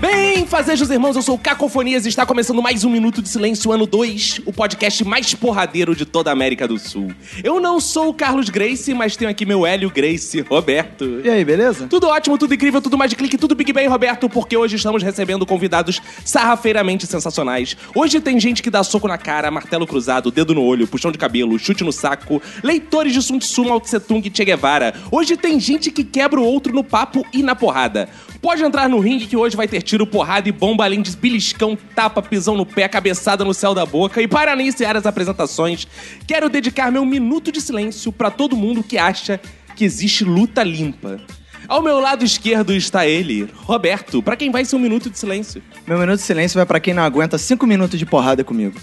Bem, fazejos irmãos, eu sou o Cacofonias e está começando mais um Minuto de Silêncio, ano 2, o podcast mais porradeiro de toda a América do Sul. Eu não sou o Carlos Grace, mas tenho aqui meu Hélio Grace Roberto. E aí, beleza? Tudo ótimo, tudo incrível, tudo mais de clique, tudo Big Bang, Roberto, porque hoje estamos recebendo convidados sarrafeiramente sensacionais. Hoje tem gente que dá soco na cara, martelo cruzado, dedo no olho, puxão de cabelo, chute no saco, leitores de Sun Tzu, Mao Tse Tung e Che Guevara. Hoje tem gente que quebra o outro no papo e na porrada. Pode entrar no ringue que hoje vai ter tiro, porrada e bomba, além de beliscão, tapa, pisão no pé, cabeçada no céu da boca. E para iniciar as apresentações, quero dedicar meu minuto de silêncio para todo mundo que acha que existe luta limpa. Ao meu lado esquerdo está ele, Roberto, pra quem vai ser um minuto de silêncio. Meu minuto de silêncio vai pra quem não aguenta cinco minutos de porrada comigo.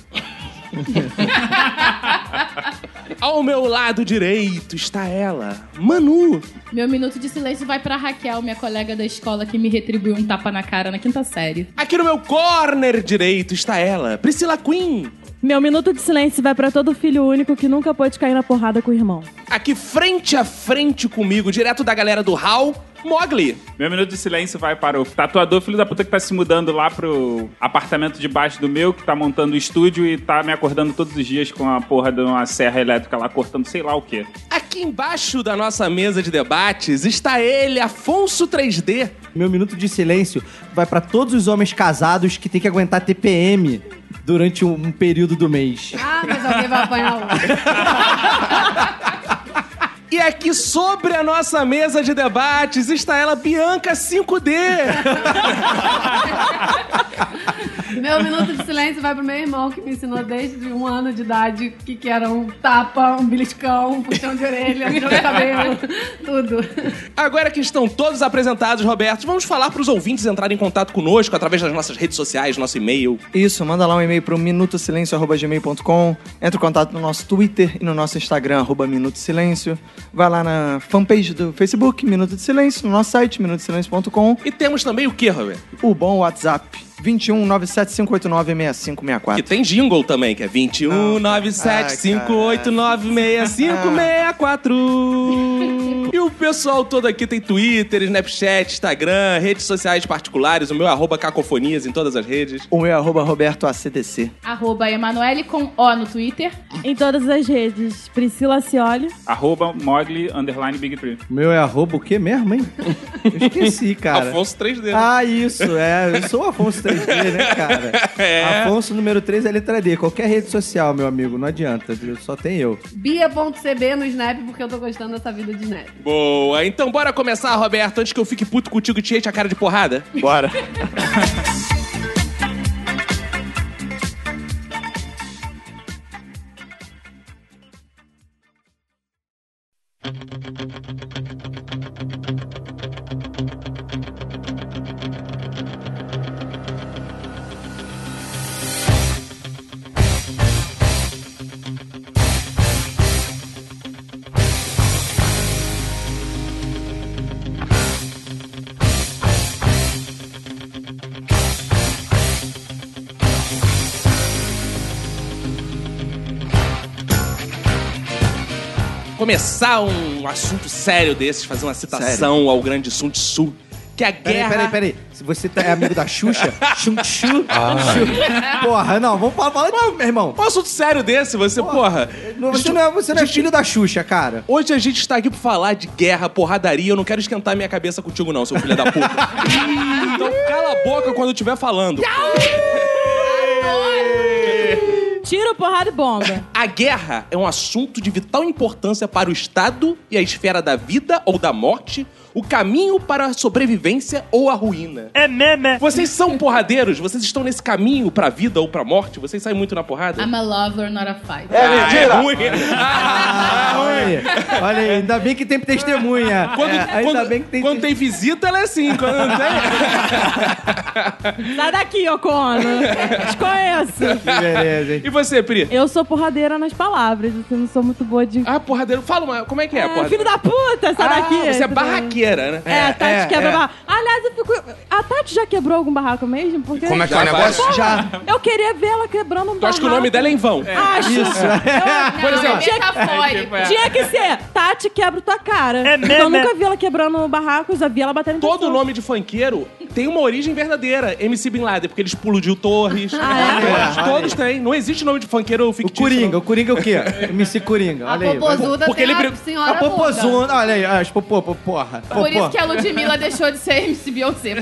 Ao meu lado direito está ela, Manu. Meu minuto de silêncio vai pra Raquel, minha colega da escola que me retribuiu um tapa na cara na quinta série. Aqui no meu corner direito está ela, Priscila Queen. Meu minuto de silêncio vai pra todo filho único que nunca pôde cair na porrada com o irmão. Aqui frente a frente comigo, direto da galera do Hall, Mogli. Meu minuto de silêncio vai para o tatuador, filho da puta, que tá se mudando lá pro apartamento de baixo do meu, que tá montando o estúdio e tá me acordando todos os dias com a porra de uma serra elétrica lá cortando sei lá o quê. Aqui embaixo da nossa mesa de debates está ele, Afonso 3D. Meu minuto de silêncio vai pra todos os homens casados que tem que aguentar TPM durante um, um período do mês. Ah, mas alguém vai apanhar um. E aqui sobre a nossa mesa de debates está ela, Bianca 5D. Meu minuto de silêncio vai pro meu irmão que me ensinou desde um ano de idade o que, que era um tapa, um beliscão, um puxão de orelha, um puxão de cabelo, tudo. Agora que estão todos apresentados, Roberto, vamos falar para os ouvintes entrarem em contato conosco através das nossas redes sociais, nosso e-mail. Isso, manda lá um e-mail pro minutosilencio.gmail.com, entra em contato no nosso Twitter e no nosso Instagram, arroba Minuto de Silêncio. Vai lá na fanpage do Facebook, Minuto de Silêncio, no nosso site, minutosilencio.com, E temos também o que, Roberto? o bom WhatsApp, 21 97589 Que 6564. tem jingle também, que é 21 97 589 6564. E o pessoal todo aqui tem Twitter, Snapchat, Instagram, redes sociais particulares, o meu arroba cacofonias em todas as redes. O meu é arroba Roberto ACDC. Arroba Emanuele com O no Twitter. Em todas as redes, Priscila Cioli. Arroba Mogli, underline Big Tree. O meu é arroba o quê mesmo, hein? Eu esqueci, cara. Afonso 3D. né? Ah, isso, é. Eu sou o Afonso 3D, né, cara? É. Afonso número 3 é letra D. Qualquer rede social, meu amigo, não adianta, viu? Só tem eu. Bia.cb no Snap, porque eu tô gostando dessa vida de Snap. Boa, então bora começar, Roberto, antes que eu fique puto contigo e te enche a cara de porrada. Bora. Começar um assunto sério desses, fazer uma citação ao grande Sun Tzu, que a Peraí, guerra... peraí, peraí. Se você tá- é amigo da Xuxa, chum chu. chu. Porra, não, vamos falar, falar de meu irmão. Um assunto sério desse, você, porra. Não, Você não é, você não é filho da Xuxa, cara. Hoje a gente está aqui pra falar de guerra, porradaria. Eu não quero esquentar minha cabeça contigo, não, seu filho da puta. então cala a boca quando eu estiver falando. Tiro, porrada e bomba. A guerra é um assunto de vital importância para o Estado e a esfera da vida ou da morte, O caminho para a sobrevivência ou a ruína. É meme. Vocês são porradeiros? Vocês estão nesse caminho pra vida ou pra morte? Vocês saem muito na Ah, porrada? I'm a lover, not a fighter. Ah, é ruim. Ah, olha aí. Olha aí, ainda bem que tem testemunha. Quando, É, ainda quando- bem que tem quando tem visita, ela é assim. Quando não tem... Sai daqui, Yoko Ono. Desconheço. testemunha. Beleza, hein? E você, Pri? Eu sou porradeira nas palavras, assim, não sou muito boa de. Ah, porradeiro. Fala uma... Como é que é, Ah, porradeiro? filho da puta, sai Ah, daqui. você é entendeu? barraqueira, né? É, a Tati é, quebra é. barraco. Aliás, eu fico. A Tati já quebrou algum barraco mesmo? Porque... Como é que é o negócio? Já. Eu queria ver ela quebrando um barraco. Tu acha que o nome dela é em vão? Acho. Eu- Por exemplo, é metafórico. Tinha que ser Tati quebra tua cara. É mesmo, Eu é? nunca vi ela quebrando barracos, já vi ela batendo em Todo pessoas. nome de funkeiro tem uma origem verdadeira. MC Bin Laden, porque eles pulam de torres. é? Todos, todos têm. Não existe nome de funkeiro O fictício. Coringa, o Coringa é o quê? MC Coringa, A olha aí. popozuda Porque tem a ele brin- senhora A popozona, olha aí, as popô, popô, porra. Por popô. isso que a Ludmilla deixou de ser MC Beyoncé.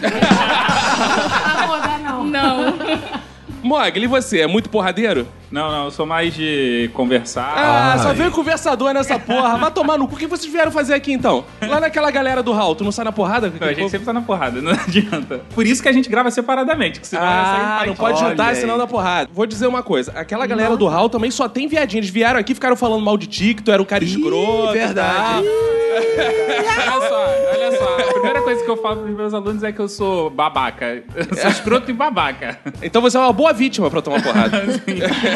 Não, não, não. Não. não. Mogli, e você? É muito porradeiro? Não, não, eu sou mais de conversar. Ah, só veio conversador nessa porra. Vai tomar no cu. O que vocês vieram fazer aqui, então? Lá naquela galera do Hall, tu não sai na porrada? com Não, a aquele gente povo? sempre tá na porrada, não adianta. Por isso que a gente grava separadamente, que senão ia sair Ah, fight. não pode juntar, Olha senão aí. dá porrada. Vou dizer uma coisa. Aquela galera do Hall também só tem viadinha. Eles vieram aqui, ficaram falando mal de Ticto, era um cara escroto. verdade. tá? Olha só, olha só. A primeira coisa que eu falo pros meus alunos é que eu sou babaca. Eu sou escroto e babaca. Então você é uma boa vítima pra tomar porrada.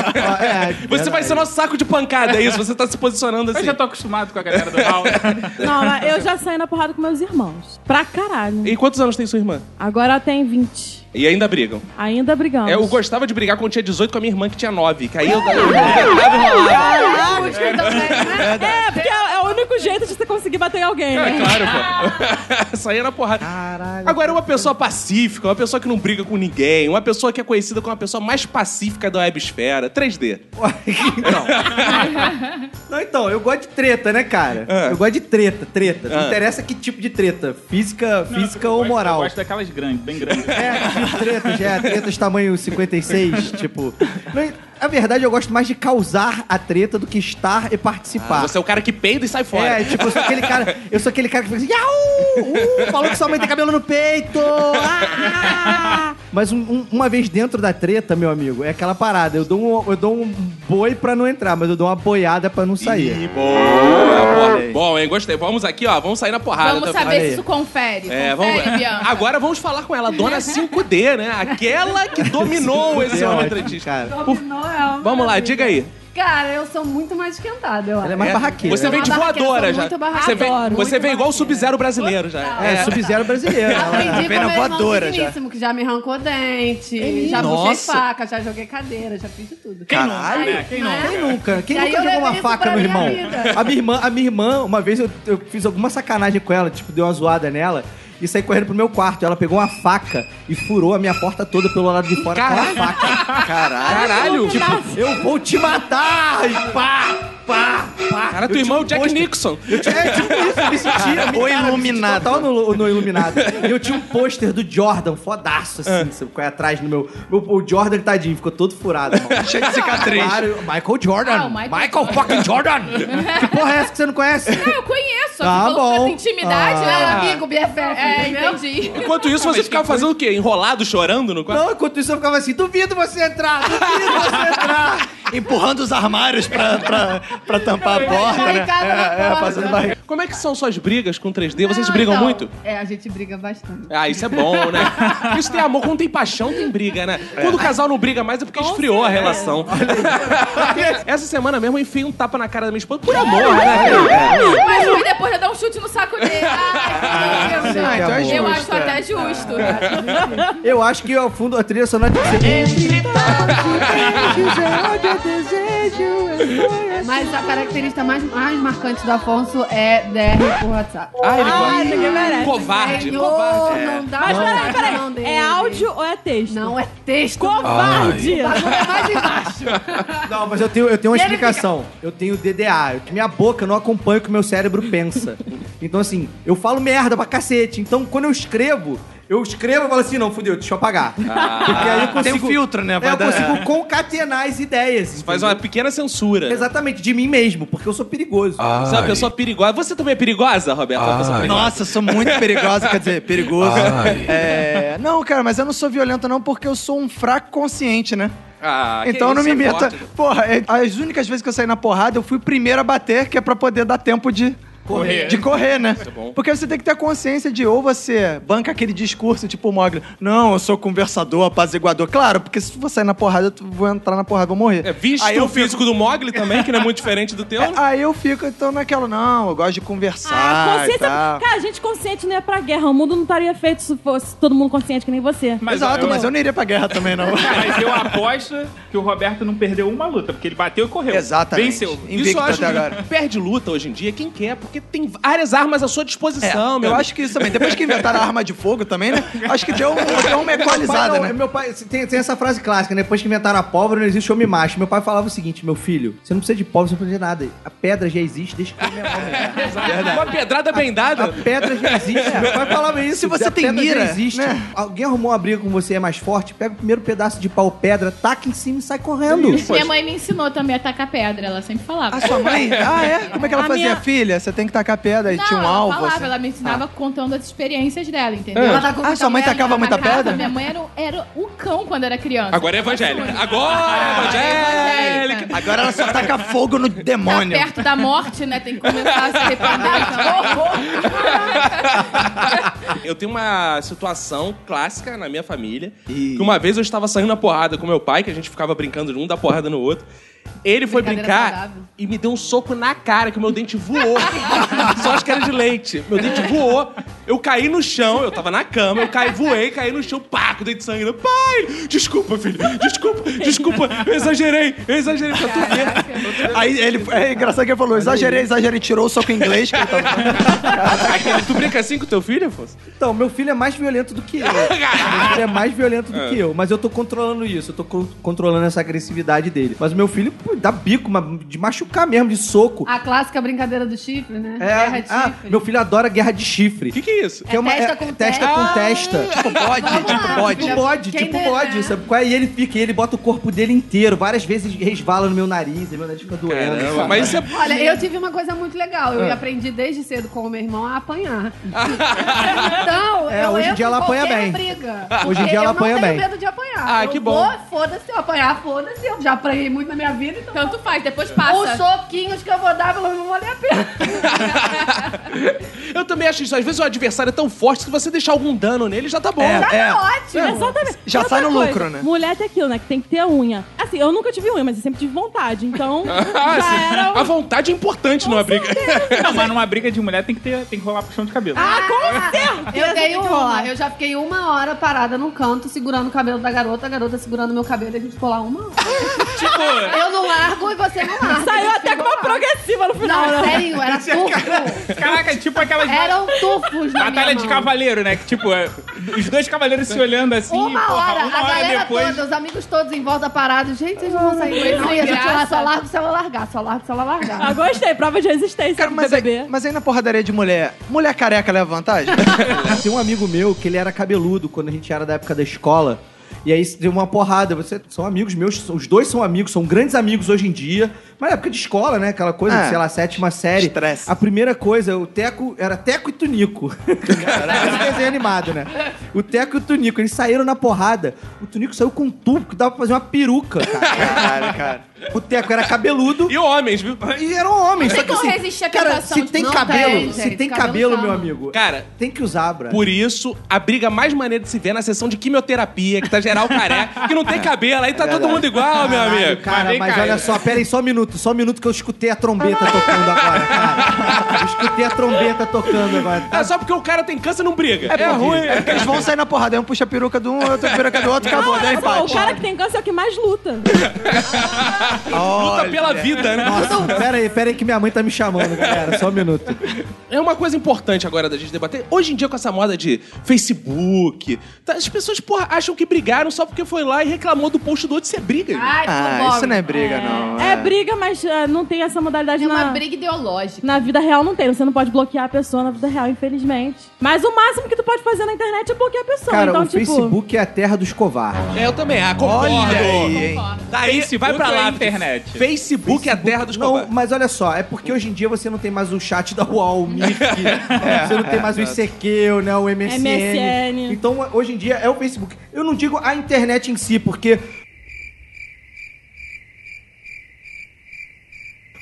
Ah, é, Você vai ser nosso saco de pancada, é isso? Você tá se posicionando Eu assim. já tô acostumado com a galera do mal. Não, mas eu já saí na porrada com meus irmãos. Pra caralho. E quantos anos tem sua irmã? Agora ela tem 20. E ainda brigam. Ainda brigando. É, eu gostava de brigar quando tinha 18 com a minha irmã, que tinha 9. Que aí eu dava eu tentava enrolar. né? É, porque é, é o único jeito de você conseguir bater em alguém, É né? claro, pô. Saía na porrada. Caralho. Agora, uma pessoa pacífica, uma pessoa que não briga com ninguém, uma pessoa que é conhecida como a pessoa mais pacífica da websfera, 3D. então. Não, então, eu gosto de treta, né, cara? Ah. Eu gosto de treta, treta. Não Ah. interessa que tipo de treta, física, física ou moral. Eu gosto daquelas grandes, bem grandes. É, tretas, é, tretas tamanho 56, tipo. Não, Na verdade, eu gosto mais de causar a treta do que estar e participar. Você é o cara que peida e sai fora. É, tipo, eu sou aquele cara, eu sou aquele cara que fala assim, Iau! Uh, falou que sua mãe tem cabelo no peito! Ah! Mas um- um- uma vez dentro da treta, meu amigo, é aquela parada. Eu dou um, eu dou um boi pra não entrar, mas eu dou uma boiada pra não sair. Ih, boa, boa. Bom, hein? Gostei. Vamos aqui, ó. Vamos sair na porrada. Vamos tá- saber aí. se isso confere. É, vamos. confere, Bianca. Agora vamos falar com ela, dona 5D, né? Aquela que dominou esse É homem ótimo, trentista. cara. Dominou é uma Vamos lá, maravilha. diga aí. Cara, eu sou muito mais esquentada, eu acho. Ela é mais barraqueira. Você vem de Uma barraqueira, voadora sou já. muito barraqueira. Você vem, você Adoro, muito vem igual o barraqueira. Sub-Zero brasileiro já. É, sub-zero brasileiro. ela- Aprendi com Pena meu irmão voadora, já. digníssimo, que já me arrancou dente, É já puxei Nossa. faca, já joguei cadeira, já fiz de tudo. Caralho. Aí, Quem né? Quem nunca? Quem E aí nunca eu jogou levei uma isso faca pra no minha irmão? vida. A minha irmã, a minha irmã, uma vez eu, eu fiz alguma sacanagem com ela, tipo, dei uma zoada nela e saí correndo pro meu quarto. Ela pegou uma faca e furou a minha porta toda pelo lado de fora com a faca. Caralho. Caralho, tipo, Eu vou te matar! E pá, pá, pá. cara, teu Eu irmão é o tinha Jack um poster- Nixon. Eu tinha, é, tipo isso, eu me senti, O eu me, cara, eu me senti iluminado. total no, no iluminado. E eu tinha um pôster do Jordan, fodaço, assim, sabe, qual é atrás no meu, meu- O Jordan, tadinho, ficou todo furado, mano. Cheio de cicatriz. Claro, Michael Jordan. Ah, o Michael Jordan. fucking Jordan. que porra é essa que você não conhece? Ah, eu conheço. Tá Tá bom. bom. intimidade, Meu né? amigo, BFF. É, entendeu? entendi. Enquanto isso, você ficava fazendo o quê? Enrolado, chorando no quarto? Não, enquanto isso eu ficava assim, duvido você entrar, duvido você entrar. Empurrando os armários pra, pra, pra tampar a é, porta, né? Barricada na porta. Fazendo barriga. Como é que são suas brigas com Ah, 3D? Vocês Não, brigam então, muito? É, a gente briga bastante. Ah, isso é bom, né? Isso tem amor. Quando tem paixão, tem briga, né? Quando o casal não briga mais é porque esfriou a relação. Essa semana mesmo eu enfiei um tapa na cara da minha esposa por amor, né? Mas foi depois de eu dar um chute no saco dele. Ai, meu Deus. Ai, que amor. Eu acho até É, justo. Eu acho que ao fundo a trilha sonora tem que ser. Mas a característica mais, mais marcante do Afonso é DR por WhatsApp. Ah, ele Ah, isso aqui merece. Covarde. É, Senhor, Não dá Mas pra peraí, tirar a peraí. mão dele. É áudio ou é texto? Não, é texto. Covarde! tá. É mais embaixo. Não, mas eu tenho, eu tenho uma explicação. Eu tenho DDA. Eu- Minha boca não acompanha o que meu cérebro pensa. Então, assim, eu falo merda pra cacete. Então, quando eu escrevo, Eu escrevo e falo assim, não, fudeu, deixa eu apagar. Ah. Porque aí eu Tem consigo... um filtro, né? É, Vai eu dar- consigo concatenar as ideias. Faz uma pequena censura. Exatamente, de mim mesmo, porque eu sou perigoso. Você é uma pessoa perigosa. Você também é perigosa, Roberto? É uma Ah. pessoa perigosa? Nossa, eu sou muito perigosa, quer dizer, perigoso. É, não, cara, mas eu não sou violento não porque eu sou um fraco consciente, né? Ah, que então eu não isso, me é meta. forte. Porra, é- as únicas vezes que eu saí na porrada, eu fui o primeiro a bater, que é pra poder dar tempo de. Correr. De correr, né? Isso é bom. Porque você tem que ter a consciência de ou você banca aquele discurso tipo o Mogli, não, eu sou conversador, apaziguador. Claro, porque se você sair na porrada, eu vou entrar na porrada, vou morrer. É, visto Aí o eu fico- físico do Mogli também, que não é muito diferente do teu. né? Aí eu fico, então, naquela, não, eu gosto de conversar. Ah, e consciência. tal. Cara, gente consciente não ia pra guerra. O mundo não estaria feito se fosse todo mundo consciente que nem você. Mas Exato, eu- mas eu não iria pra guerra também, não. Mas eu aposto que o Roberto não perdeu uma luta, porque ele bateu e correu. Exatamente. Venceu. Invicto isso eu acho até agora. que perde luta hoje em dia, quem quer, porque tem várias armas à sua disposição, meu É, amigo. eu acho que isso também. Depois que inventaram a arma de fogo também, né? Acho que deu, deu uma equalizada, meu pai, né? é meu pai- assim, tem, tem essa frase clássica, né? Depois que inventaram a pólvora, não existe homem macho. Meu pai falava o seguinte, meu filho, você não precisa de pólvora, você não precisa de nada. A pedra já existe, deixa que eu me é Uma pedrada bem A dada. pedra já existe. Meu pai falava é isso. Se você a tem pedra mira, já existe. né? Alguém arrumou uma briga com você, é mais forte, pega o primeiro pedaço de pau pedra, taca em cima e sai correndo. Minha mãe me ensinou também a tacar pedra, ela sempre falava. A sua mãe? Ah, é? Como é que ela A fazia? minha- Filha, você tem que tacar pedra e Não, tinha um ela alvo. falava, assim. ela me ensinava contando as experiências dela, entendeu? Ela tá com Ah, sua mãe muita tacava muita Tacava, pedra? Minha mãe era, o- era o cão quando era criança. Agora é evangélica. Ah, é Agora é evangélica. Agora ela só taca fogo no Tá demônio. perto da morte, né? Tem que começar a se tá arrepender. então. Eu tenho uma situação clássica na minha família. Que uma vez eu estava saindo na porrada com meu pai, que a gente ficava brincando de um da porrada no outro. Ele foi Brincadeira brincar saudável. e me deu um soco na cara, que o meu dente voou. Só acho que era de leite. Meu dente voou. Eu caí no chão, eu tava na cama, eu caí, voei, caí no chão, pá, com o dente sangrando. Pai! Desculpa, filho. Desculpa, desculpa. Eu exagerei, eu exagerei pra tu ver. Aí ele. É engraçado que ele falou: exagerei, exagerei, tirou o soco em inglês. Que ele tava... Aquele- Tu brinca assim com teu filho, Afonso? Então, meu filho é mais violento do que eu. meu filho é mais violento do que eu. Mas eu tô controlando isso, eu tô co- controlando essa agressividade dele. Mas o meu filho pô, dá bico, ma- de machucar mesmo, de soco. A clássica brincadeira do chifre, né? É, Guerra de ah, chifre. meu filho adora guerra de chifre. O que, que é isso? Que É testa com testa. testa. com testa. Tipo bode, Vamos lá, tipo filha. bode. Tipo bode, Quem tipo dera. bode, sabe qual é? E ele fica, e ele bota o corpo dele inteiro. Várias vezes resvala no meu nariz, e meu nariz fica doendo. Caramba, mas isso é Olha, eu tive uma coisa muito legal. Eu aprendi desde cedo com o meu irmão a apanhar. então, É, eu hoje em entro dia ela apanha qualquer bem. Briga, Hoje em porque dia ela apanha eu não bem. tenho medo de apanhar. Ah, eu que bom. vou, foda-se, eu apanhar, foda-se. Eu já apanhei muito na minha vida, então... Tanto faz, depois Os passa. soquinhos que eu vou dar, pelo menos não vale a pena. Eu também acho isso. Às vezes o adversário é tão forte que se você deixar algum dano nele já tá bom. É, é. Ótimo. Exatamente. Já E outra sai no coisa, lucro, né? Mulher tem aquilo, né? Que tem que ter unha. Assim, eu nunca tive unha, mas eu sempre tive vontade. Então, Ah, já sim. era... A um- vontade é importante numa briga. Não, mas numa briga de mulher tem que, ter, tem que rolar puxão de cabelo. Ah, com certeza! Eu dei que uma. rola. Eu já fiquei uma hora parada num canto, segurando o cabelo da garota, a garota segurando meu cabelo e a gente ficou lá uma hora. Tipo, Eu não largo e você não larga. Saiu A gente até com ficou uma lá. progressiva no final, Não, né? sério, era turfo. caraca, é tipo aquelas. Eram tufos na Batalha minha de mão. cavaleiro, né? Que tipo, é, os dois cavaleiros se olhando assim, Uma porra, hora, uma a hora galera depois. toda, os amigos todos em volta parados. Gente, vocês não vão sair com isso. aí. A gente lá, só larga se ela largar, só larga se ela largar. Ah, gostei. Prova de resistência Cara, do mas, BBB. né? aí, mas aí na porradaria de mulher, mulher careca leva vantagem? Tem um amigo meu que ele era cabeludo quando a gente era da época da escola. E aí deu uma porrada. Você, são amigos meus, os dois são amigos, são grandes amigos hoje em dia. Mas na época de escola, né? Aquela coisa, Ah, sei lá, sétima série. estresse. A primeira coisa, o Teco era Teco e Tunico. Esse desenho animado, né? O Teco e o Tunico, eles saíram na porrada. O Tunico saiu com um tubo que dava pra fazer uma peruca, cara. Caralho, cara. O Teco era cabeludo. E homens, viu? E eram homens, só que como assim, resistir à cara, tentação se de- tem Não cabelo, tem, se gente, tem um cabelo cabelo, meu chama. amigo, Cara, tem que usar, bra. Por isso, a briga mais maneira de se ver é na sessão de quimioterapia, que tá geral careca, que não tem cabelo, aí tá todo mundo igual, meu Caralho, amigo. Cara, Mas vem mas, cá, olha eu- só, pera aí, só um minuto, só um minuto que eu escutei a trombeta tocando agora, cara. Eu escutei a trombeta tocando agora. É só porque o cara tem câncer não briga. É, ruim. É porque eles vão sair na porrada. Aí um assim, puxa a peruca de um, outro a peruca do outro, acabou, dá Não, empate. o cara que tem câncer é o que mais luta. Luta pela vida, né? Nossa, pera aí, pera aí que minha mãe tá me chamando, galera. Só um minuto. É uma coisa importante agora da gente debater. Hoje em dia, com essa moda de Facebook, tá, as pessoas, porra, acham que brigaram só porque foi lá e reclamou do post do outro. Isso é briga. irmão. Ai, Ah, pobre. isso não é briga, não. É briga, mas é, não tem essa modalidade É na... uma briga ideológica. Na vida real não tem, você não pode bloquear a pessoa na vida real, infelizmente. Mas o máximo que tu pode fazer na internet é bloquear a pessoa. Cara, então, o tipo, Facebook é a terra dos covardes. É, eu também. Ah, concordo. Olha aí, hein? Concordo. Daí, Face, vai pra tudo é lá. internet. Facebook, Facebook é a terra dos Não, covardes. mas olha só, é porque hoje em dia você não tem mais o chat da UOL, o MIC, É. você não tem mais o ICQ, né, o MSN. MSN. Então, hoje em dia é o Facebook. Eu não digo a internet em si, porque...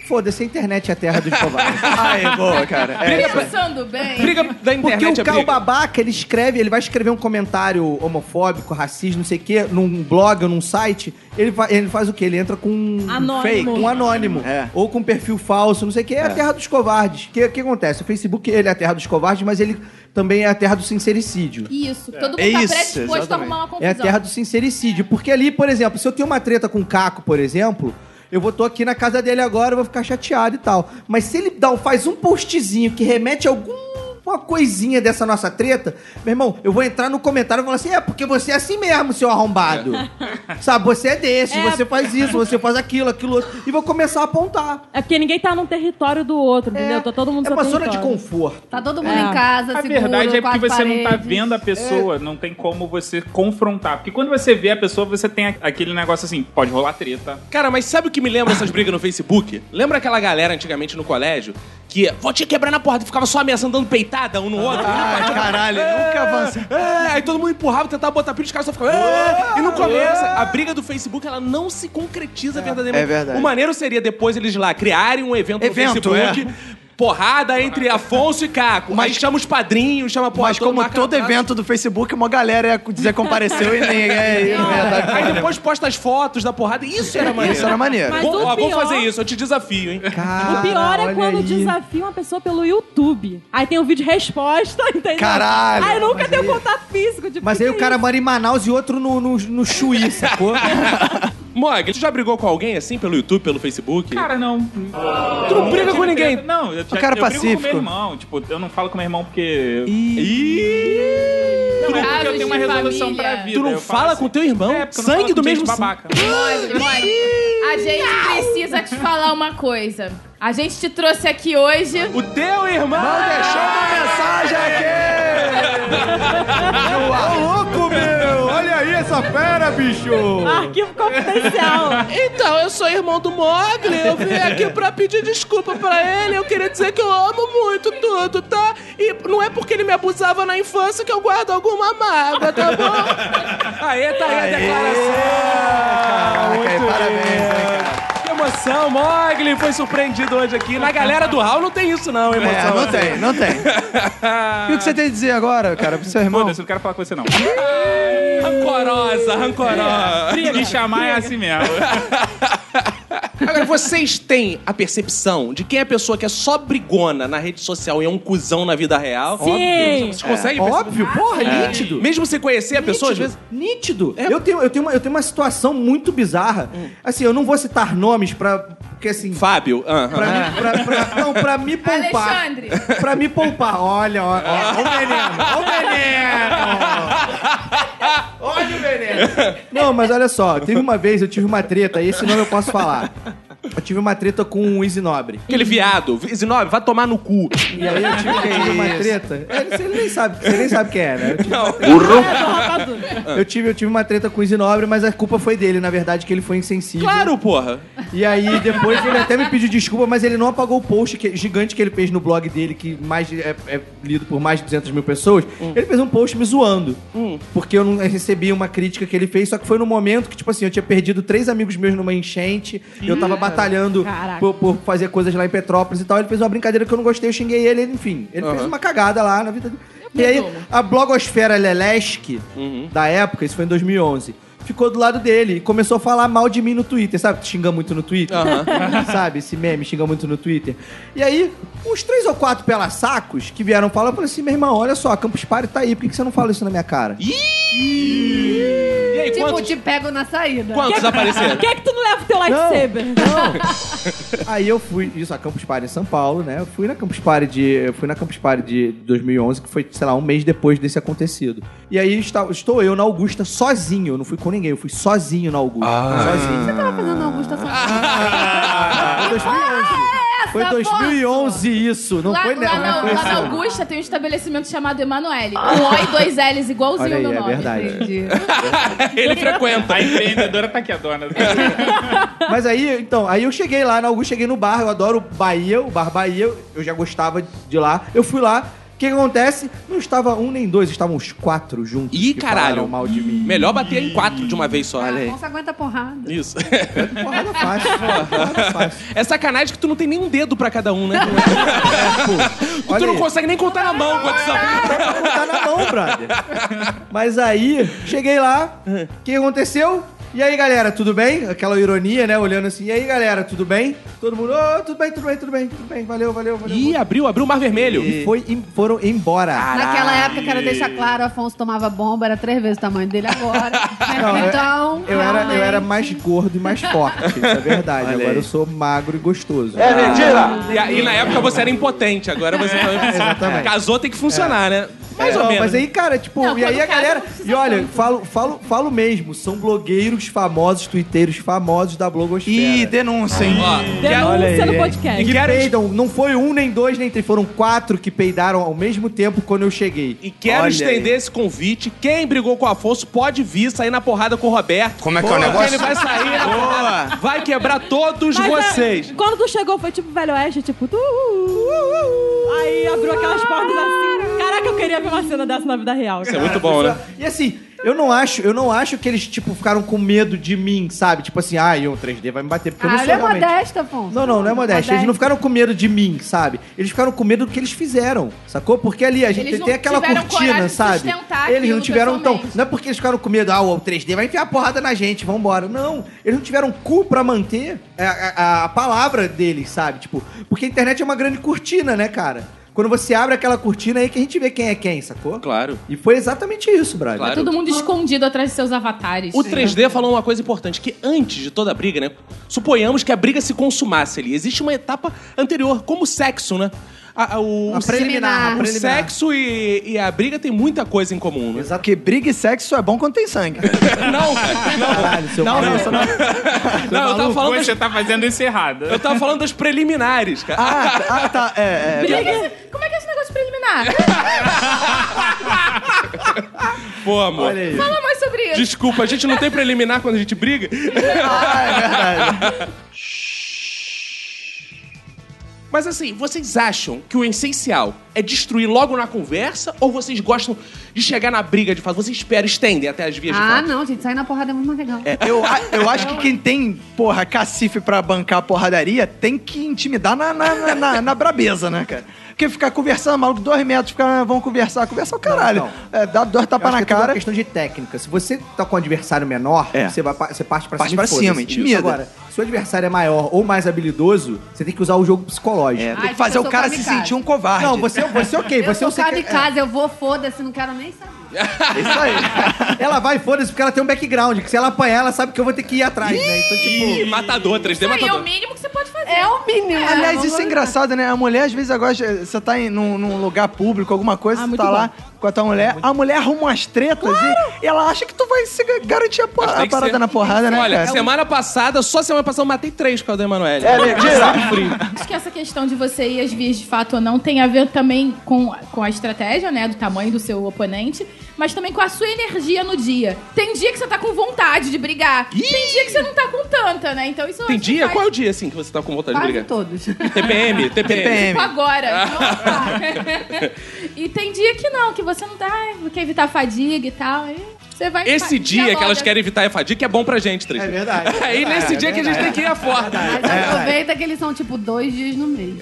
Foda-se, a internet é a terra dos covardes. Aí, boa, cara. É. tá Pensando bem. Briga da Porque internet o, é ca- o briga. babaca, ele escreve, ele vai escrever um comentário homofóbico, racista, não sei o quê, num blog ou num site, ele, fa- ele faz o quê? Ele entra com um Anônimo. fake, um anônimo. É. Ou com um perfil falso, não sei o quê. É, a terra dos covardes. O que, que acontece? O Facebook, ele é a terra dos covardes, mas ele também é a terra do sincericídio. Isso. Todo mundo É tá isso, predisposto a exatamente. arrumar uma É confusão. a terra do sincericídio. Porque ali, por exemplo, se eu tenho uma treta com o Caco, por exemplo, eu vou tô aqui na casa dele agora, eu vou ficar chateado e tal. Mas se ele dá, faz um postzinho que remete a alguma coisinha dessa nossa treta, meu irmão, eu vou entrar no comentário e falar assim: é porque você é assim mesmo, seu arrombado. Sabe, você é desse, É. você faz isso, você faz aquilo, aquilo outro. E vou começar a apontar. É porque ninguém tá num território do outro, entendeu? Tá todo mundo é no uma seu zona de território. conforto. Tá todo mundo É. em casa, A seguro, verdade é porque quatro você não tá paredes. vendo a pessoa, não tem como você confrontar. Porque quando você vê a pessoa, você tem a- aquele negócio assim, pode rolar treta. Cara, mas sabe o que me lembra essas brigas no Facebook? Lembra aquela galera antigamente no colégio que vou te quebrar na porta e ficava só ameaçando, dando peitada um no outro? Ai, caralho, nunca avança. É, aí todo mundo empurrava, tentava botar pilha, os caras só ficavam. É, e não começa. A briga do Facebook, ela não se concretiza verdadeiramente. é verdade. O maneiro seria depois eles lá criarem um evento, Evento, no Facebook. Porrada entre Afonso e Caco. Mas chama os padrinhos, chama a porra Mas toda, como marca todo na praça. evento do Facebook, uma galera ia dizer compareceu e nem é, é verdade. Aí depois posta as fotos da porrada. Isso era maneiro. Isso era maneiro. Mas Vou, o ó, vou pior- fazer isso, eu te desafio, hein? O pior Cara, é quando olha aí. desafia uma pessoa pelo YouTube. Aí tem o vídeo de resposta, entendeu? Caralho. Aí nunca Mas tem aí- o contato físico. Tipo, Mas que aí que o é cara mora em Manaus e outro no, no, no Chuí, sacou? Mog, tu já brigou com alguém assim pelo YouTube, pelo Facebook? Cara, não. tu não briga Tive com ninguém. treta. Não, eu, já, cara eu brigo com pacífico. meu irmão. Tipo, eu não falo com meu irmão porque... Ih! Não, é porque eu Casos tenho uma de resolução família. pra vida. Tu não eu falo fala assim. com teu irmão? É, porque eu não falo Sangue com do gente mesmo sangue. babaca. Mônica, Mônica, a gente precisa te falar uma coisa. A gente te trouxe aqui hoje. O teu irmão Deixou uma mensagem aqui! Ô, louco, meu! Olha aí essa fera, bicho! Ah. Arquivo confidencial. Então, eu sou irmão do Mogli, eu vim aqui pra pedir desculpa pra ele, eu queria dizer que eu amo muito tudo, tá? E não é porque ele me abusava na infância que eu guardo alguma mágoa, tá bom? Aê, tá aí a declaração! Caraca, Muito parabéns, bem. hein, Que emoção, Mogli foi surpreendido hoje aqui. Na galera do Raul não tem isso não, emoção. É, não tem, não tem. E o que você tem a dizer agora, cara, pro seu irmão? Foda-se, eu não quero falar com você, não. Rancorosa, rancorosa. Me chamar é assim mesmo. Agora, vocês têm a percepção de quem é a pessoa que é só brigona na rede social e é um cuzão na vida real? Sim. Vocês conseguem perceber? Óbvio, porra, É. É. nítido. É Mesmo sem conhecer a pessoa, às nítido, vezes. nítido. Eu, tenho, eu, tenho uma, eu tenho uma situação muito bizarra. Assim, eu não vou citar nomes pra. Porque assim. Fábio, ah, ah. Pra, me, pra, pra- não, pra me poupar. Alexandre. Pra me poupar. Olha, ó, ó, ó o veneno. Ó o veneno. Olha o veneno. Não, mas olha só. Teve uma vez, eu tive uma treta. Esse nome eu posso falar. Eu tive uma treta com um o Easy Nobre. aquele viado, Zinob, vai tomar no cu. E aí eu tive, eu tive uma treta. Ele, ele nem sabe, ele nem sabe quem é, né? Eu tive- Eu tive, eu tive uma treta com o Isinobre, mas a culpa foi dele, na verdade, que ele foi insensível. Claro, porra. E aí depois ele até me pediu desculpa, mas ele não apagou o post que- gigante que ele fez no blog dele, que mais de- é, é lido por mais de 200 mil pessoas. Ele fez um post me zoando. Porque eu não recebi uma crítica que ele fez, só que foi no momento que, tipo assim, eu tinha perdido três amigos meus numa enchente, eu tava batalhando Caraca. por, por fazer coisas lá em Petrópolis e tal. Ele fez uma brincadeira que eu não gostei, eu xinguei ele, ele, enfim. Ele fez uma cagada lá na vida dele. E aí, perdoo. a blogosfera Lelesk da época, isso foi em 2011, ficou do lado dele e começou a falar mal de mim no Twitter, sabe? Xinga muito no Twitter. sabe? Esse meme xinga muito no Twitter. E aí, uns três ou quatro pela-sacos que vieram falar, eu falei assim: meu irmão, olha só, a Campus Party tá aí, por que que você não fala isso na minha cara? E aí, Tipo, quantos Eu te pego na saída. Quantos apareceram? Por que, que tu não leva o teu lightsaber? Aí eu fui, isso, a Campus Party em São Paulo, né? Eu fui na Campus Party de, eu fui na Campus Party de 2011, que foi, sei lá, um mês depois desse acontecido. E aí está- estou eu na Augusta sozinho, eu não fui com ninguém, eu fui sozinho na Augusta. Ah. Sozinho. Você tava fazendo Augusta Santana. Foi 2011. Ah, Foi 2011 isso, não é lá, foi lá nela. na, não foi assim. lá na esse ano. Augusta tem um estabelecimento chamado Emanuele. Um O e dois L's, igualzinho Olha aí, o meu é nome. verdade. Entendi. Ele frequenta. A empreendedora tá aqui, a dona. Mas aí, então, aí eu cheguei lá, na Augusta, cheguei no bar, eu adoro Bahia, o bar Bahia, eu já gostava de lá. Eu fui lá, o que, que acontece? Não estava um nem dois, estavam os quatro juntos. Ih, que caralho. falaram mal de mim. Melhor bater em quatro de uma vez só. né? Ah, Você aguenta porrada. Isso. Porrada fácil, porrada fácil. É sacanagem que tu não tem nenhum dedo pra cada um, né? Olha tu não aí. consegue nem contar na mão quantos são. Dá pra contar na mão, brother. Mas aí, cheguei lá, o que aconteceu? E aí, galera, tudo bem? Aquela ironia, né? Olhando assim, e aí, galera, tudo bem? Todo mundo, ô, tudo bem, tudo bem, tudo bem, tudo bem, valeu, valeu, valeu. Ih, abriu, abriu o Mar Vermelho. E foi, em- foram embora. Ah. Naquela época, quero deixar claro, Afonso tomava bomba, era três vezes o tamanho dele agora. Não, eu- então, eu era, eu era realmente- mais gordo e mais forte, isso é verdade. Olha Agora aí. É, eu sou magro e gostoso. E aí, na época, você era impotente. Agora você tá... É, exatamente. É. Casou, tem que funcionar, né? Mais Não, ou menos. Mas aí, cara, tipo, Não, e aí quando a casa, galera. não precisa E olha, tanto. falo, falo, falo mesmo, são blogueiros famosos, twitteiros famosos da blogosfera. Ih, denuncem. Ó, Denúncia é aí, no hein? podcast. que quero- peidam, não foi um, nem dois, nem três, foram quatro que peidaram ao mesmo tempo quando eu cheguei. E quero Olha estender aí. esse convite. Quem brigou com o Afonso pode vir sair na porrada com o Roberto. Como é que é o Porque negócio? ele vai sair na porrada. Vai quebrar todos Mas, é, vocês. quando tu chegou, foi tipo Velho Oeste, tipo. Tu, uh, aí abriu aquelas portas assim. Caraca, eu queria ver uma cena dessa na vida real. Isso é muito bom, né? E assim, eu não acho, eu não acho que eles, tipo, ficaram com medo de mim, sabe? Tipo assim, ah, o 3D vai me bater, porque eu não Ah, sou ele é realmente. modesta, Afonso. Não, não, não é modéstia. Eles não ficaram com medo de mim, sabe? Eles ficaram com medo do que eles fizeram, sacou? Porque ali a gente Eles não tem aquela tiveram coragem cortina, de sabe? sustentar Eles aquilo não tiveram então, pessoalmente. não é porque eles ficaram com medo, ah, o 3D vai enfiar porrada na gente, vambora. Não, eles não tiveram cu pra manter a, a- a palavra deles, sabe? Tipo, porque a internet é uma grande cortina, né, cara? Quando você abre aquela cortina aí que a gente vê quem é quem, sacou? Claro. E foi exatamente isso, brother. Claro. Todo mundo escondido atrás de seus avatares. O 3D falou uma coisa importante, que antes de toda a briga, né? Suponhamos que a briga se consumasse ali. Existe uma etapa anterior, como o sexo, né? A- a- o, A o preliminar, a o o preliminar. sexo e, e a briga tem muita coisa em comum, né? Porque briga e sexo é bom quando tem sangue. Não, cara, Caralho, seu Não, não, maluco. só não. não, eu tava é falando das, Você tá fazendo isso errado. eu tava falando das preliminares, cara. Ah, tá- ah, tá. É, é. Como é que é esse- Como é que é esse negócio preliminar? Pô, amor. Olha aí. Fala mais sobre isso. Desculpa, a gente não tem preliminar quando a gente briga? Ah, é verdade. Mas assim, vocês acham que o essencial é destruir logo na conversa? Ou vocês gostam de chegar na briga de fato? Vocês esperam, estendem até as vias de Ah, fato? não, gente, sair na porrada é muito mais legal. É, eu, a- eu acho que quem tem, porra, cacife pra bancar a porradaria tem que intimidar na, na, na, na- na brabeza, né, cara? Porque ficar conversando, maluco, dois metros, ficar, vão conversar, conversar o caralho. Não, É, dá dois Eu tapas acho na que é tudo uma cara. questão de técnica. Se você tá com um adversário menor, É. você, vai, pa- você parte pra Parte cima. e pra cima, foda-se. intimida. Isso. Agora, se o adversário é maior ou mais habilidoso, você tem que usar o jogo psicológico. É, Ai, tem que gente, fazer eu o sou cara se kamikaze. sentir um covarde. Não, você, você é ok, Eu você um sou eu sei que- cara de casa, eu vou, foda-se, não quero nem saber. Isso aí. é. Ela vai, foda-se, porque ela tem um background. Que se ela apanhar, ela sabe que eu vou ter que ir atrás, né? Então, Ih, tipo. matador, 3D Isso aí é o matador. mínimo que você pode fazer. É o mínimo. né? Aliás, Vamos isso é lá. engraçado, né? A mulher, às vezes, agora você tá em, num, num lugar público, alguma coisa, Ah, você muito tá lá com a tua mulher, a mulher arruma umas tretas e, e ela acha que tu vai se ga- garantir a, por- Mas tem a que Tá parada ser. na porrada, né? Olha, cara? É é semana passada, só semana passada eu matei três por causa da Emanuele. É mentira! Acho que essa questão de você ir às vias de fato ou não tem a ver também com, com a estratégia, né? Do tamanho do seu oponente, mas também com a sua energia no dia. Tem dia que você tá com vontade de brigar. Tem dia que você não tá com tanta, né? Então isso eu Tem acho que dia? faz- Qual é o dia, assim, que você tá com vontade de Quase brigar? todos. TPM, TPM. PM. Tipo Ah. agora. então, tá. e tem dia que não, que você não tá, ah, quer evitar a fadiga e tal. Aí você vai. É Esse vai- dia que elas dialoga. querem evitar a fadiga que é bom pra gente, 3D. É verdade. é Aí nesse dia que a gente tem que ir a forte. Mas aproveita que eles são, tipo, dois dias no mês.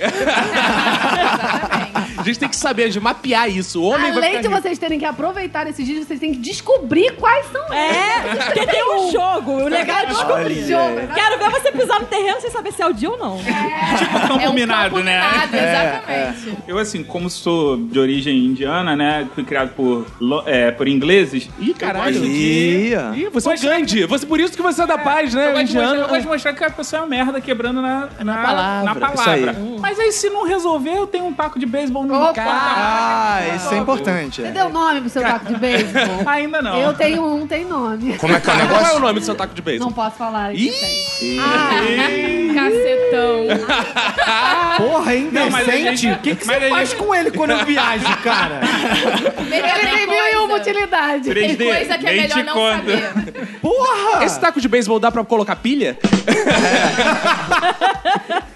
Exatamente. A gente tem que saber de mapear isso. O homem tá vai Além de ficar rico. vocês terem que aproveitar esses dias, vocês têm que descobrir quais são eles. É, Porque tem um jogo. O legal é descobrir. Jogo, Quero ver você pisar no terreno sem saber se é o dia ou não. É Campo É um minado, né? Combinado, um exatamente. Eu, assim, como sou de origem indiana, né? Fui criado por, lo- é, por ingleses. Ih, caralho. Ih, ó. Ih, você é o Gandhi. Você, por isso que você é da paz, né, Eu gosto, de mostrar, indiano? eu gosto de mostrar que a pessoa é uma merda quebrando na, na, na palavra. isso aí. Mas aí, se não resolver, eu tenho um taco de beisebol no Opa! cara. Ah, isso é importante. Você é. deu nome pro seu taco de beisebol? Ainda não. Eu tenho um, tem nome. Qual é o nome do seu taco de Não beisebol? posso falar. aqui, Ih! tem. Cacetão. Porra, hein? Não, mas a Decente. gente- O que, que mas você a faz gente- com ele quando eu viajo, cara? Melhor Ele tem tem mil e uma coisa. utilidade. Tem 3D, coisa que é nem melhor te não conto. saber. Porra! Esse taco de beisebol dá pra colocar pilha?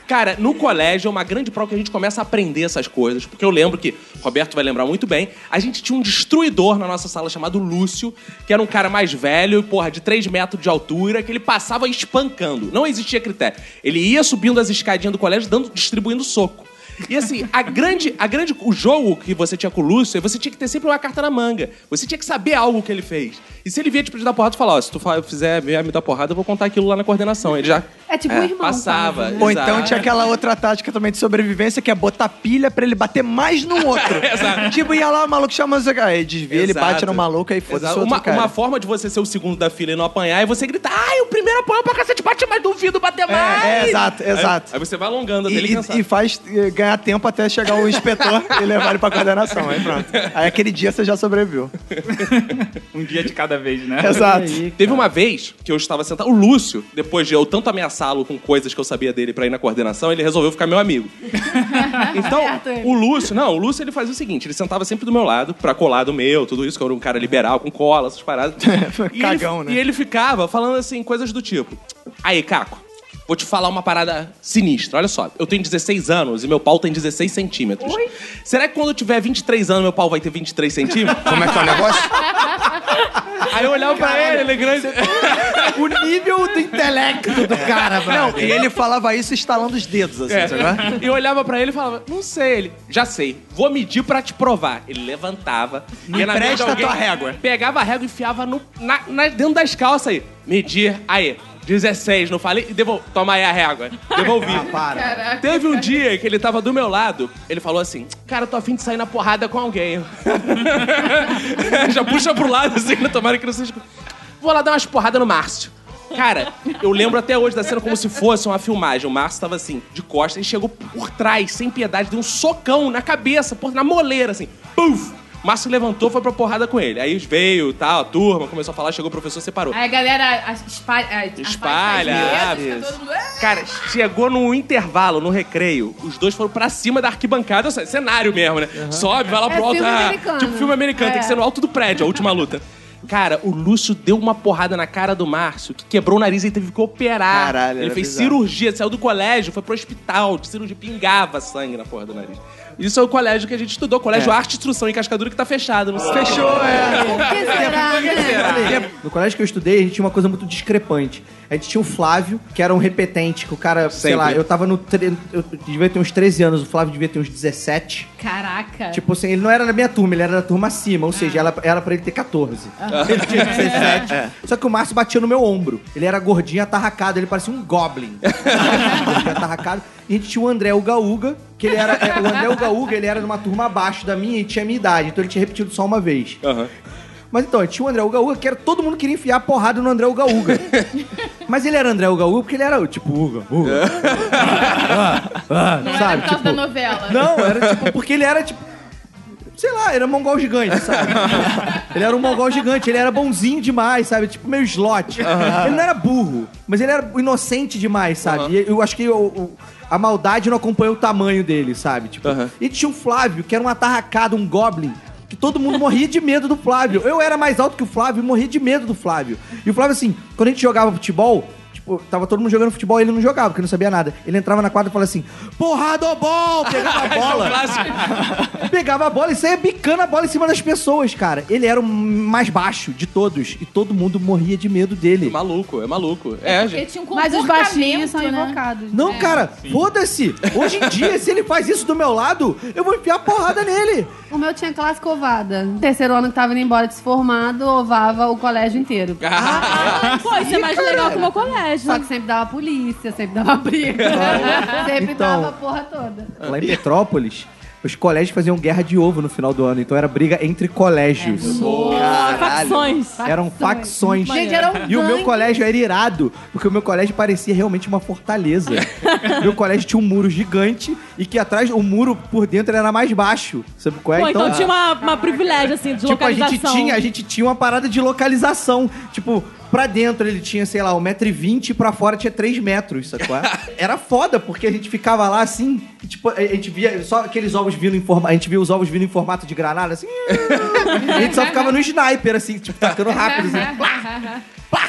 Cara, no colégio é uma grande prova que a gente começa a aprender essas coisas. Porque eu lembro que, Roberto vai lembrar muito bem, a gente tinha um destruidor na nossa sala chamado Lúcio, que era um cara mais velho, porra, de 3 metros de altura, que ele passava espancando. Não existia critério. Ele ia subindo as escadinhas do colégio, dando, distribuindo soco. E assim, a grande, a grande, o jogo que você tinha com o Lúcio, é você tinha que ter sempre uma carta na manga. Você tinha que saber algo que ele fez. E se ele vinha te pedir dar porrada, tu falava, ó, se tu fa- fizer, vier me dar porrada, eu vou contar aquilo lá na coordenação. Ele já É tipo um irmão. passava. quase, né? Ou então Exato. tinha aquela outra tática também de sobrevivência, que é botar pilha pra ele bater mais no outro. Exato. Tipo, ia lá, o maluco chama o cara. Aí desvia, ele Exato. bate no maluco, aí foda-se Exato. o outro uma, cara. uma forma de você ser o segundo da fila e não apanhar é você gritar, ai, o primeiro apanhou pra cacete, bate mais, duvido, bater mais. é, exato, Aí- exato. Aí, você vai alongando até E, ele cansar. e- e faz eh, ganhar tempo até chegar o inspetor e levar ele pra coordenação. Aí pronto. Aí aquele dia você já sobreviveu. Um dia de cada vez, né? Exato. Teve uma vez que eu estava sentado. O Lúcio, depois de eu tanto ameaçá-lo com coisas que eu sabia dele pra ir na coordenação, ele resolveu ficar meu amigo. então, Certo ele. o Lúcio, não, o Lúcio ele fazia o seguinte: ele sentava sempre do meu lado, pra colar do meu, tudo isso, que eu era um cara liberal, com cola, essas paradas. E Cagão, ele, né? E ele ficava falando assim, coisas do tipo: Aí, Caco. Vou te falar uma parada sinistra. Olha só, eu tenho 16 anos e meu pau tem 16 centímetros. Será que quando eu tiver 23 anos, meu pau vai ter 23 centímetros? Como é que é o negócio? Aí eu olhava pra ele, ele é grande. O nível do intelecto do cara, mano. Não, e ele falava isso estalando os dedos, assim, É. sabe? E eu olhava pra ele e falava, não sei. Ele, já sei, vou medir pra te provar. Ele levantava, ia na mão de Empresta alguém, tua régua. Pegava a régua e enfiava no, na, na- dentro das calças aí. Medir, aí, 16, não falei? Devol... Toma aí a régua. Devolvi. Para. Teve um dia que ele tava do meu lado, ele falou assim: Cara, eu tô afim de sair na porrada com alguém. Já puxa pro lado assim, né? tomara que não seja. Vou lá dar umas porradas no Márcio. Cara, eu lembro até hoje da cena como se fosse uma filmagem. O Márcio tava assim, de costas, e chegou por trás, sem piedade, deu um socão na cabeça, por, na moleira, assim. Puf! O Márcio levantou, foi pra porrada com ele. Aí veio, tal, a turma, começou a falar, chegou o professor, separou. Aí a galera as- espalha. é, as- afasta as Espalha, mesas, abre. fica todo mundo, "Ah!" Cara, chegou no intervalo, no recreio, os dois foram pra cima da arquibancada, ou seja, cenário mesmo, né? Sobe, vai lá pro alto. É filme ah, americano. tipo filme americano, tem que É. ser no alto do prédio, a última luta. Cara, o Lúcio deu uma porrada na cara do Márcio, que quebrou o nariz e teve que operar. Caralho, Ele era fez bizarro. cirurgia, saiu do colégio, foi pro hospital de cirurgia, pingava sangue na porra do nariz. Isso é o colégio que a gente estudou, colégio Arte, Instrução e Cascadura, que tá fechado. Não sei. É. Fechou, é. Por que será, é né? No colégio que eu estudei, a gente tinha uma coisa muito discrepante. A gente tinha o Flávio, que era um repetente, que o cara, sei Sempre. lá, eu tava no. Tre... Eu devia ter uns 13 anos, o Flávio devia ter uns 17. Caraca. Tipo assim, ele não era da minha turma, ele era da turma acima, ou Ah. seja, ela, era pra ele ter 14. Ele tinha 17. Só que o Márcio batia no meu ombro. Ele era gordinho, atarracado, ele parecia um goblin. Gordinho, atarracado. E a gente tinha o André Ugaúga, que ele era. é, O André Ugaúga, ele era numa turma abaixo da minha e tinha a minha idade, então ele tinha repetido só uma vez. Aham. Mas então, tinha o André Ugaúga, que era, todo mundo queria enfiar a porrada no André Ugaúga. Mas ele era André Ugaúga porque ele era, tipo, Uga, Uga. ah, ah, Não era sabe? por causa tipo, da novela. não, era tipo, porque ele era tipo. Sei lá, era um mongol gigante, sabe? ele era um mongol gigante, ele era bonzinho demais, sabe? Tipo meio slot. Ele não era burro, mas ele era inocente demais, sabe? E eu acho que o- o- a maldade não acompanha o tamanho dele, sabe? Tipo, E tinha o Flávio, que era um atarracado, um goblin. Que todo mundo morria de medo do Flávio. Eu era mais alto que o Flávio e morria de medo do Flávio. E o Flávio, assim, quando a gente jogava futebol, tipo, tipo, tava todo mundo jogando futebol e ele não jogava, porque não sabia nada. Ele entrava na quadra e falava assim, porrada ou bol! Pegava a é bola. Pegava a bola e saía bicando a bola em cima das pessoas, cara. Ele era o mais baixo de todos. E todo mundo morria de medo dele. Maluco, é maluco. É, Porque gente. tinha um Mas os comportamento, baixinhos são né? invocados. Não, cara, foda-se. Hoje em dia, se ele faz isso do meu lado, eu vou enfiar porrada nele. O meu tinha clássico ovada. Terceiro ano que tava indo embora desformado, ovava o colégio inteiro. ah, Pô, isso é mais legal que o meu colégio. Só que sempre dava polícia, sempre dava briga. sempre Então- dava a porra toda. Lá em Petrópolis, os colégios faziam guerra de ovo no final do ano. Então era briga entre colégios. Porra, facções. Eram facções. Gente, era um E o meu gangue. colégio era irado, porque o meu colégio parecia realmente uma fortaleza. meu colégio tinha um muro gigante e que atrás o muro por dentro era mais baixo. Sabe qual é? Pô, então tinha uma, uma privilégio, assim, de Tipo, a localização. gente tinha, a gente tinha uma parada de localização. Tipo, pra dentro ele tinha, sei lá, 1,20m e pra fora tinha 3 metros, sacou? Era foda, porque a gente ficava lá assim, e, tipo, a gente via só aqueles ovos vindo em formato. A gente via os ovos vindo em formato de granada, assim. a gente só ficava no sniper, assim, tipo, tacando rápido, assim. Pá!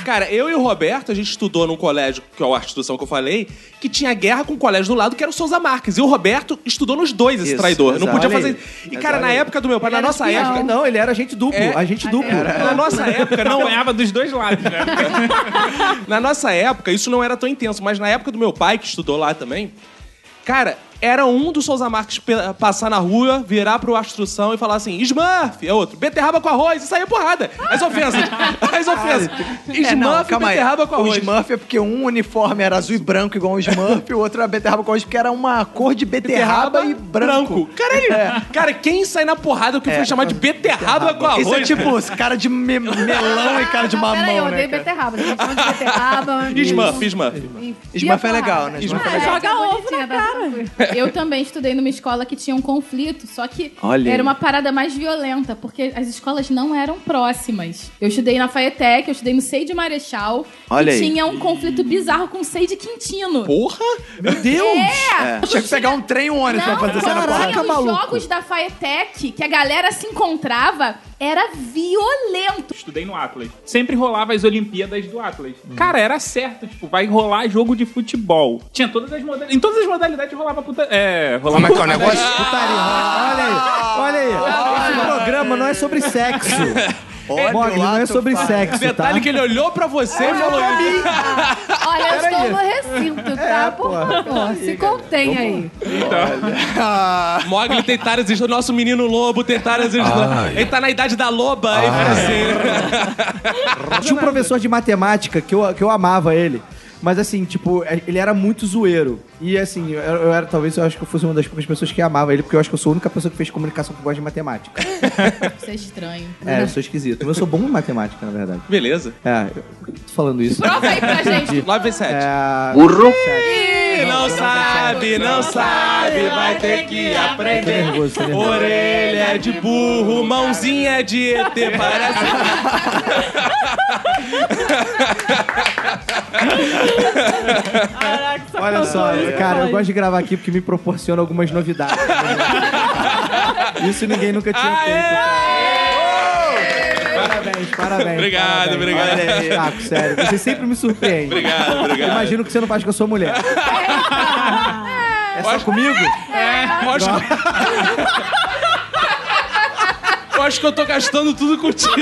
Cara, eu e o Roberto, a gente estudou num colégio, que é a instituição que eu falei, que tinha guerra com o colégio do lado, que era o Souza Marques. E o Roberto estudou nos dois, esse Isso, traidor. Não exato. podia Olha fazer. aí. E, cara, na época do meu pai, na era nossa espião. época. Não, Então, ele era agente duplo, É. agente duplo. Na nossa época, não é? Apanhava dos dois lados, né? Na nossa época, isso não era tão intenso, mas na época do meu pai, que estudou lá também, cara, era um dos Souza Marques pe- passar na rua, virar pro instrução e falar assim: Smurf, é outro, beterraba com arroz, e sair porrada. As ofensas, as ofensas. É, não, Smurf, calma aí. beterraba com O arroz. Smurf é porque um uniforme era azul e branco igual o Smurf, e o outro era beterraba com arroz, porque era uma cor de beterraba, e branco. Caralho! Cara, quem sai na porrada que foi chamar de beterraba, com arroz? Isso é tipo os cara de me- melão e cara de Não, peraí, eu mamão, né, odeio cara? beterraba. Gente, falando de beterraba. amigo. Smurf, Smurf. Enfia Esmafa é porrada. legal, né? Esmafa é legal. Joga ovo na Bonitinha, dá pra fazer. Eu também estudei numa escola que tinha um conflito, só que Olha aí. era uma parada mais violenta, porque as escolas não eram próximas. Eu estudei na Faetec, eu estudei no Sei de Marechal, Olha e aí. tinha um conflito bizarro com o Sei de Quintino. Porra! Meu Deus! É! Tinha que pegar um trem e um ônibus Não, pra fazer cena porrada. tinha os jogos da Faetec que a galera se encontrava, era violento. Estudei no Atlas. Sempre rolava as Olimpíadas do Atlas. Cara, era certo. Tipo, vai rolar jogo de futebol. Tinha todas as modalidades. Em todas as modalidades rolava puta. É, rolava. Como é que é o negócio? Putaria. Olha aí, olha aí. Esse programa não é sobre sexo. Olha Mogli, não lá, é tu sobre fala. sexo, tá? Detalhe que ele olhou pra você e falou: Olha, eu estou no recinto, É, tá? Por favor, se contém aí. Mogli tentar existir, o nosso menino lobo tentar existir. Ai. Ele tá na idade da loba, e fica assim. Tinha um professor de matemática que eu, que eu amava ele. Mas assim, tipo, ele era muito zoeiro. E assim, eu, eu era, talvez eu acho que eu fosse uma das poucas pessoas que amava ele, porque eu acho que eu sou a única pessoa que fez comunicação que gosta de matemática. Isso é estranho. É, eu sou esquisito. Mas eu sou bom em matemática, na verdade. Beleza. É, eu tô falando isso. tá Prova aí pra gente. 9 vezes 7. É, Burro. Ih, não sabe, não sabe, vai ter que aprender. nervoso, tô nervoso. Orelha é de burro, mãozinha é de ET, parece. Caraca, Olha só, faltou isso, é cara, eu mãe. gosto de gravar aqui porque me proporciona algumas novidades. né? isso ninguém nunca tinha Ah, é? feito. Parabéns, parabéns. Obrigado, parabéns. obrigado. Olha aí, Caco, sério. Você sempre me surpreende. Obrigado, obrigado. Imagino que você não faz com a sua mulher. É só comigo? Eu acho, eu acho que eu tô gastando tudo contigo.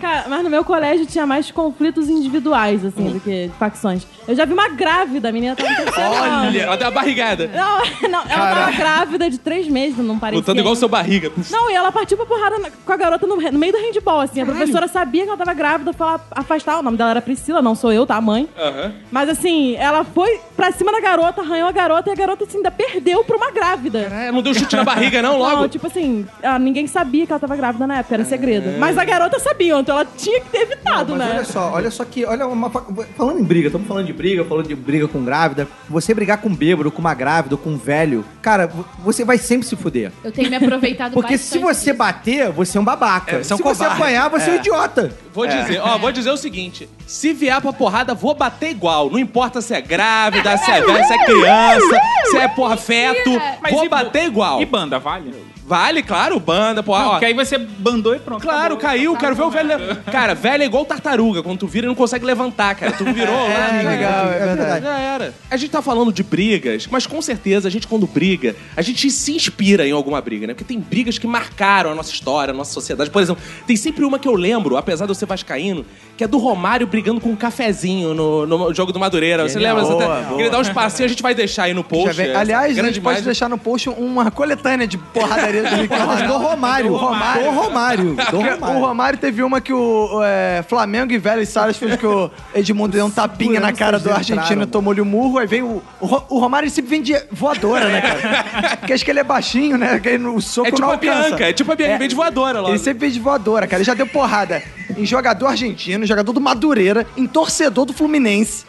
Cara, mas no meu colégio tinha mais conflitos individuais, assim, do que de facções. Eu já vi uma grávida, a menina tava no terceiro ano. Olha, ela deu uma barrigada. Não, não, ela tava grávida de três meses, não parecia. Lutando igual seu barriga. Não, e ela partiu pra porrada na- com a garota no, re- no meio do handball, assim. A professora sabia que ela tava grávida, foi lá afastar. O nome dela era Priscila, não sou eu, tá? A mãe. Aham. Mas assim, ela foi pra cima da garota, arranhou a garota e a garota assim, ainda perdeu pra uma grávida. É, Não deu chute na barriga, não, Não, logo? tipo assim, ah, ninguém sabia que ela tava grávida na época, era segredo. Mas a garota sabia, então ela tinha que ter evitado, É. Mas né? olha só, olha só que. Olha uma. fa- Falando em briga, estamos falando de briga, falando de briga com grávida. Você brigar com um bêbado, com uma grávida, ou com um velho, cara, vo- você vai sempre se fuder. Eu tenho me aproveitado Porque se bastante você bater, você é um babaca. É, você é um se você covarde. apanhar, você é, um idiota. Vou dizer, ó, vou dizer o seguinte: se vier pra porrada, vou bater igual. Não importa se é grávida, se é velha, se é criança, se é porra feto, Mas vou e- bater igual. E banda, vale? Vale, claro, banda, porra. Não, ó, porque aí você bandou e pronto. Claro, Tá acabou. caiu, quero ver o velho. le- Cara, velho é igual tartaruga. Quando tu vira, não consegue levantar, cara. Tu virou lá. né? É, legal, é verdade. Já era. A gente tá falando de brigas, mas com certeza a gente, quando briga, a gente se inspira em alguma briga, né? Porque tem brigas que marcaram a nossa história, a nossa sociedade. Por exemplo, tem sempre uma que eu lembro, apesar de eu ser vascaíno, que é do Romário brigando com um cafezinho no, no jogo do Madureira. Você lembra? Boa, Você tá- boa. Ele dá uns passinhos, a gente vai deixar aí no Já post. vem- essa é Aliás, a é grande né? gente pode imagem. deixar no post uma coletânea de porradaria do Ricardo. Do Romário. Do Romário. Do Romário. Do Porque Romário. O Romário teve uma que o é, Flamengo e Vélez Saras fez que o Edmundo deu um tapinha na cara do Seguranças argentino e entraram. tomou-lhe o murro. Aí vem o, o, Ro- o Romário sempre vem de voadora, né, cara? Porque acho que ele é baixinho, né? Que ele não- o soco É tipo não a alcança. Bianca, é tipo a Bianca, vem de voadora logo. Ele sempre fez de voadora, cara. Ele já deu porrada em jogador argentino, em jogador do Madureira, em torcedor do Fluminense.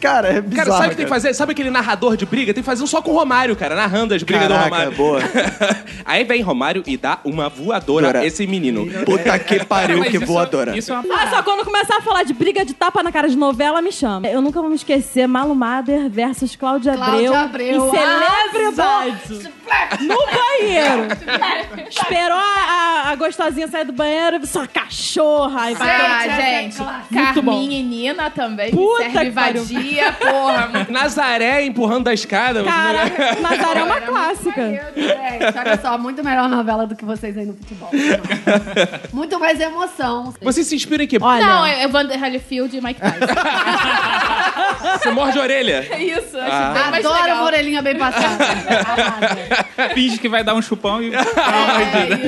Cara, é bizarro. Cara, sabe o que tem que fazer? Sabe aquele narrador de briga? Tem que fazer um só com o Romário, cara, narrando as brigas Caraca, do Romário. boa. Aí vem Romário e dá uma voadora Dora. a esse menino. Puta que pariu, Mas que isso- voadora. Isso é uma Ah, só quando começar a falar de briga de tapa na cara de novela, me chama. Eu nunca vou me esquecer, Malu Mader versus Cláudia Abreu. Cláudia Abreu. E celebre arrasou. boxe no banheiro. Esperou a, a- a gostosinha sair do banheiro, sua cachorra. Aí Ah, bateu- gente. Muito bom. Carminha e Nina também. Puta Puta serve que pariu. vadia, porra. muito Nazaré empurrando da é escada. Caraca, Nazaré é Era uma muito clássica. maneiro, gente. Olha só, muito melhor novela do que vocês aí no futebol. Muito mais emoção. Você se inspira em quê? Olha, Não, é é Vander Holyfield e Mike Tyson. Você morde a orelha. É isso, acho Ah. bem mais Adoro legal. uma orelhinha bem passada. Amada. Finge que vai dar um chupão e. É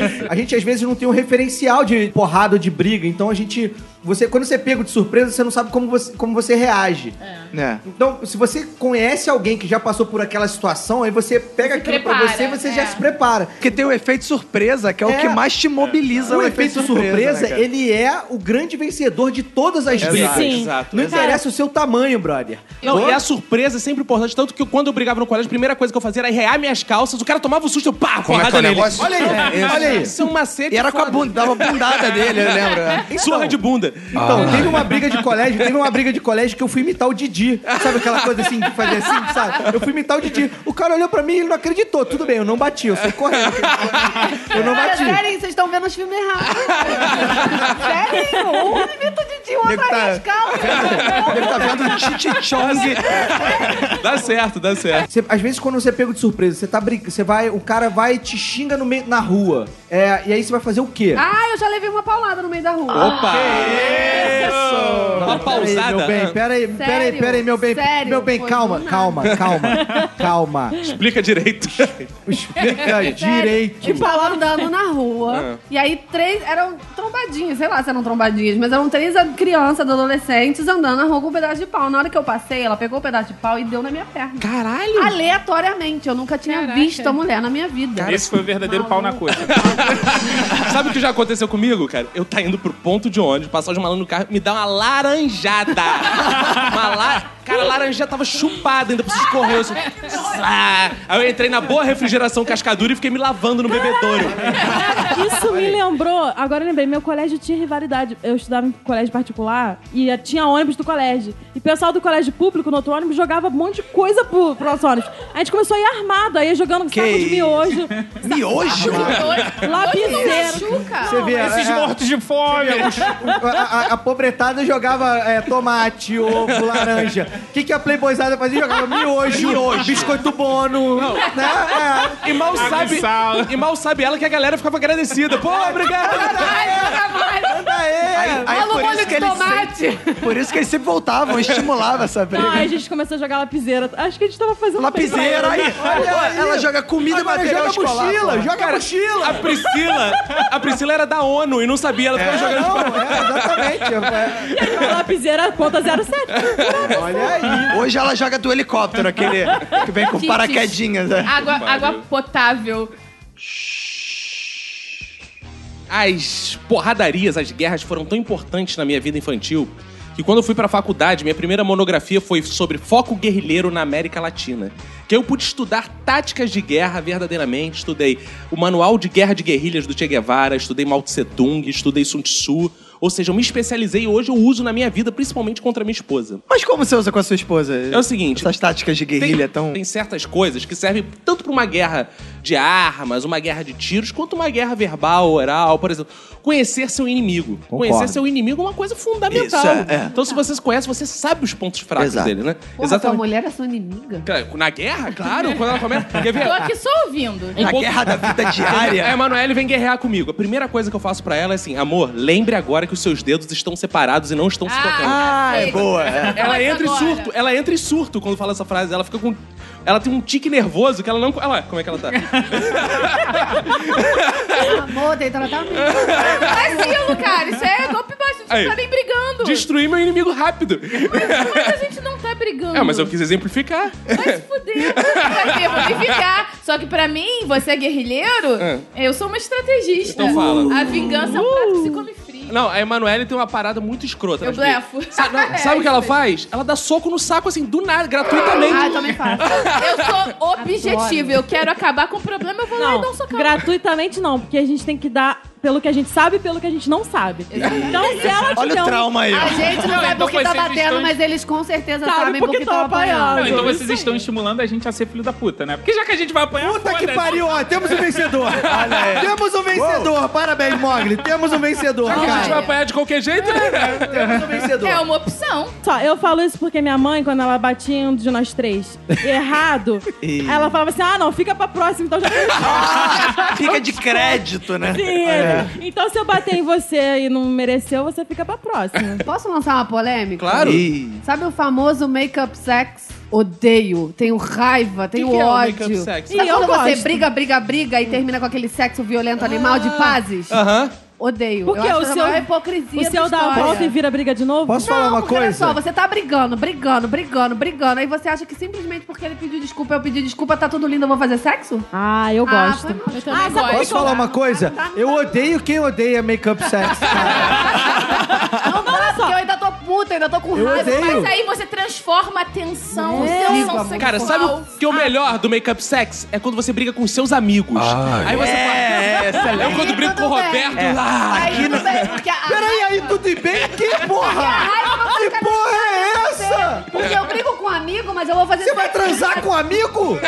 isso. A gente às vezes não tem um referencial de porrada ou de briga, então a gente. Você, quando você é pego de surpresa, você não sabe como você, como você reage. É. Então, se você conhece alguém que já passou por aquela situação, aí você pega aquilo pra prepara, você e você é. já se prepara. Porque tem o efeito surpresa, que é, o É. que mais te mobiliza. né, o efeito surpresa, ele é o grande vencedor de todas as Exato, brigas. Sim. exato, É. Não exato. interessa o seu tamanho, brother. Não, Pô, e a surpresa é sempre importante. Tanto que quando eu brigava no colégio, a primeira coisa que eu fazia era rear minhas calças. O cara tomava um susto, eu pá, Como é que é porrada o nele. negócio? Olha aí, olha aí. Isso é um macete E era com a foda. bunda, dava bundada dele, eu lembro. né? Surra de bunda. Então, teve uma briga de colégio, teve uma briga de colégio que eu fui imitar o Didi. Sabe aquela coisa assim, de fazer assim, sabe? Eu fui imitar o Didi. O cara olhou pra mim e ele não acreditou. Tudo bem, eu não bati, eu saí correndo. Eu não Olha, bati. sério, vocês estão vendo os filmes errados. sério, um imita o Didi, o outro Nego tá- tá... calças. Ele tá vendo um chichichong. Dá certo, dá certo. Você- às vezes, quando você é pego de surpresa, você tá brincando, você vai, o cara vai e te xinga no meio, na rua. É, e aí você vai fazer o quê? Ah, eu já levei uma paulada no meio da rua. Opa! Uma Peraí, meu pausada. bem, peraí, peraí, peraí, meu bem, Sério? meu bem, Foi calma, do calma, calma, calma. Explica direito. é Explica direito. E falando andando na rua. E aí, três. Eram trombadinhas, sei lá se eram trombadinhas, mas eram três a- crianças, adolescentes, andando na rua com um pedaço de pau. Na hora que eu passei, ela pegou o pedaço de pau e deu na minha perna. Caralho! Aleatoriamente, eu nunca tinha Caraca. visto a mulher na minha vida. Esse foi o verdadeiro pau na coxa. Sabe o que já aconteceu comigo, cara? Eu tá indo pro ponto de ônibus, passar os malandros no carro, me dá uma laranjada. Uma la... Cara, a laranja tava chupada, ainda preciso correr. Eu assim, "Zá". Aí eu entrei na boa refrigeração cascadura e fiquei me lavando no bebedouro. Isso me lembrou, agora eu lembrei, meu colégio tinha rivalidade. Eu estudava em colégio particular e tinha ônibus do colégio. E o pessoal do colégio público, no outro ônibus, jogava um monte de coisa pro, pro nosso ônibus. A gente começou a ir armado, aí ia jogando saco de isso? miojo, Miojo? lapiseiro. Machuca. Você vê, Esses é, mortos de fome. a, a- a pobretada jogava é, tomate, ovo, laranja. O que, que a playboyzada fazia? Jogava miojo, biscoito bono. Né? E mal sabe, Abissal. e mal sabe ela que a galera ficava agradecida. Pô, obrigado! É, Aê! Aí é Fala o por, molho isso que de ele tomate. sempre, por isso que eles sempre voltavam, estimulavam essa Não, briga. aí a gente começou a jogar lapiseira. Acho que a gente tava fazendo Lapiseira, aí. né? Olha Ela aí. joga comida e Agora material joga escolar. mochila, pô. joga mochila. A Priscila, a Priscila era da ONU e não sabia, ela ficava jogando. Não, é, exatamente. lapiseira. Lapiseira ponta 07. É, olha aí. Hoje ela joga do helicóptero, aquele que vem com Tite. paraquedinhas. né? Água, água potável. As porradarias, as guerras foram tão importantes na minha vida infantil que quando eu fui pra faculdade, minha primeira monografia foi sobre foco guerrilheiro na América Latina. Que eu pude estudar táticas de guerra verdadeiramente, estudei o Manual de Guerra de Guerrilhas do Che Guevara, estudei Mao Tse Tung, estudei Sun Tzu, Ou seja, eu me especializei e hoje eu uso na minha vida, principalmente contra a minha esposa. Mas como você usa com a sua esposa? É o seguinte, Essas táticas de guerrilha tem, é tão... tem certas coisas que servem tanto pra uma guerra de armas, uma guerra de tiros, quanto uma guerra verbal, oral, por exemplo. Conhecer seu inimigo. Conhecer seu inimigo é uma coisa fundamental. Isso, é, é. Então, se você se conhece, você sabe os pontos fracos Exato. dele, né? Porra, sua mulher é sua inimiga. Claro, Na guerra, claro, quando ela começa. Quer ver? Tô aqui só ouvindo. Um Na ponto- guerra da vida A diária. Emanuele vem guerrear comigo. A primeira coisa que eu faço pra ela é assim: amor, lembre agora que os seus dedos estão separados e não estão se tocando. Ah, é Ei, boa. é. Ela Mas entra em agora. surto, ela entra em surto quando fala essa frase. Ela fica com. Ela tem um tique nervoso que ela não. Olha lá como é que ela tá. Amor, tem tratamento. É um Vacilo, cara. Isso é golpe baixo. A gente Aí. não tá nem brigando. Destruir meu inimigo rápido. Mas a gente não tá brigando. É, mas eu quis exemplificar. Vai se fuder. Pra quê? Vou me vingar. Só que pra mim, você é guerrilheiro, eu sou uma estrategista. É. Então fala. Uh. A vingança é um prato que se come frio. Não, a Emanuele tem uma parada muito escrota. Eu nas brigas. blefo. Sa- não, É, sabe o que ela isso faz? Ela dá soco no saco assim, do nada, gratuitamente. Ah, eu também faço. Eu sou objetivo. Eu quero acabar com o problema, eu vou lá e dou um Não, socão. gratuitamente não, porque a gente tem que dar pelo que a gente sabe e pelo que a gente não sabe. Então, se ela te Olha der o um trauma aí. A ó. gente não, Não, é sabe então por que tá vocês batendo, estão- mas eles com certeza Sabe sabem por porque que tão estão apanhando. Não, então Isso vocês estão estimulando a gente a ser filho da puta, né? Porque já que a gente vai apanhar, Puta que foda-se. pariu, ó, temos um vencedor. Temos um vencedor, parabéns, Mogli. Temos um vencedor, que a A gente vai cara. apanhar de qualquer jeito, né? Temos um vencedor. É uma opção. Só, eu falo isso porque minha mãe, quando ela batia em um de nós três errado, ela falava assim: ah, não, fica pra próxima, então já Fica de crédito, né? tem Então se eu bater em você e não mereceu, você fica pra próxima. Posso lançar uma polêmica? Claro. Ih. Sabe o famoso make-up sex? Odeio, tenho raiva, tenho que é o ódio. make-up sex? Sabe Ih, eu quando você gosto. briga, briga, briga e termina com aquele sexo violento animal de pazes? Aham. Odeio. Porque eu acho é o a seu- maior hipocrisia o seu da dá a história. volta e vira briga de novo? Posso Não, falar uma porque olha só, coisa? você tá brigando, brigando, brigando, brigando. Aí você acha que simplesmente porque ele pediu desculpa, eu pedi desculpa, tá tudo lindo, eu vou fazer sexo? Ah, eu Ah, gosto. foi mal. Eu também Ah, sabe- gosto. Posso falar uma coisa? Eu odeio quem odeia make-up sex. Não, não, porque eu ainda tô puta, ainda tô com Eu raiva. odeio. Mas aí você transforma a tensão, É. é. Fico, tensão amor. Cara, sabe o que é o melhor do make-up sex? É quando você briga com seus amigos. Aí você É, fala. excelente. Eu quando brigo com o Tudo bem. Roberto. Ah, Aí tudo bem, porque a- é Peraí, aí tudo bem? Que porra? Que porra é essa? Porque eu brigo com um amigo, mas eu vou fazer Você vai transar com um amigo?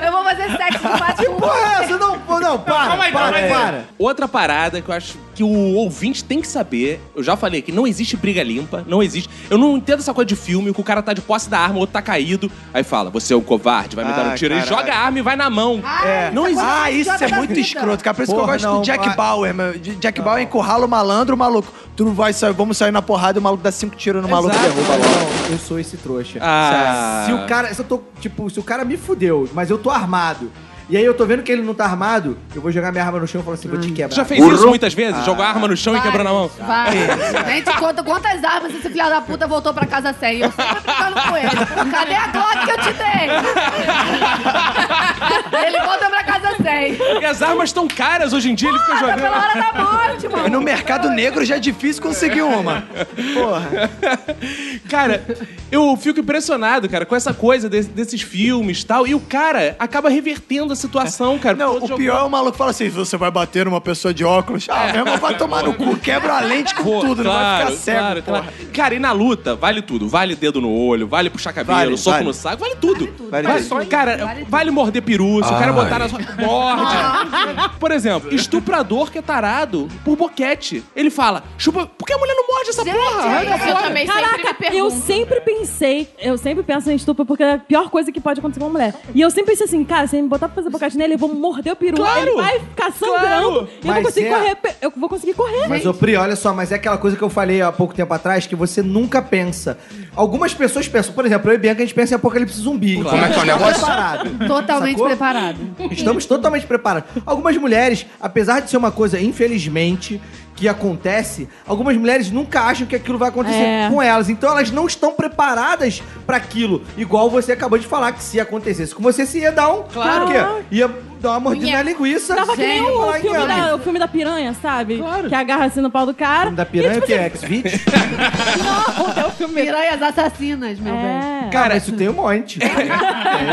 Eu vou fazer sexo de bate Que porra é essa? Não, não, para, calma aí, para, calma aí. para. Outra parada que eu acho que o ouvinte tem que saber, eu já falei que não existe briga limpa, não existe. Eu não entendo essa coisa de filme, que o cara tá de posse da arma, o outro tá caído, aí fala, você é um covarde, vai me dar um Ah, tiro, aí caralho. joga a arma e vai na mão. Não existe. Ah, isso é da muito vida. escroto, cara. Por isso Porra, que eu gosto não, do Jack mas- Bauer, meu. De- Jack Bauer encurrala o malandro, o maluco. Tu não vai sair, vamos sair na porrada, o maluco dá cinco tiros no maluco e Exato. derruba logo. Não, eu sou esse trouxa. Ah. Se o cara, se eu tô, tipo, se o cara me fudeu, mas eu tô armado, e aí eu tô vendo que ele não tá armado, eu vou jogar minha arma no chão e falar assim, vou te Tu quebrar. já fez isso muitas vezes? Jogou a arma no chão e quebrou na mão? Vai. Gente, conta quantas armas esse filho da puta voltou pra casa sem. Eu sempre brigando com ele. Cadê a Glock que eu te dei? Ele volta pra casa sem. E as armas tão caras hoje em dia, ele fica Tá jogando. pela hora da morte, mano. No mercado negro já é difícil conseguir uma. Porra. cara, eu fico impressionado, cara, com essa coisa desse- desses filmes e tal. E o cara acaba revertendo a situação, cara. Não, porque o outro pior é o maluco fala assim: você vai bater numa pessoa de óculos. Ah, meu irmão, vai tomar no cu, quebra a lente com É. Pô, tudo, não vai claro, ficar cego. claro, porra. claro. Cara, e na luta, vale tudo. Vale dedo no olho, vale puxar cabelo, Vale, soco vale. no saco, vale tudo. Vale Mas, tudo. Ah, é. cara, Vale vale, tudo. morder peru, se o cara botar na sua... Morde. Por exemplo, estuprador que é tarado por boquete. Ele fala, chupa... Por que a mulher não morde essa porra? Arranca Eu fora. também sempre me né? Caraca, pergunto. eu sempre pensei, eu sempre penso em estupro porque é a pior coisa que pode acontecer com uma mulher. E eu sempre pensei assim, cara, se ele me botar pra fazer bocate nele, eu vou morder o peru, Claro! ele vai ficar sangrando, Claro! e eu vou Mas conseguir é- correr, pe- eu vou conseguir correr. Mas, ô Pri, olha só, mas é aquela coisa que eu falei há pouco tempo atrás que você nunca pensa. Algumas pessoas pensam, por exemplo, eu e Bianca, a gente pensa em apocalipse zumbi. Como é que é o negócio? Preparado. Totalmente Sacou? preparado. Estamos totalmente preparados. Algumas mulheres, apesar de ser uma coisa, infelizmente, que acontece, algumas mulheres nunca acham que aquilo vai acontecer É. com elas. Então elas não estão preparadas pra aquilo. Igual você acabou de falar que se acontecesse com você, você ia dar um. Claro. o quê? Ia dar uma mordida na linguiça. Tava que nem Ia o falar, filme, "Cara, da, o filme da piranha, sabe? Que agarra assim no pau do cara. da E, piranha tipo, que é ex-vídeo? Não, o teu Piranhas assassinas, meu bem. É. Cara, isso tem um monte.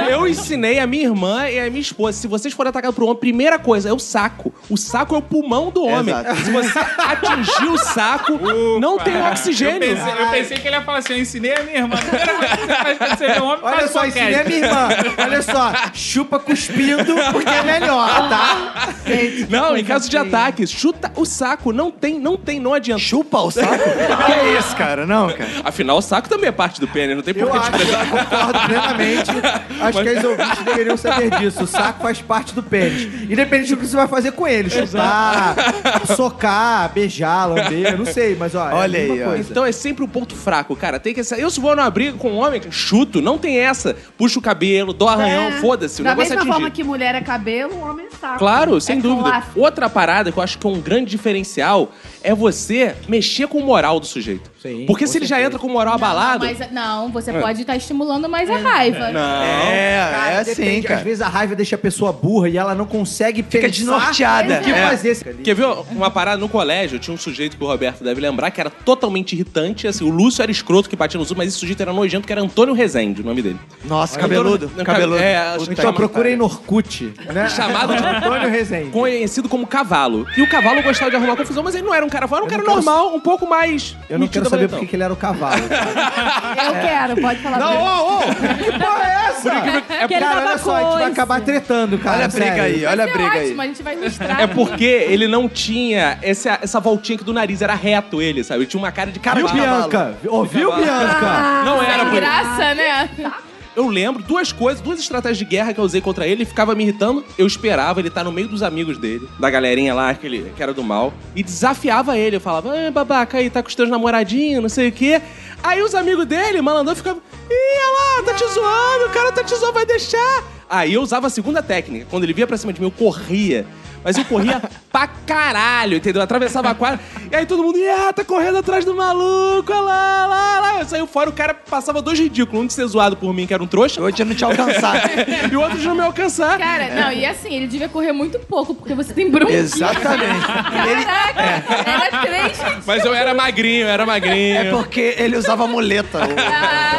Eu ensinei a minha irmã e a minha esposa: se vocês forem atacados por um homem, primeira coisa é o saco. O saco é o pulmão do homem. Exato. Se você atingir o saco, não tem Eu oxigênio. pensei, eu pensei que ele ia falar assim: eu ensinei a minha irmã. A primeira coisa que você faz quando você vê um homem Olha faz só, boquete. ensinei a minha irmã. Olha só, chupa cuspindo porque é melhor, tá? Gente, que Não, coisa em caso de feia. ataque, chuta o saco. Não tem, não tem, não adianta. Chupa o saco? que é isso, cara? Não, cara. Afinal, o saco também é parte do pênis, não tem Eu por que acho, eu concordo plenamente. Acho que os ouvintes deveriam saber disso. O saco faz parte do pênis. Independente do que você vai fazer com ele. Chutar, socar, beijar, lamber, não sei, mas ó, Olha é a aí, mesma ó. coisa. Então é sempre o ponto fraco, cara. Tem que ser. Eu se vou numa briga com um homem, chuto, não tem essa. Puxa o cabelo, dou arranhão, É. foda-se. O Da negócio é mesma atingir. forma que mulher é cabelo, homem é saco. Claro, sem É dúvida. classe. Outra parada que eu acho que é um grande diferencial é você mexer com o moral do sujeito. Sim, Porque com se ele já certeza. entra com o moral abalado. Mas, é, não, você pode estar estimulando mais a raiva. É, é assim, depende. cara. Às vezes a raiva deixa a pessoa burra e ela não consegue Fica desnorteada. O que É. fazer? Quer ver uma parada no colégio? Tinha um sujeito que o Roberto deve lembrar que era totalmente irritante. Assim, o Lúcio era escroto que batia nos outros, mas esse sujeito era nojento, que era Antônio Rezende, o nome dele. Nossa, cabeludo. Antônio- Cabeludo. É, acho que Então chama- procurem no Orkut, né? Chamado de- Antônio Rezende. Conhecido como cavalo. E o cavalo gostava de arrumar confusão, mas ele não era um cara fora, era um cara não quero normal, um pouco mais. Eu não quero metido a saber valentão. porque que ele era o cavalo. Eu quero, pode falar Não, pra mim. ô, ô! Que porra é essa? É que ele cara, tava olha só, a gente vai acabar tretando, cara. Olha a briga sério. aí, olha a Vai ser briga aí. ótimo, a gente vai mostrar. É porque ele não tinha essa, essa voltinha aqui do nariz, era reto ele, sabe? Ele tinha uma cara de cara Viu, Bianca? Ouviu, Bianca? Não era por Graça, né? Eu lembro duas coisas, duas estratégias de guerra que eu usei contra ele, ele ficava me irritando. Eu esperava ele estar no meio dos amigos dele, da galerinha lá, aquele, que era do mal, e desafiava ele. Eu falava, "Ah, babaca, aí tá com os teus namoradinhos, não sei o quê. Aí os amigos dele, malandrão, ficavam, ih, olha lá, tá te zoando, o cara tá te zoando, vai deixar. Aí eu usava a segunda técnica. Quando ele via pra cima de mim, eu corria. Mas eu corria pra caralho, entendeu? Atravessava a quadra. E aí todo mundo, ah, tá correndo atrás do maluco, olha lá, olha lá, olha lá. Eu saí fora, o cara passava dois ridículos. Um de ser zoado por mim, que era um trouxa, Hoje eu não te alcançar. e o outro de não me alcançar. Cara, não, e assim, ele devia correr muito pouco, porque você tem bronquite. é Exatamente. Ele- Caraca, É. era três centímetros. Mas eu era magrinho, eu era magrinho. é porque ele usava muleta. Ah,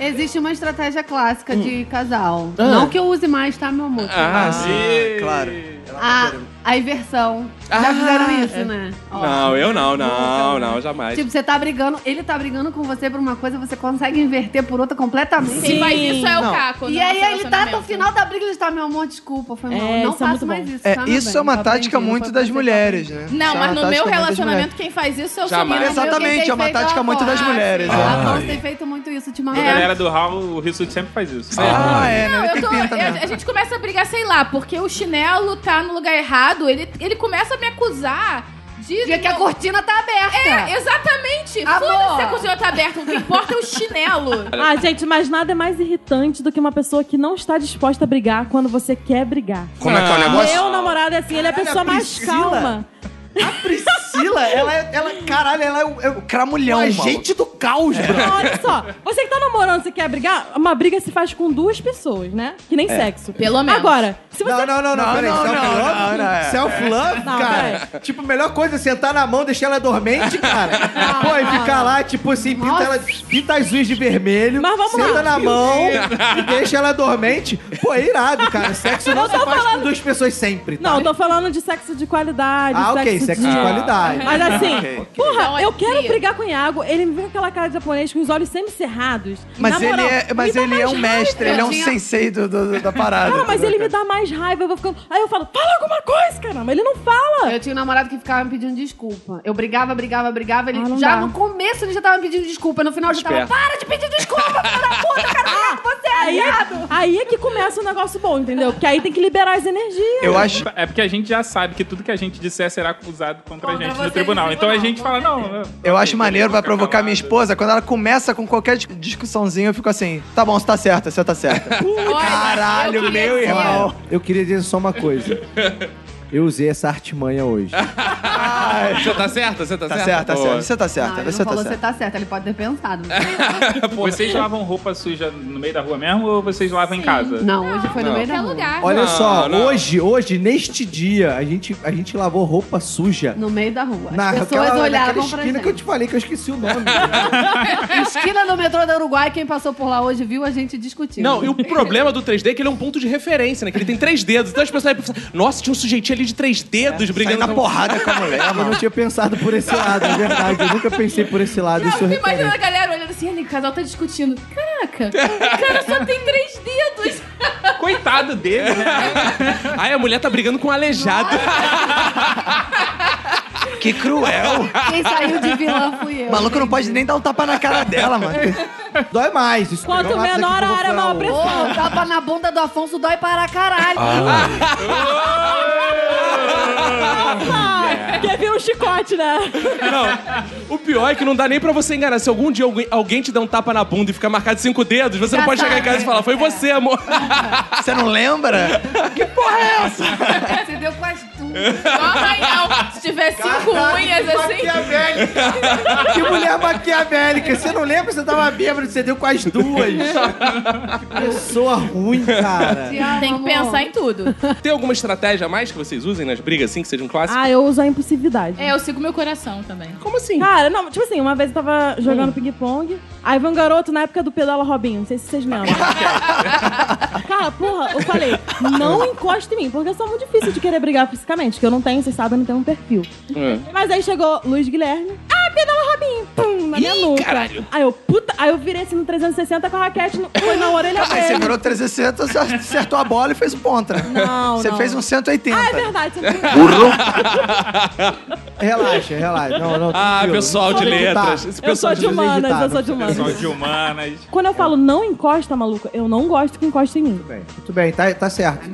Existe uma estratégia clássica de casal. Não que eu use mais, tá, meu amor? Ah, sim. claro. a, a inversão. Já fizeram isso, né? Ó, Não, eu não, não, não, jamais. Tipo, você tá brigando, ele tá brigando com você por uma coisa, você consegue inverter por outra completamente. Quem faz isso é o Caco. no E aí nosso ele tá no relacionamento. final da briga, ele tá, meu amor, desculpa, foi mal. É, não isso é faço muito mais bom. isso. É, tá, meu isso é bem? uma Tá tática aprendido, muito foi das prazer. mulheres, né? Não, Isso é mas uma no tática meu muito das relacionamento, quem faz isso é o Jamais. sumido. Exatamente, é uma tática muito das mulheres, é. A Afonso tem feito muito isso A ultimamente. galera do Raul, o Rissuti sempre faz isso. mulheres. Ah, é, Não, né? eu Tem tô, pinta eu- mesmo. a gente começa a brigar, sei lá, porque o chinelo tá no lugar errado, ele, ele começa a me acusar de... Dia que a cortina tá aberta. É, exatamente. Amor. Foda-se se a cozinha tá aberta, o que importa é o chinelo. Ah, gente, mas nada é mais irritante do que uma pessoa que não está disposta a brigar quando você quer brigar. Como é que é o negócio? Meu namorado é assim, ele é a pessoa mais Priscila. calma. A Priscila, ela é. Ela, caralho, ela é o, é o cramulhão, mano. Agente do caos, bro. Não, olha só, você que tá namorando, você quer brigar? Uma briga se faz com duas pessoas, né? Que É. nem sexo. Pelo menos. Agora, se você. Não, não, não, não, Não, peraí. não, não, não, não, é. Self-love? Self-love, Não, cara? Tipo, a melhor coisa é sentar na mão, deixar ela dormente, cara. Pô, e ficar lá, tipo assim, pinta, Nossa. ela, pinta as unhas de vermelho, Mas vamos senta lá. na mão e deixa ela dormente. Pô, é irado, cara. Sexo não se faz com duas pessoas sempre, tá? Não, eu tô falando de sexo de qualidade. Ah, ok, sexo de qualidade. Mas assim, Ok. porra, Então, eu assim- quero brigar com o Iago, ele me vê com aquela cara de japonês com os olhos semicerrados. Mas Na ele moral, é, me mas dá ele é mais um né, mestre, raiva. ele é um tinha- sensei do, do- da parada. Cara, mas ele me dá mais raiva, eu vou ficando. Aí eu falo, fala alguma coisa, caramba. Ele não fala. Eu tinha um namorado que ficava me pedindo desculpa. Eu brigava, brigava, brigava. Ele Ah, não já dá. no começo ele já tava me pedindo desculpa. No final eu já tava, Esperto. para de pedir desculpa, filho da puta, cara, você é Aí, aliado. aí é que começa o negócio bom, entendeu? Porque aí tem que liberar as energias. Eu acho. É porque a gente já sabe que tudo que a gente disser será acusado contra, Contra a gente vocês no tribunal. no Então a tribunal, gente com fala, não. É. Eu acho maneiro, vai fica provocar minha calado. esposa. Quando ela começa com qualquer dis- discussãozinha, eu fico assim: tá bom, você tá certa, você tá certa. Olha, eu Caralho, queria meu dizer- irmão. Eu queria dizer só uma coisa. Eu usei essa artimanha hoje. Você tá certa? Você tá, Tá certo, tá Pô. certo. Você tá não, certa, ele você não tá falou você certa. tá certo, ele pode ter pensado. Vocês lavam roupa suja no meio da rua mesmo ou vocês lavam em casa? Não, hoje foi no Não. meio da Qualquer rua. lugar. Olha Não, só, não. hoje, hoje, neste dia, a gente, a gente lavou roupa suja. No meio da rua. As pessoas naquela, naquela olhavam pra esquina gente. que eu te falei que eu esqueci o nome. Esquina do metrô da Uruguai, quem passou por lá hoje viu a gente discutindo. Não, e o problema do 3D é que ele é um ponto de referência, né? Que ele tem três dedos. Então as pessoas pensam, nossa, tinha um sujeitinho ali de três dedos brigando Saindo É, na com- porrada com a mulher, eu mano. não tinha pensado por esse lado, é verdade. Eu nunca pensei por esse lado. Eu isso fico imaginando a é galera olhando assim, ali, o casal tá discutindo. Caraca, o cara só tem três dedos. Coitado dele, né? Aí a mulher tá brigando com um aleijado. Que cruel. Quem saiu de vilã fui eu. O maluco não pode nem dar um tapa na cara dela, mano. Dói mais. Isso né? Quanto dói mais menor aqui que eu a vou área, falar maior hoje. pressão. Pô, tapa na bunda do Afonso dói para caralho. Nossa! Quer vir um chicote, né? Não, o pior é que não dá nem pra você enganar. Se algum dia alguém, alguém te der um tapa na bunda e ficar marcado cinco dedos, você Já não pode chegar em sabe. casa e falar, foi você, amor. Você não lembra? Você deu quase tudo. Igual arranhão. Se tiver cinco unhas assim. Maquiavélica. que mulher maquiavélica. Você não lembra? Você tava bêbado, você deu com as duas. Que pessoa ruim, cara. Tiago, Tem que amor. pensar em tudo. Tem alguma estratégia a mais que vocês usem nas brigas assim, que sejam clássicas? Ah, eu uso a impulsividade. É, eu sigo meu coração também. Como assim? Cara, não, tipo assim, uma vez eu tava jogando ping-pong, aí veio um garoto na época do Pedala Robinho, não sei se vocês lembram. Cara, porra, eu falei, não encosta em mim, porque eu sou muito difícil de querer brigar fisicamente, que eu não tenho, vocês sabem, eu não tenho um perfil. Mas aí chegou Luiz Guilherme, ah, Pedala Robinho, pum, na minha Ih, nuca. caralho. Aí eu, puta, aí eu virei assim no 360 com a raquete, no, foi na orelha Aí você dele. virou 360, você acertou a bola e fez um contra. Não, Você não. fez um 180. Ah, é verdade, você não tem- Relaxa, relaxa. Não, não, Ah, tranquilo. pessoal de Vamos letras. lutar. Esse Eu pessoal sou de humanas, eu sou de Pessoal humanas. de humanas. Quando eu falo não encosta, maluco, eu não gosto que encosta em mim. Bem, Muito bem, tá, tá certo.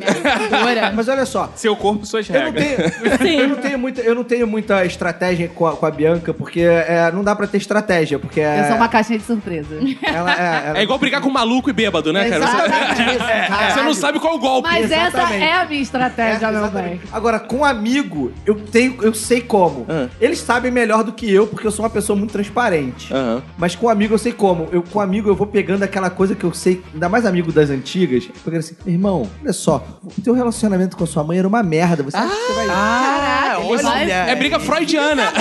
Mas olha só. Seu corpo, suas Eu não, regras. tenho, eu, não tenho muita, eu não tenho muita estratégia com a, com a Bianca, porque é, não dá pra ter estratégia, porque é, Eu sou uma caixinha de surpresa. ela é, ela- é É igual brigar com maluco e bêbado, né, cara? Você- Você, Caralho. não sabe qual o golpe. Mas essa Exatamente. é a minha estratégia, meu Exatamente. bem. Agora, com amigo, eu tenho, eu sei como. Ah. Eles sabem melhor do que eu, porque eu sou uma pessoa muito transparente. Aham. Mas com amigo eu sei como. Eu, com amigo eu vou pegando aquela coisa que eu sei, ainda mais amigo das antigas, porque assim, meu irmão, olha só, o teu relacionamento com a sua mãe era uma merda. Você acha que você vai. Ah, olha. É briga freudiana.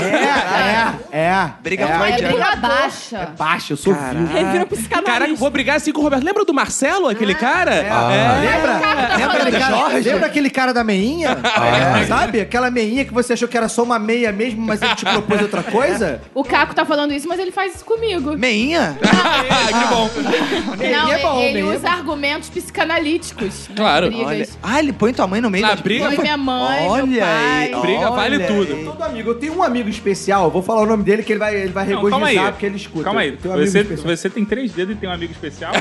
É, é, é. Briga é, É freudiana. briga baixa. Baixa, eu sou Ah, frio. Ele é vira um Caraca, psicanalista. vou brigar assim com o Roberto. Lembra do Marcelo, Ah, aquele cara? É. Lembra? tá Lembra, falando aquele cara, Jorge? Ah, lembra aquele cara da meinha? É, Sabe? Aquela meinha que você achou que era só uma meia mesmo, mas ele te propôs outra coisa? O Caco tá falando isso, mas ele faz isso comigo. Meinha? Ah, que bom. Não, é bom, ele meia é usa argumentos psicanalíticos. nas Claro. Olha. Brigas. Ah, ele põe tua mãe no meio Na da briga Põe foi- minha mãe, meu Olha aí. pai. ó. Briga vale Olha tudo. aí. Todo amigo. Eu tenho um amigo especial, vou falar o nome dele que ele vai, ele vai Não, calma aí. regozijar porque ele escuta. Calma aí. Eu tenho um amigo Você, especial. você tem três dedos e tem um amigo especial?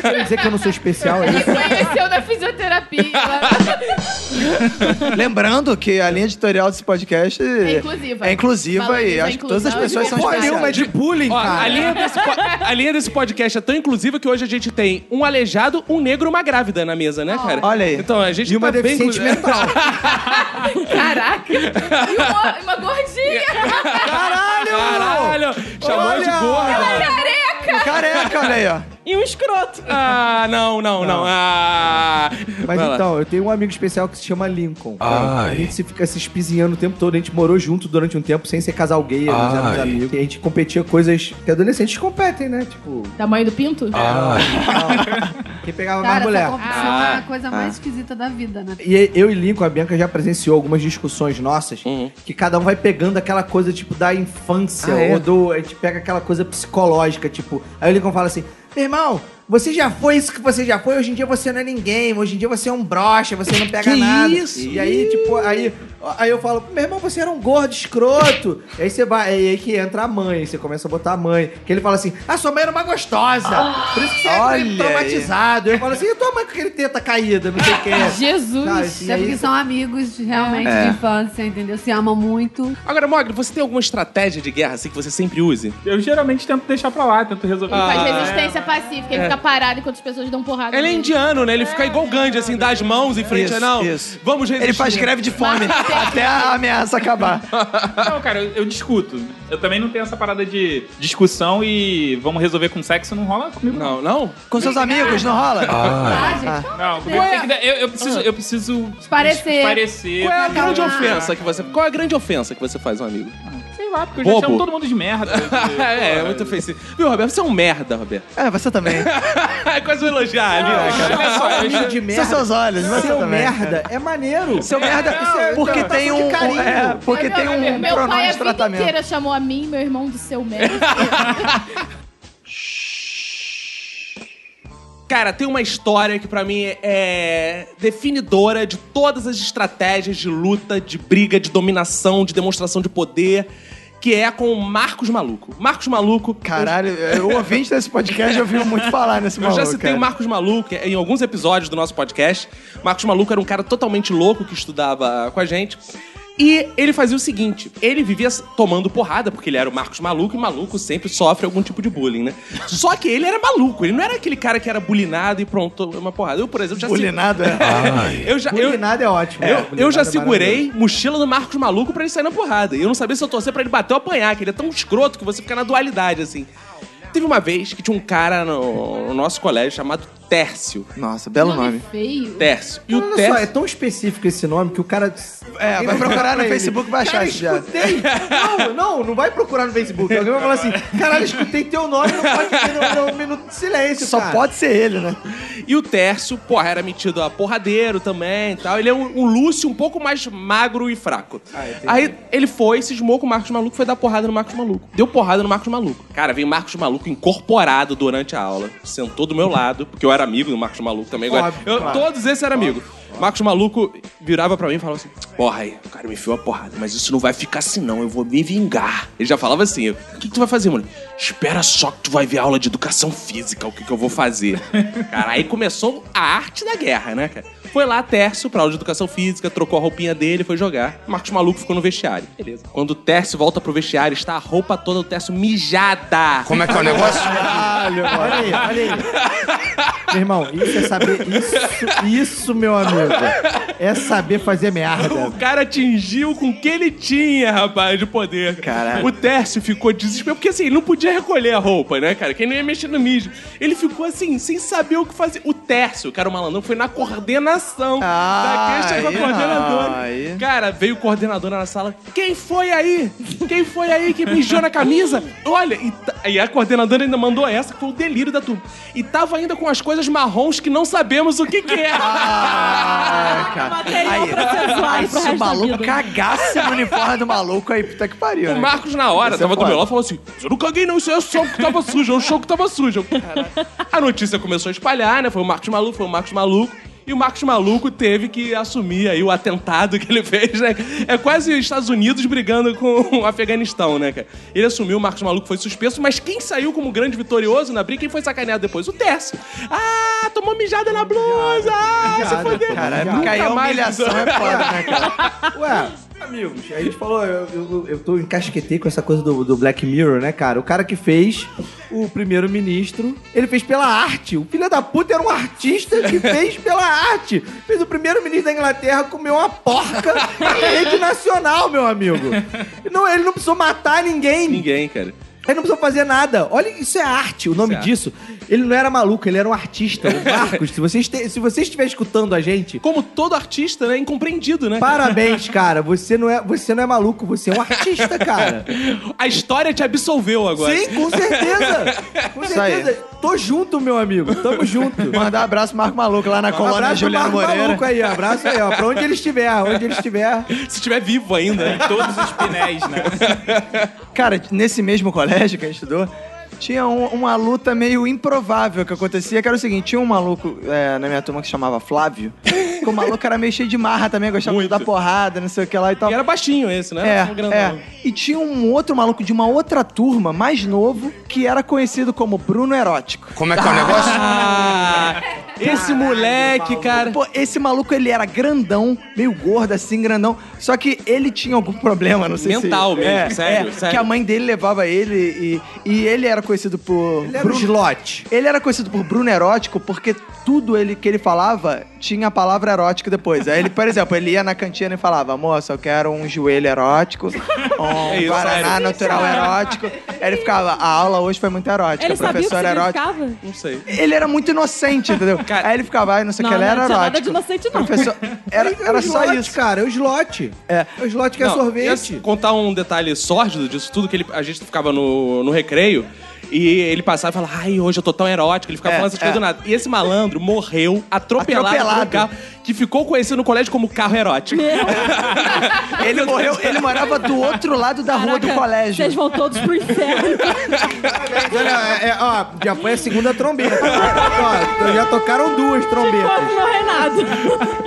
Quer dizer que eu não sou especial? é Ele isso? conheceu na fisioterapia. Ela- Lembrando que é a linha editorial desse podcast é inclusiva. É inclusiva e Valoriza a acho que todas as inclusão pessoas e são diversidade. especiais. Nenhuma é de bullying, Ó, cara. a, linha desse po- a linha desse podcast é tão inclusiva que hoje a gente tem um aleijado, um negro e uma grávida na mesa, né, cara? Olha aí. Então a gente Ah. E uma tá bem deficiente inclu- mental. Caraca. E uma, uma gordinha. Caralho! Caralho! Chamou de Olha! gorda. Careca. Careca, é, olha aí, ó. E um escroto. Ah, não, não, não. Ah. Vai Mas lá. então, eu tenho um amigo especial que se chama Lincoln. cara. A gente se fica se espizinhando o tempo todo. A gente morou junto durante um tempo sem ser casal gay, nós éramos amigos. E a gente competia coisas que adolescentes competem, né? Tipo, Tamanho do pinto? quem pegava mais Cara, Ah. mulher. essa competição é a coisa mais esquisita da vida, né? E eu e Lincoln, a Bianca já presenciou algumas discussões nossas que cada um vai pegando aquela coisa, tipo, da infância. Hum. Ah, é? Ou do. A gente pega aquela coisa psicológica, tipo. Aí o Lincoln fala assim: Meu irmão, você já foi isso que você já foi, hoje em dia você não é ninguém, hoje em dia você é um broxa, você não pega Que nada. isso? E aí, tipo, aí, aí eu falo, meu irmão, você era um gordo escroto. E aí você vai, e aí que entra a mãe, você começa a botar a mãe. Que ele fala assim, a sua mãe era uma gostosa. por isso que você Olha é aí. traumatizado. Eu falo assim, e tua mãe com aquele teta caída, não sei é. o que. Jesus. Não, Isso isso- é e porque aí- são amigos realmente É. de infância, entendeu? Se amam muito. Agora, Mogli, você tem alguma estratégia de guerra assim que você sempre use? Eu geralmente tento deixar pra lá, tento resolver. Ele faz Ah, resistência pacífica. Ele É. fica fica parado enquanto as pessoas dão porrada. Ele é Hum. nele. indiano, né? Ele fica igual o Gandhi, assim, dá as mãos em frente. Isso, não, isso. vamos resistir. Ele faz greve de fome até a ameaça acabar. Não, cara, eu, eu discuto. Eu também não tenho essa parada de discussão e vamos resolver com sexo, não rola comigo. Não, não? Com seus amigos, não rola? Ah, gente, Não, é comigo tem que dar- eu, eu preciso, eu preciso Esparecer. esparecer. Qual é a Calma. grande ofensa que você... Qual é a grande ofensa que você faz, um amigo? Sei lá, porque eu já Bobo. chamo todo mundo de merda. é, é muito ofensivo. Viu, Roberto? Você é um merda, Roberto. É, você também. É quase um elogiar, amigo. Olha só, eu já- de São merda. seus olhos, você Seu também. merda é maneiro. Seu merda, porque Então, tem tá de um. carinho. É, porque é tem meu- um Meu pai pronome a de vida tratamento. inteira chamou a mim e meu irmão do seu médico. Cara, tem uma história que pra mim é definidora de todas as estratégias de luta, de briga, de dominação, de demonstração de poder, que é com o Marcos Maluco. Marcos Maluco. Caralho, eu- o ouvinte desse podcast já ouviu muito falar nesse Eu maluco. já citei cara. o Marcos Maluco em alguns episódios do nosso podcast. Marcos Maluco era um cara totalmente louco que estudava com a gente. E ele fazia o seguinte: ele vivia tomando porrada, porque ele era o Marcos Maluco, e maluco sempre sofre algum tipo de bullying, né? Só que ele era maluco, ele não era aquele cara que era bulinado e pronto, uma porrada. Eu, por exemplo, já se- Bulinado, é. Eu já, eu, Bulinado é ótimo. eu- Bulinado eu já é segurei mochila do Marcos Maluco pra ele sair na porrada. E eu não sabia se eu torcer pra ele bater ou apanhar, que ele é tão escroto que você fica na dualidade, assim. Teve uma vez que tinha um cara no, no nosso colégio chamado Tércio. Nossa, belo É nome. feio. Tércio. E o Olha só, é Tércio. tão específico esse nome que o cara. É, vai procurar no Ele- Facebook e vai achar Cara, esse viado. escutei! Não, não, não vai procurar no Facebook. Alguém vai falar assim: caralho, escutei teu nome, não pode ter no, no minuto de silêncio. Só cara. pode ser ele, né? E o Tércio, porra, era metido a porradeiro também e tal. Ele é um, um Lúcio um pouco mais magro e fraco. Ah, Aí ele foi, cismou com o Marcos Maluco, foi dar porrada no Marcos Maluco. Deu porrada no Marcos Maluco. Cara, veio o Marcos Maluco incorporado durante a aula. Sentou do meu lado, porque eu era amigo do Marcos Maluco também. Agora, Óbvio, eu- claro. Todos esses eram amigos. Marcos Maluco virava pra mim e falava assim: Porra, aí, o cara me enfiou a porrada, mas isso não vai ficar assim, não. Eu vou me vingar. Ele já falava assim: O que, que tu vai fazer, mano? Espera só que tu vai ver aula de educação física, o que, que eu vou fazer. cara, aí começou a arte da guerra, né, cara? Foi lá, Tércio, pra aula de educação física, trocou a roupinha dele, foi jogar. Marcos Maluco ficou no vestiário. Beleza. Quando o Tércio volta pro vestiário, está a roupa toda do Tércio mijada. Como é que é o negócio? Caralho, olha aí, olha aí. Meu irmão, isso é saber. Isso, isso, meu amigo, é saber fazer merda. Então, O cara atingiu com o que ele tinha, rapaz, de poder. Caralho. O Tércio ficou desesperado, porque assim, ele não podia recolher a roupa, né, cara? Quem não ia mexer no mijo. Ele ficou assim, sem saber o que fazer. O Tércio, cara, o malandrão, foi na coordenação Ah, da queixa com a aí coordenadora. não, aí. Cara, veio o coordenador na sala. Quem foi aí? Quem foi aí que mijou na camisa? Olha, e, ta- e a coordenadora ainda mandou essa, que foi o delírio da turma. E tava ainda com as coisas marrons que não sabemos o que que é. Ah, cara. Material Aí. processual pro Se o resto da maluco vida. cagasse Um no uniforme do maluco, aí puta que pariu. O né? Marcos, na hora, Isso é tava do foda. meu lado, falou assim: Eu não caguei, não, isso é o chão que tava sujo, é o chão que tava sujo. Eu, "Caralho." A notícia começou a espalhar, né? Foi o Marcos Maluco, foi o Marcos Maluco. E o Marcos Maluco teve que assumir aí o atentado que ele fez, né? É quase os Estados Unidos brigando com o Afeganistão, né, cara? Ele assumiu, o Marcos Maluco foi suspenso, mas quem saiu como grande vitorioso na briga, quem foi sacaneado depois? O Tércio. Ah, tomou mijada na blusa! Ah, se fodeu! Cara, Nunca porque aí a mais humilhação usou. é foda, né, cara? Ué, amigos, a gente falou, eu, eu, eu tô encasquetei com essa coisa do, do Black Mirror, né, cara? O cara que fez o primeiro-ministro, ele fez pela arte. O filho da puta era um artista que fez pela arte. Fez o primeiro-ministro da Inglaterra comer uma porca na rede nacional, meu amigo. Não, ele não precisou matar ninguém. Ninguém, cara. Ele não precisou fazer nada. Olha, isso é arte, o nome Isso é disso. Ele não era maluco, ele era um artista. O Marcos, se você, este- se você estiver escutando a gente, Como todo artista, né? Incompreendido, né? Parabéns, cara. Você não é, você não é maluco, você é um artista, cara. A história te absolveu agora. Sim, com certeza. Com Isso aí. certeza. Tô junto, meu amigo. Tamo junto. Mandar um abraço pro Marco Maluco lá na Um colônia abraço Juliano pro Marco Moreira. Maluco aí, abraço aí, ó. Pra onde ele estiver, onde ele estiver. Se tiver vivo ainda. né? Todos os pinéis, né? Cara, nesse mesmo colégio que a gente estudou, tinha um- uma luta meio improvável que acontecia, que era o seguinte, tinha um maluco é, na minha turma que chamava Flávio, que o maluco era meio cheio de marra também, gostava de Muito. dar porrada, não sei o que lá e tal. E era baixinho esse, né? É, Era um grandão. é. E tinha um outro maluco de uma outra turma, mais novo, que era conhecido como Bruno Erótico. Como é que é o negócio? Ah, Esse moleque, cara. Pô, esse maluco, ele era grandão, meio gordo, assim, grandão. Só que ele tinha algum problema, não sei Mental se... É, mesmo, sério, sério. Que a mãe dele levava ele e, e ele era conhecido por... Ele era um gilote. Ele era conhecido por Bruno Erótico porque tudo ele, que ele falava tinha a palavra erótica depois. Aí ele, por exemplo, ele ia na cantina e falava, moça, eu quero um joelho erótico, um É isso, Guaraná sério. natural erótico. Aí ele ficava, a aula hoje foi muito erótica, Ele professor sabia o que erótico. significava? Não sei. Ele era muito inocente, entendeu? Cara- aí ele ficava, ai, não sei o que, Não, ele não era tinha nada erótico. de inocente, não. Professor, era, era só isso. é cara. É o slot. É. É o slot que é Não, sorvete. e assim, contar um detalhe sórdido disso tudo, que ele, a gente ficava no, no recreio e ele passava e falava, ai, hoje eu tô tão erótico. Ele ficava É, falando essas é. coisas do nada. E esse malandro morreu atropelado, por um Atropelado. carro que ficou conhecido no colégio como carro erótico. É. Ele morreu, ele morava do outro lado da rua do Caraca, colégio. Vocês vão todos pro inferno. Olha, é, ó, já foi a segunda trombeta. ó, já tocaram duas trombetas. Quase meu Renato.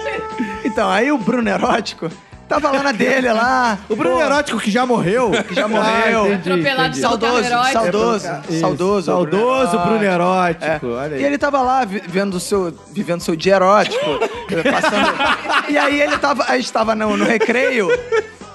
Então, aí o Bruno Erótico tava lá na dele, lá. O Bruno Pô, Erótico que já morreu. Que já morreu. Atropelado pelo carro Saudoso, herói. saudoso, É, saudoso. Saudoso Bruno Erótico. É. Olha aí. E ele tava lá vi- vendo seu, vivendo seu dia erótico. eh, passando- E aí ele tava. A gente tava no, no recreio.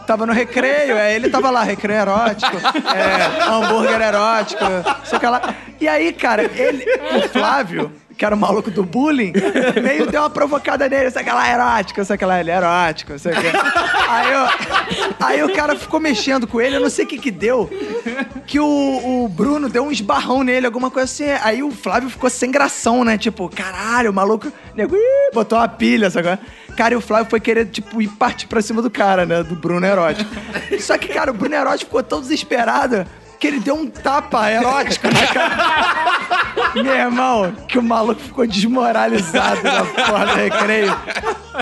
Tava no recreio, aí ele tava lá, recreio erótico, é, hambúrguer erótico, sei o que lá. E aí, cara, ele, o Flávio, que era o maluco do bullying, meio deu uma provocada nele, sei o que lá, erótico, sei o que lá, ele é erótico, sei o que. Aí, o- aí o cara ficou mexendo com ele, eu não sei o que que deu, que o, o Bruno deu um esbarrão nele, alguma coisa assim. Aí o Flávio ficou sem gração, né? Tipo, caralho, o maluco. Nego, ih, botou uma pilha, sabe? Cara, e o Flávio foi querer, tipo, ir partir pra cima do cara, né? Do Bruno Erótico. Só que, cara, o Bruno Erótico ficou tão desesperado que ele deu um tapa erótico na cara. Meu irmão, que o maluco ficou desmoralizado na porra do recreio.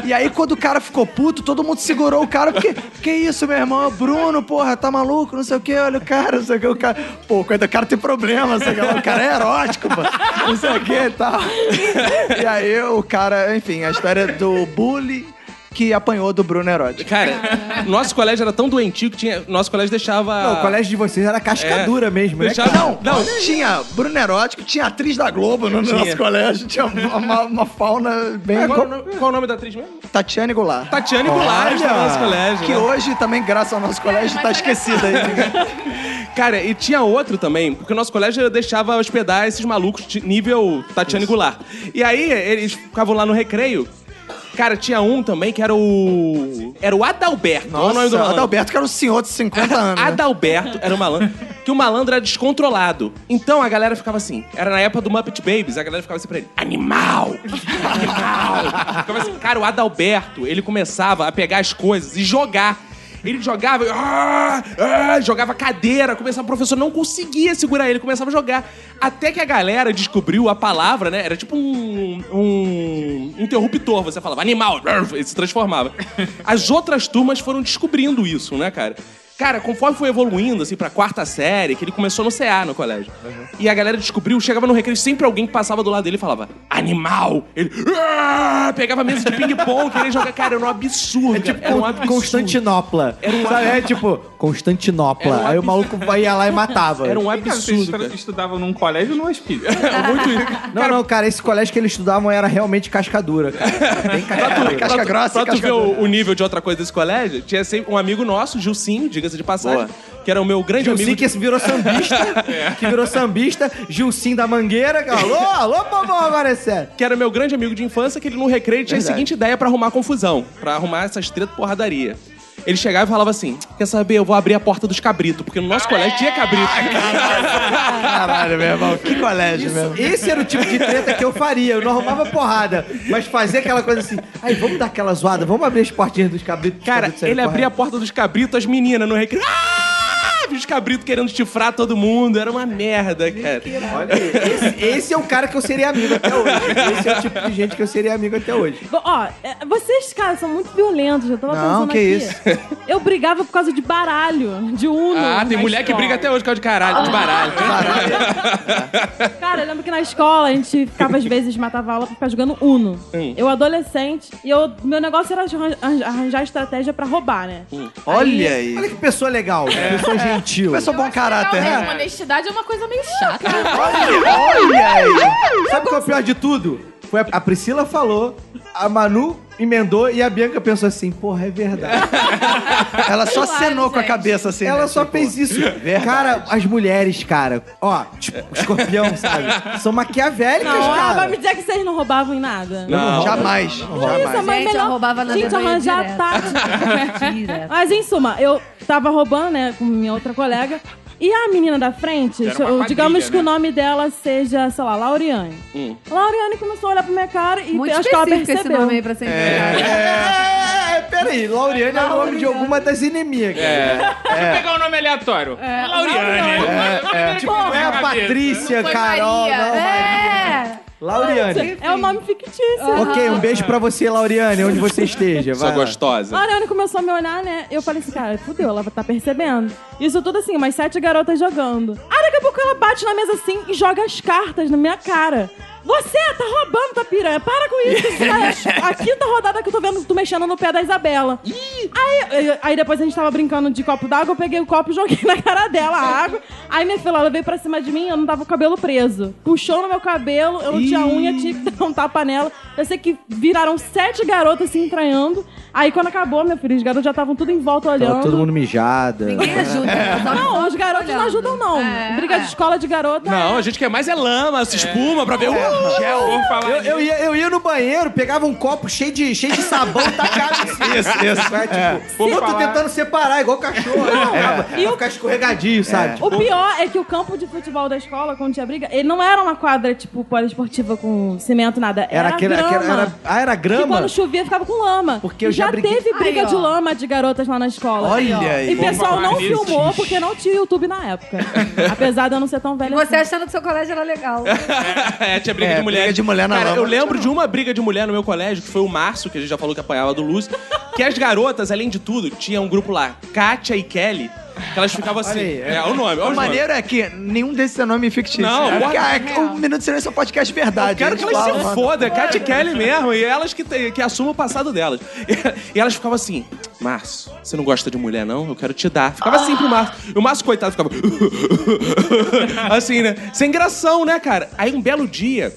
E aí, quando o cara ficou puto, todo mundo segurou o cara, porque, que isso, meu irmão? É o Bruno, porra, tá maluco, não sei o que, olha o cara, não sei o que, o cara. Pô, coitado, o cara tem problema, não sei o que, lá, o cara é erótico, mano, não sei o que e tal. E aí, o cara, enfim, a história do bully que apanhou do Bruno erótico. Cara, nosso colégio era tão doentio que tinha, nosso colégio deixava... É. Não, o colégio de vocês era cascadura mesmo, né? Deixava- cara? Não, não, tinha Bruno Erótico, tinha atriz da Globo no nosso colégio, tinha uma, uma- uma fauna bem. É, qual, o nome- qual o nome da atriz mesmo? Tatiane Goulart. Tatiane Goulart, do nosso colégio. Que né? hoje também, graças ao nosso colégio, tá esquecida aí. Cara, e tinha outro também, porque o nosso colégio deixava hospedar esses malucos de nível Tatiane Goulart. E aí eles ficavam lá no recreio. Cara, tinha um também que era o. Era o Adalberto. Olha o Nossa, nome do malandro. Adalberto, que era um senhor de 50 anos. né? Adalberto era o malandro. Que o malandro era descontrolado. Então a galera ficava assim. Era na época do Muppet Babies, a galera ficava assim pra ele: Animal! Animal! Ficava assim, cara, o Adalberto, ele começava a pegar as coisas e jogar. Ele jogava, ah, ah, jogava cadeira, começava, o professor não conseguia segurar ele, começava a jogar. Até que a galera descobriu a palavra, né? Era tipo um, um interruptor, você falava animal, ele se transformava. As outras turmas foram descobrindo isso, né, cara? Cara, conforme foi evoluindo, assim, pra quarta série, que ele começou no CA, no colégio. E a galera descobriu, chegava no recreio, sempre alguém que passava do lado dele e falava, animal! Ele "Ah!" pegava a mesa de ping-pong, queria jogar. Cara, era um absurdo. É cara. tipo era um absurdo. Constantinopla. Era um Sabe, é tipo Constantinopla. Era um Aí o maluco ia lá e matava. Era um Vem cá, Vocês absurdo. estra- Cara. estudavam num colégio é ou num hospício? Não, não, cara, esse colégio que eles estudavam era realmente cascadura, cara. Bem cascadura. Casca Pra tu- grossa e pra tu casca ver dura. o, o nível de outra coisa desse colégio, tinha sempre um amigo nosso, Gilcinho, diga-se de passagem, que era o meu grande Gilcim amigo. que virou sambista, que virou sambista, Gilcim da Mangueira, que- alô, alô, povo, agora é sério. que era meu grande amigo de infância, que ele no recreio tinha a seguinte ideia pra arrumar confusão, pra arrumar essas tretas porradaria. Ele chegava e falava assim: Quer saber? Eu vou abrir a porta dos cabritos, porque no nosso colégio tinha cabrito. Caralho, meu irmão, que colégio, meu irmão. Esse era o tipo de treta que eu faria, eu não arrumava porrada, mas fazer aquela coisa assim, aí vamos dar aquela zoada, vamos abrir as portinhas dos cabritos. Cara, ele abria a porta dos cabritos, as meninas no recreio. "Ah!" Os cabritos querendo chifrar todo mundo, era uma merda, cara. Olha, esse, esse é o cara que eu seria amigo até hoje. Esse é o tipo de gente que eu seria amigo até hoje. Bom, Ó, é, vocês, cara, são muito violentos. Eu tava Não, pensando que aqui. isso. Eu brigava por causa de baralho, de uno. Ah, tem na mulher que escola. briga até hoje por causa de caralho, de baralho. Cara, eu lembro que na escola a gente ficava, às vezes, matava aula pra ficar jogando Uno. Hum. Eu, adolescente, e eu, meu negócio era arran- arran- arranjar estratégia pra roubar, né? Olha aí. Olha que pessoa legal, que pessoa gentil. Pessoa bom caráter, Talvez né? honestidade é uma coisa meio chata. Olha, olha aí. Sabe qual é o pior de tudo? Foi a, a Priscila falou, a Manu emendou e a Bianca pensou assim, porra, é verdade. Ela só Claro, acenou com a gente. cabeça assim. Ela né? só Tipo, fez isso. Cara, as mulheres, cara, ó, tipo, escorpião, sabe? São maquiavélicas, Não, ah, vai cara. me dizer que vocês não roubavam em nada. Não. Jamais. Por isso, a Jamais. mãe Gente, melhor... eu roubava na Gente, vergonha arranjar direto. tática. Direto. tá- Mas em suma, eu tava roubando, né, com minha outra colega. E a menina da frente, Era uma quadrilha, digamos que né? Hum. o nome dela seja, sei lá, Lauriane. Lauriane começou a olhar pra minha cara e Muito acho que ela específico esse percebeu. nome aí pra ser é, empregada. É, peraí, Laureane é o nome de alguma das inimigas. É. Deixa eu pegar um nome aleatório. É, Lauriane. É, Tipo, não é a Patrícia, Foi Carol, Maria. não, Maria. É. Lauriane. É um nome fictício. Ok, um beijo pra você, Lauriane, onde você esteja. Sua Vai lá. A gostosa. Ariane começou a me olhar, né? Eu falei assim, cara, fudeu, ela tá percebendo. Isso tudo assim, umas sete garotas jogando. Aí daqui a pouco ela bate na mesa assim e joga as cartas na minha cara. Você tá roubando tua piranha, para com isso. Isso é a quinta rodada que eu tô vendo tu mexendo no pé da Isabela. Aí, aí depois a gente tava brincando de copo d'água, eu peguei o copo e joguei na cara dela a água. Aí minha filha, ela veio pra cima de mim, eu não tava com o cabelo preso. Puxou no meu cabelo, eu não tinha unha, tinha que dar um tapa nela. Eu sei que viraram sete garotas se entranhando. Aí quando acabou, meu filho, os garotos já estavam tudo em volta Tava olhando. todo mundo mijada. Ninguém ajuda. É. só Não, os ficam garotos não olhando. ajudam, não. É, Briga é. de escola de garota. Não, a gente quer mais é lama, essa espuma pra ver. Uh! Por falar Eu, nisso, eu, ia, eu ia no banheiro, pegava um copo cheio de, cheio de sabão, tacava assim. Isso, isso. É, tipo, Vamos eu tô falar- tentando separar, igual cachorro. E É. Pra o- ficar escorregadinho, sabe? Tipo, O pior é que o campo de futebol da escola, quando tinha briga, ele não era uma quadra, tipo, poliesportiva com cimento, nada. Era, Era aquele. grama. aquele- era, ah, era Que grama? quando chovia ficava com lama. Porque eu E já briguei- teve briga Aí, ó. de lama de garotas lá na escola. Olha aí. E o pessoal Vamos não falar nisso. filmou porque não tinha YouTube na época. Apesar de eu não ser tão E velha você assim. achando que seu colégio era legal. É, tinha briga É, de mulher. briga de mulher na Cara, lama. eu lembro de uma briga de mulher no meu colégio, que foi o Março, que a gente já falou que apanhava do Luz, que as garotas, além de tudo, tinha um grupo lá, Kátia e Kelly, que elas ficavam assim. aí, é, o nome, olha O os nomes. maneiro é que nenhum desses é nome fictício. Não, É guarda- porque a- o Minuto de Silêncio é um podcast verdade. Eu quero que Eles elas falam, se foda, Kátia e Kelly mesmo, e elas que, te- que assumam o passado delas. E, elas ficavam assim, Márcio, você não gosta de mulher, não? Eu quero te dar. Ficava assim pro Márcio. E o Márcio, coitado, ficava... assim, né? Sem gração, né, cara? Aí um belo dia...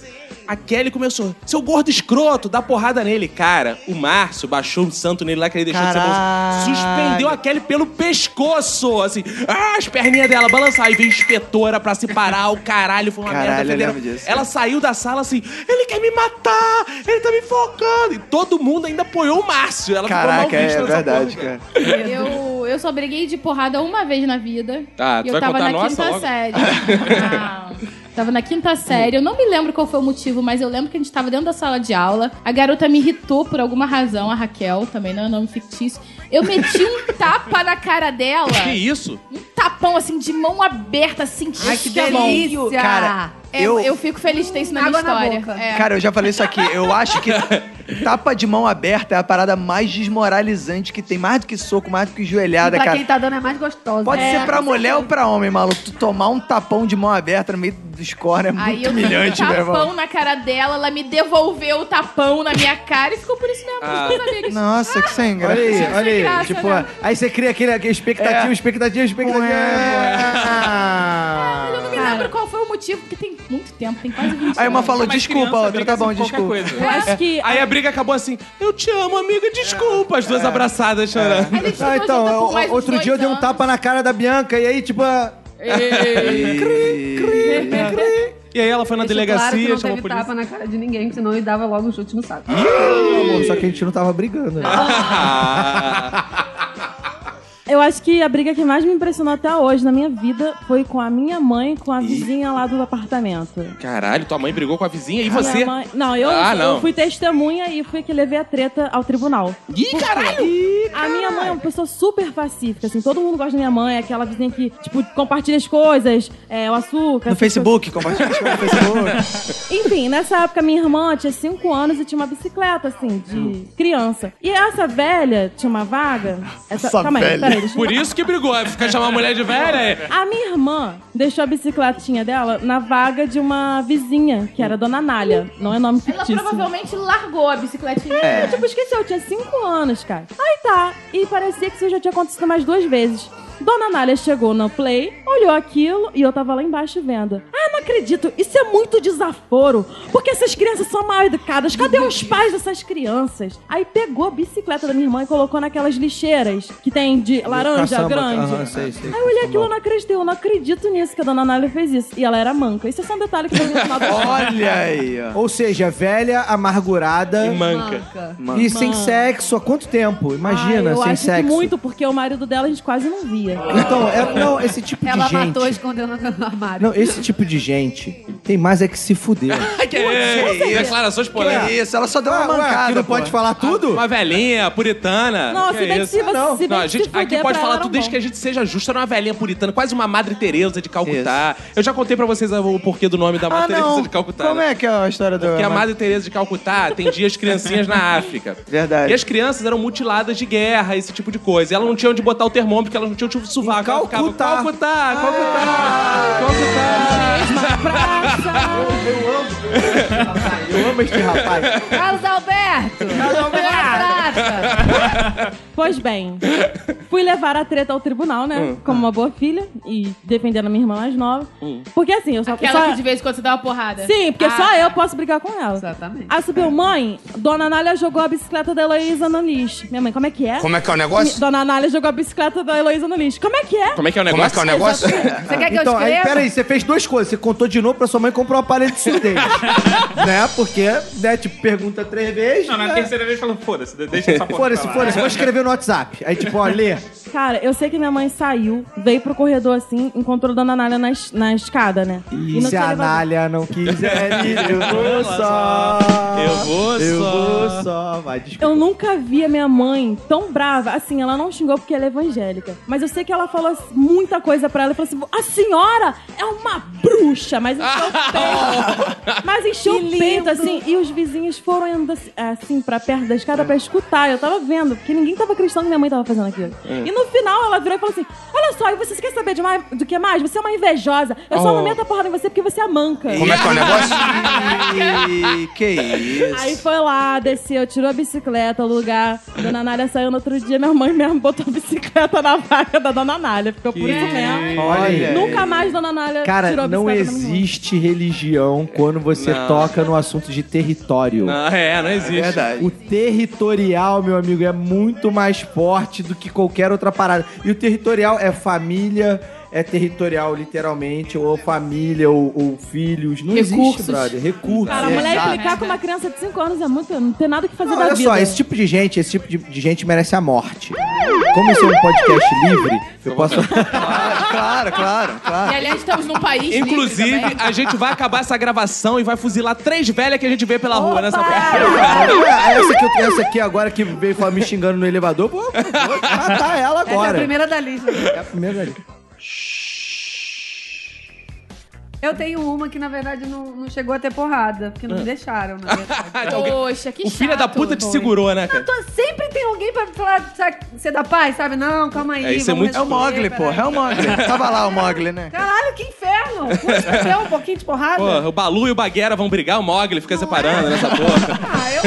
A Kelly começou, seu gordo escroto, dá porrada nele. Cara, o Márcio baixou um santo nele lá que ele deixou de ser Caralho. bonzinho. Suspendeu a Kelly pelo pescoço, assim. Ah, as perninhas dela balançar. Aí veio inspetora pra se parar, o caralho. Foi uma Caralho, eu merda. federal. lembro disso. Ela ela saiu da sala assim, ele quer me matar, ele tá me focando. E todo mundo ainda apoiou o Márcio. Ela Caraca, ficou mal vista é nessa verdade, porra, cara. Eu, eu só briguei de porrada uma vez na vida. Ah, tu e eu vai tava contar na a nossa quinta logo? série. Não. Tava na quinta série. Eu não me lembro qual foi o motivo, mas eu lembro que a gente tava dentro da sala de aula. A garota me irritou por alguma razão, a Raquel, também não é nome fictício. Eu meti um tapa na cara dela. Que isso? Um tapão, assim, de mão aberta, assim. Ai, que é bom. delícia. Cara, eu, Eu, É, eu fico feliz de ter isso na minha Hum, Água na história. boca. É. Cara, eu já falei isso aqui. Eu acho que tapa de mão aberta é a parada mais desmoralizante que tem. Mais do que soco, mais do que joelhada, pra cara. quem tá dando é mais gostosa. Pode ser pra mulher ou pra homem, maluco. Tu tomar um tapão de mão aberta no meio dos cornos é Aí muito eu dei um humilhante, meu irmão. tapão na cara dela, ela me devolveu o tapão na minha cara e ficou por isso mesmo, Ah. meus amigos. Nossa, que sem graça. Olha aí, olha aí. graça, tipo, né? aí você cria aquele, aquele expectativa, É. expectativa, expectativa. Ué. Eu não me lembro qual foi o motivo, porque tem muito tempo, tem quase 20 Aí uma anos. falou, mas desculpa, criança a outra briga tá assim bom, por qualquer desculpa. coisa. Eu é? acho que. Aí a briga acabou assim, eu te amo, amiga, desculpa. As É. duas abraçadas chorando. Aí a gente Ah, ficou então, junto por mais eu- uns outro dois dia eu dei um anos. tapa na cara da Bianca e aí, tipo. a- E aí ela foi na Deixa claro que delegacia, não chamou a teve polícia. tapa na cara de ninguém, que senão ele dava logo um chute no saco. Amor, só que a gente não tava brigando. Né? Ah, Eu acho que a briga que mais me impressionou até hoje na minha vida foi com a minha mãe, com a vizinha lá do apartamento. Caralho, tua mãe brigou com a vizinha e você? é Minha mãe- Não, eu, Ah, eu não. fui testemunha e fui que levei a treta ao tribunal. Ih, caralho! A minha mãe é uma pessoa super pacífica, assim, todo mundo gosta da minha mãe, é aquela vizinha que, tipo, compartilha as coisas, é, o açúcar. No essas Facebook, compartilha as coisas no Facebook. enfim, nessa época minha irmã tinha 5 anos e tinha uma bicicleta, assim, Hum. de criança. E essa velha tinha uma vaga. Essa, Essa calma aí, velha. peraí, deixa eu Por isso que brigou, ficar chamar a mulher de velha. é? A minha irmã deixou a bicicletinha dela na vaga de uma vizinha, que era a Dona Nália. Não é nome Ela fictício. provavelmente largou a bicicletinha. É, Eu, tipo, esqueci, eu tinha 5 anos, cara. Aí tá, e parecia que isso já tinha acontecido mais duas vezes. Dona Nália chegou no Play, olhou aquilo e eu tava lá embaixo vendo. Ah, não acredito. Isso é muito desaforo. Porque essas crianças são mal educadas. Cadê os pais dessas crianças? Aí pegou a bicicleta da minha irmã e colocou naquelas lixeiras que tem de laranja Caçamba, grande. aham, sei, sei. Aí eu olhei aquilo e não acreditei. Eu não acredito nisso que a dona Anália fez isso. E ela era manca. Isso é só um detalhe que eu não nada. Olha aí, ó. Ou seja, velha, amargurada E e, manca. sem sexo há quanto tempo? Imagina, Ai, eu sem acho sexo. que muito, porque o marido dela a gente quase não via. Então, é, não, esse tipo Ela de gente. matou, escondeu no armário. Não, esse tipo de gente tem mais é que se fuder. Que é, declarações Que polêmicas. Isso, ela só deu uma Ah, ué, mancada. aqui não pô. pode falar tudo? Uma velhinha puritana. Não, Que se é bem que isso? se você. Não, se bem Não, a que gente, se aqui fuder pode pra falar ela tudo era um desde bom. que a gente seja justa, era uma velhinha puritana, quase uma Madre Teresa de Calcutá. Eu já contei pra vocês o porquê do nome da Ah, Madre Teresa não. de Calcutá. Como né? é que é a história do... Porque a Madre Teresa de Calcutá atendia as criancinhas na África. Verdade. E as crianças eram mutiladas de guerra, esse tipo de coisa. E ela não tinha onde botar o termômetro, porque ela não tinha onde sovaco. Ela ficava, Calcutá. Ah. Calcutá, Calcutá, Calcutá. Praça! Eu amo este rapaz. Carlos Alberto! Carlos Alberto! Pois bem, fui levar a treta ao tribunal, né? Hum, Como uma boa filha e defendendo a minha irmã mais nova. Hum. Porque assim, eu só. Aquela só- que de vez em quando você dá uma porrada. Sim, porque Ah, só eu posso brigar com ela. Exatamente. Aí subiu mãe, Dona Anália jogou a bicicleta da Heloísa no lixo. Minha mãe, como é que é? Como é que é o negócio? Dona Anália jogou a bicicleta da Heloísa no lixo. Como é que é? Como é que é o negócio? Você quer que então, eu aí, escreva? peraí, você fez duas coisas. Você contou de novo pra sua mãe comprar um aparelho de surdez. né? Porque, né, tipo, pergunta três vezes. Não, na né? terceira vez falou, foda-se, deixa essa porra. Foda-se, foda-se, vou escrever no WhatsApp. Aí, tipo, ó, lê. Cara, eu sei que minha mãe saiu, veio pro corredor assim, encontrou Dona Anália na, es- na escada, né? E não Se tinha a elevador. Anália não quiser ir, eu vou só. Eu vou Eu só. vou só. Vai, desculpa. Eu nunca vi a minha mãe tão brava. Assim, ela não xingou porque ela é evangélica. Mas eu sei que ela falou muita coisa pra ela. Ela falou assim: a senhora é uma bruxa, mas encheu o peito. mas encheu o peito, assim. E os vizinhos foram indo assim, assim pra perto da escada pra escutar. Eu tava vendo, porque ninguém tava acreditando que minha mãe tava fazendo aquilo. E no final ela virou e falou assim: Olha só, e você quer saber de mais, do que mais? Você é uma invejosa. Eu só não meto a porrada em você porque você é manca. Ih, que isso. Aí foi lá, desceu, tirou a bicicleta, o lugar. Dona Anália saiu no outro dia, minha mãe mesmo botou a bicicleta na vaga da Dona Anália. Ficou por isso mesmo. Olha aí. Nunca mais Dona Anália tirou Cara, a não bicicleta da minha mãe. existe religião quando você toca no assunto de território. Não, é, não existe. O territorial, meu amigo, é muito mais forte do que qualquer outra parada. E o territorial é família, é territorial literalmente, ou família, ou, ou filhos. Não existe, Recursos. brother. Recursos. Cara, a É, mulher exato. implicar com uma criança de 5 anos é muito. Não tem nada que fazer Não, da olha vida. só, esse tipo de gente, esse tipo de, de gente merece a morte. Como esse é um podcast livre, eu posso. Claro, claro, E Ah. claro. aliás, estamos num país. livre Inclusive, também. a gente vai acabar essa gravação e vai fuzilar três velhas que a gente vê pela rua né, nessa porra. Ué, essa, que eu, essa aqui agora que veio falar tá me xingando no elevador, vou, vou matar ela Essa é a agora. primeira da lista. É a primeira ali. Eu tenho uma que, na verdade, não, não chegou a ter porrada, porque Ah. não me deixaram, na verdade. Então, Poxa, que O filho é chato. da puta te segurou, né, cara? Tô- sempre tem alguém pra falar, sabe, ser da paz, sabe? Não, calma aí. É, isso é vamos muito- É o resolver, Mogli, peraí. porra. É o Mogli. Tava Tá lá o Mogli, né? Caralho, que inferno! Puxa, deu um pouquinho de porrada? Pô, o Balu e o Baguera vão brigar, o Mogli fica é. separando nessa porra. Ah, eu...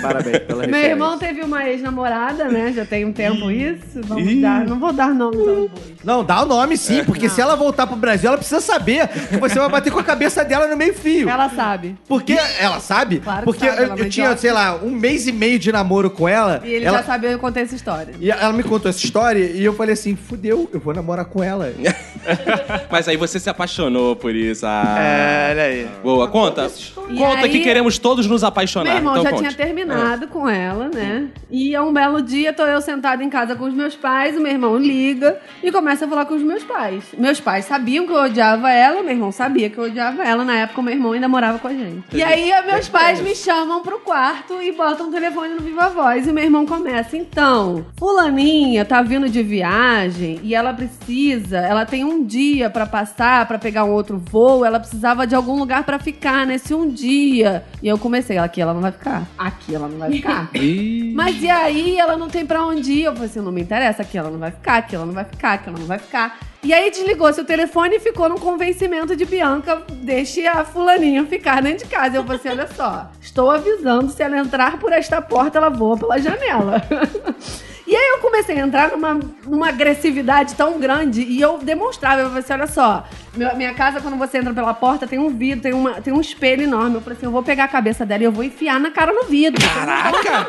Parabéns pela Meu irmão teve uma ex-namorada, né? Já tem um tempo isso. Vamos dar... Não vou dar nomes aos É, bois. Não, dá o nome sim, porque se ela voltar pro Brasil, ela precisa saber que você vai bater com a cabeça dela no meio-fio. Ela sabe. Porque ela sabe? Claro que porque sabe, eu- ela é eu, uma tinha, idiota. sei lá, um mês e meio de namoro com ela. E ele ela... já sabia, eu contei essa história. E ela me contou essa história e eu falei assim: fudeu, eu vou namorar com ela. Mas aí você se apaixonou por isso. Ah. É, olha aí. Boa, conta. E Conta que aí- queremos todos nos apaixonar. Meu irmão então já conte. tinha terminado com ela, né? E um belo dia tô eu sentada em casa com os meus pais, o meu irmão liga e começa a falar com os meus pais. Meus pais sabiam que eu odiava ela, meu irmão sabia que eu odiava ela. Na época, o meu irmão ainda morava com a gente. E aí, meus pais me chamam pro quarto e botam o telefone no Viva Voz. E meu irmão começa: então, Fulaninha tá vindo de viagem e ela precisa, ela tem um dia pra passar, pra pegar um outro voo, ela precisava de algum lugar pra ficar nesse um dia. E eu comecei: aqui ela não vai ficar, aqui ela não vai ficar. Mas e aí ela não tem pra onde ir? Eu falei assim, não me interessa, aqui ela não vai ficar, aqui ela não vai ficar, aqui ela não vai ficar. E aí desligou-se o telefone e ficou no convencimento de Bianca, deixe a fulaninha ficar dentro de casa. Eu falei assim, olha só, estou avisando, se ela entrar por esta porta, ela voa pela janela. E E aí eu comecei a entrar numa, numa agressividade tão grande e eu demonstrava, eu falei assim, olha só, meu- minha casa, quando você entra pela porta, tem um vidro, tem, uma, tem um espelho enorme. Eu falei assim, eu vou pegar a cabeça dela e eu vou enfiar na cara no vidro. Caraca!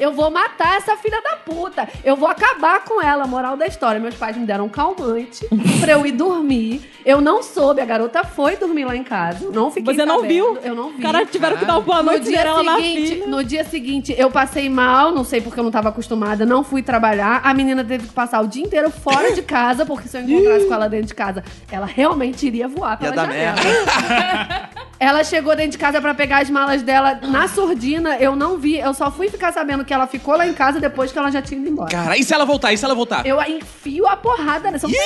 Eu vou matar essa filha da puta. Eu vou acabar com ela, moral da história. Meus pais me deram um calmante pra eu ir dormir. Eu não soube, a garota foi dormir lá em casa. Não fiquei Você não sabendo. viu? Eu não vi. Cara, tiveram que dar uma boa No noite e dia, ela na seguinte, filha. no dia seguinte, eu passei mal, não sei porque eu não tava acostumada, não fui trabalhar. A menina teve que passar o dia inteiro fora de casa, porque se eu encontrasse com ela dentro de casa, ela realmente iria voar pela Ia dar janela. merda. Ela chegou dentro de casa pra pegar as malas dela na surdina, eu não vi, eu só fui ficar sabendo que ela ficou lá em casa depois que ela já tinha ido embora. Cara, e se ela voltar? E se ela voltar? Eu enfio a porrada nessa mulher.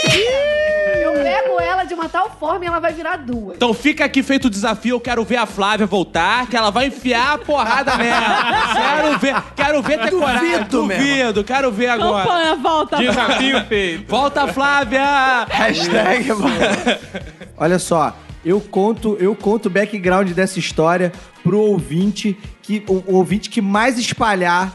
Eu pego ela de uma tal forma e ela vai virar duas. Então fica aqui feito o desafio, eu quero ver a Flávia voltar, que ela vai enfiar a porrada nela. Quero ver, quero ver ter coragem. Duvido mesmo. Duvido, quero ver agora. Campanha, é volta. Desafio feito. Volta, Flávia! É. Hashtag, mano. Olha só, eu conto, eu conto o background dessa história pro ouvinte que o, o ouvinte que mais espalhar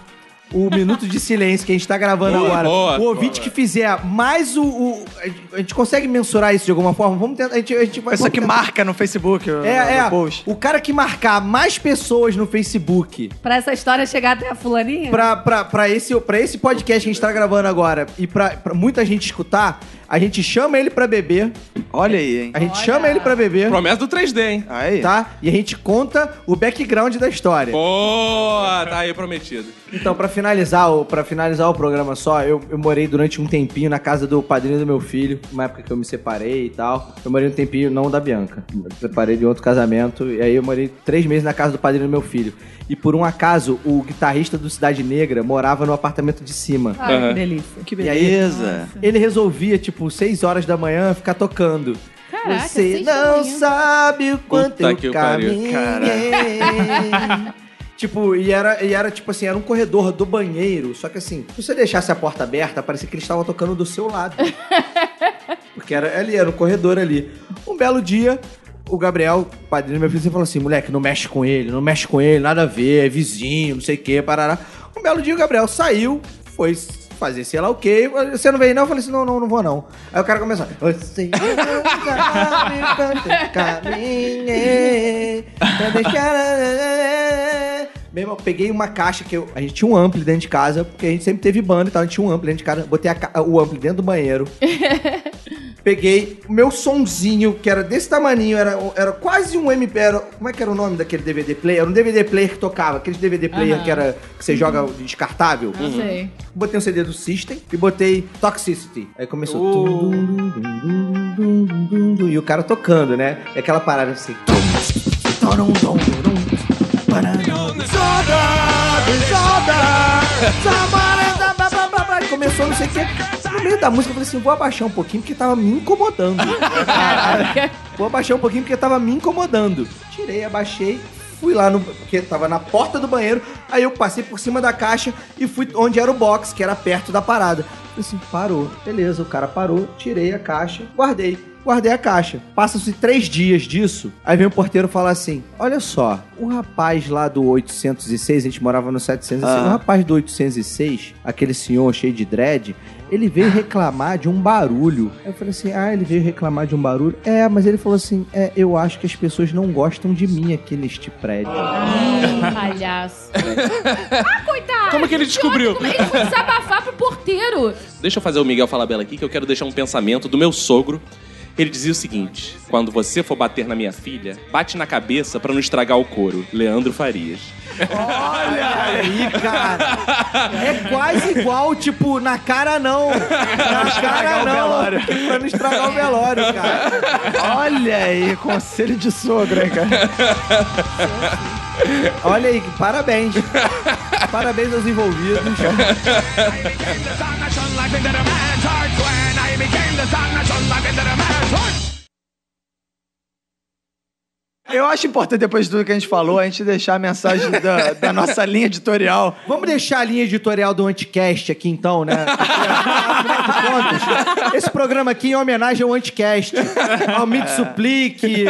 o minuto de silêncio que a gente tá gravando Boa, agora. boa, o ouvinte que fizer mais o, o- a gente- a gente consegue mensurar isso de alguma forma? Vamos tentar, a gente, a gente vai Pessoa vamos que tentar- marca no Facebook. o- É, é. o Post. O cara que marcar mais pessoas no Facebook Pra essa história chegar até a fulaninha? pra, pra, pra, esse, pra esse podcast que a gente tá gravando agora e pra, pra muita gente escutar, a gente chama ele pra beber. Olha aí, hein. A gente chama ele pra beber. Promessa do 3D, hein? Ah. Aí. tá? E a gente conta o background da história. Boa! Tá aí prometido. Então, pra finalizar, o- pra finalizar o programa só, eu, eu morei durante um tempinho na casa do padrinho do meu filho, uma época que eu me separei e tal. Eu morei um tempinho, não da Bianca. Eu me separei de outro casamento, e aí eu morei três meses na casa do padrinho do meu filho. E por um acaso, o guitarrista do Cidade Negra morava no apartamento de cima. Ai, Aham. que delícia. Que E aí- beleza. Ele resolvia, tipo, 6 horas da manhã ficar tocando. Caraca, Você seis da não manhã. sabe o quanto Puta eu que o caminhei. pariu, tipo, e era, e era tipo assim, era um corredor do banheiro. Só que assim, se você deixasse a porta aberta, parecia que eles estavam tocando do seu lado. Porque era ali, era o corredor ali. Um belo dia, o Gabriel, o padrinho do meu filho, sempre falou assim: moleque, não mexe com ele, não mexe com ele, nada a ver, é vizinho, não sei o quê, parará. Um belo dia, o Gabriel saiu, foi fazer sei lá o quê. Você não veio, não? Eu falei assim: não, não, não vou não. Aí o cara começou: Você é não sabe quanto eu caminhei é pra deixar. Meu irmão, peguei uma caixa que eu. A gente tinha um ampli dentro de casa, porque a gente sempre teve banda e tal, a gente tinha um ampli dentro de casa. Botei a ca- o ampli dentro do banheiro. Peguei o meu sonzinho, que era desse tamaninho, era, era quase um MP. Era, como é que era o nome daquele DVD player? Era um DVD player que tocava, aquele DVD player que era que você joga o descartável. Não sei. Botei um CD do System e botei Toxicity. Aí começou. tum, dum, dum, dum, dum, dum, dum, dum, e o cara tocando, né? É aquela parada assim. Torum, torum, torum, pará. Aí Começou, não sei o que. No meio da música, eu falei assim: vou abaixar um pouquinho porque tava me incomodando. vou abaixar um pouquinho porque tava me incomodando. Tirei, abaixei, fui lá no. Porque tava na porta do banheiro. Aí eu passei por cima da caixa e fui onde era o box, que era perto da parada. Falei assim: parou. Beleza, o cara parou, tirei a caixa, guardei. Guardei a caixa. Passam-se três dias disso. Aí vem o porteiro falar assim: Olha só, o rapaz lá do 806, a gente morava no 706. Ah. O rapaz do 806, aquele senhor cheio de dread, ele veio reclamar de um barulho. Aí Eu falei assim: Ah, ele veio reclamar de um barulho? É, mas ele falou assim: É, eu acho que as pessoas não gostam de mim aqui neste prédio. Palhaço. Como que ele descobriu? Como é que ele foi desabafar pro porteiro? Deixa eu fazer o Miguel falar bela aqui, que eu quero deixar um pensamento do meu sogro. Ele dizia o seguinte: quando você for bater na minha filha, bate na cabeça pra não estragar o couro. Leandro Farias. Aí, cara. É quase igual, tipo, na cara não. Na cara estragar o velório. não. Pra não estragar o velório, cara. Olha aí, conselho de sogra, hein, cara. Olha aí, parabéns. Parabéns aos envolvidos. Eu acho importante, depois de tudo que a gente falou, a gente deixar a mensagem da, da nossa linha editorial. Vamos deixar a linha editorial do Anticast aqui, então, né? Porque, afinal de contas. Esse programa aqui é em homenagem ao Anticast, ao Mito Suplique,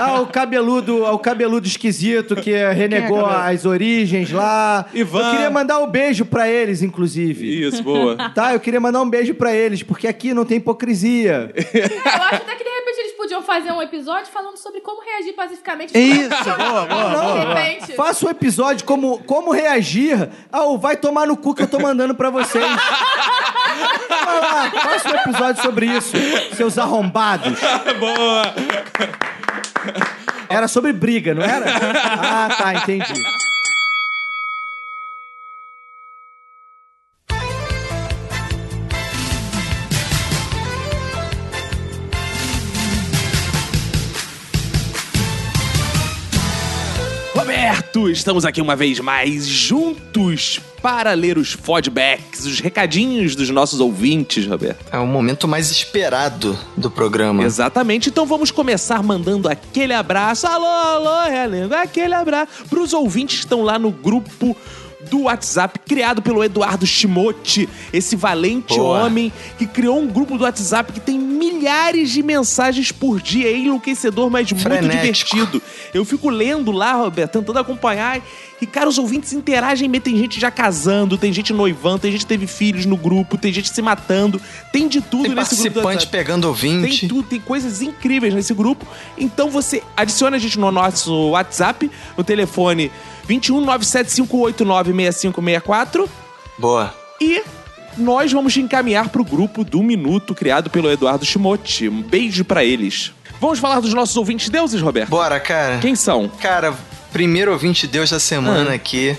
ao cabeludo, ao cabeludo esquisito que renegou as origens lá. Ivan. Eu queria mandar um beijo pra eles, inclusive. Isso, boa. Tá, eu queria mandar um beijo pra eles, porque aqui não tem hipocrisia. Eu acho até que de repente eles podiam fazer um episódio falando sobre como reagir pacificamente. Isso, boa, boa, Ah, Não, boa, de boa. repente. Faça um episódio como, como reagir ao vai tomar no cu que eu tô mandando pra vocês. Vai lá, faça um episódio sobre isso, seus arrombados. É boa. Era sobre briga, não era? Ah, tá, entendi. Roberto, estamos aqui uma vez mais juntos para ler os feedbacks, os recadinhos dos nossos ouvintes, Roberto. É o momento mais esperado do programa. Exatamente. Então vamos começar mandando aquele abraço. Alô, alô, Realengo, aquele abraço para os ouvintes que estão lá no grupo do WhatsApp criado pelo Eduardo Shimote, esse valente Boa. homem que criou um grupo do WhatsApp que tem milhares de mensagens por dia, é enlouquecedor, mas muito Frenético. divertido. Eu fico lendo lá, Roberto, tentando acompanhar. E, cara, os ouvintes interagem mesmo. Tem gente já casando, tem gente noivando, tem gente que teve filhos no grupo, tem gente se matando. Tem de tudo Tem nesse grupo. do participante WhatsApp. pegando ouvinte. Tem tudo, tem coisas incríveis nesse grupo. Então você adiciona a gente no nosso WhatsApp, no telefone 21 6564 Boa. e nós vamos te encaminhar pro grupo do Minuto criado pelo Eduardo Shimote. Um beijo pra eles. Vamos falar dos nossos ouvintes deuses, Roberto? Bora, cara. Quem são? Cara, primeiro ouvinte Deus da Ah. semana aqui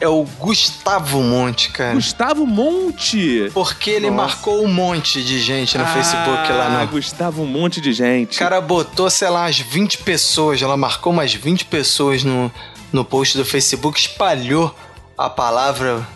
é o Gustavo Monte, cara. Gustavo Monte. Porque ele Nossa. marcou um monte de gente no Ah, Facebook lá no. Gustavo, um monte de gente. O cara botou, sei lá, umas 20 pessoas, ela marcou umas 20 pessoas no, no post do Facebook, espalhou a palavra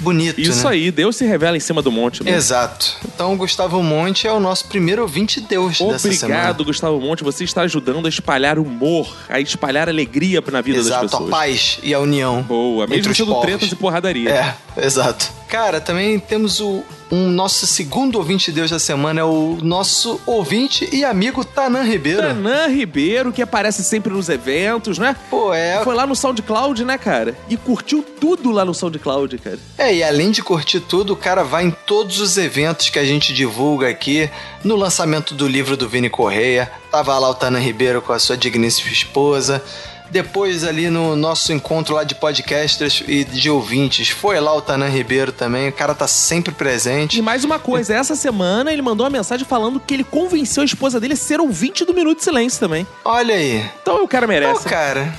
bonito, Isso né? aí, Deus se revela em cima do monte mesmo. Exato. Então o Gustavo Monte é o nosso primeiro ouvinte Deus dessa semana. Obrigado, Gustavo Monte. Você está ajudando a espalhar humor, a espalhar alegria na vida das Exato, a pessoas. paz e a união. Boa, entre mesmo os sendo povos. tretas e porradaria. É, exato. Cara, também temos o um nosso segundo ouvinte Deus da semana, é o nosso ouvinte e amigo Tanan Ribeiro. Tanã Ribeiro, que aparece sempre nos eventos, né? Pô, é, Foi lá no SoundCloud, né, cara? E curtiu tudo lá no SoundCloud, cara. é, e além de curtir tudo, o cara vai em todos os eventos que a gente divulga aqui, no lançamento do livro do Vini Correia, tava lá o Tanan Ribeiro com a sua digníssima esposa, depois ali no nosso encontro lá de podcasters e de ouvintes, foi lá o Tanan Ribeiro também, o cara tá sempre presente. E mais uma coisa, essa semana ele mandou uma mensagem falando que ele convenceu a esposa dele a ser ouvinte do Minuto de Silêncio também. Olha aí, Então o cara Não, merece. cara.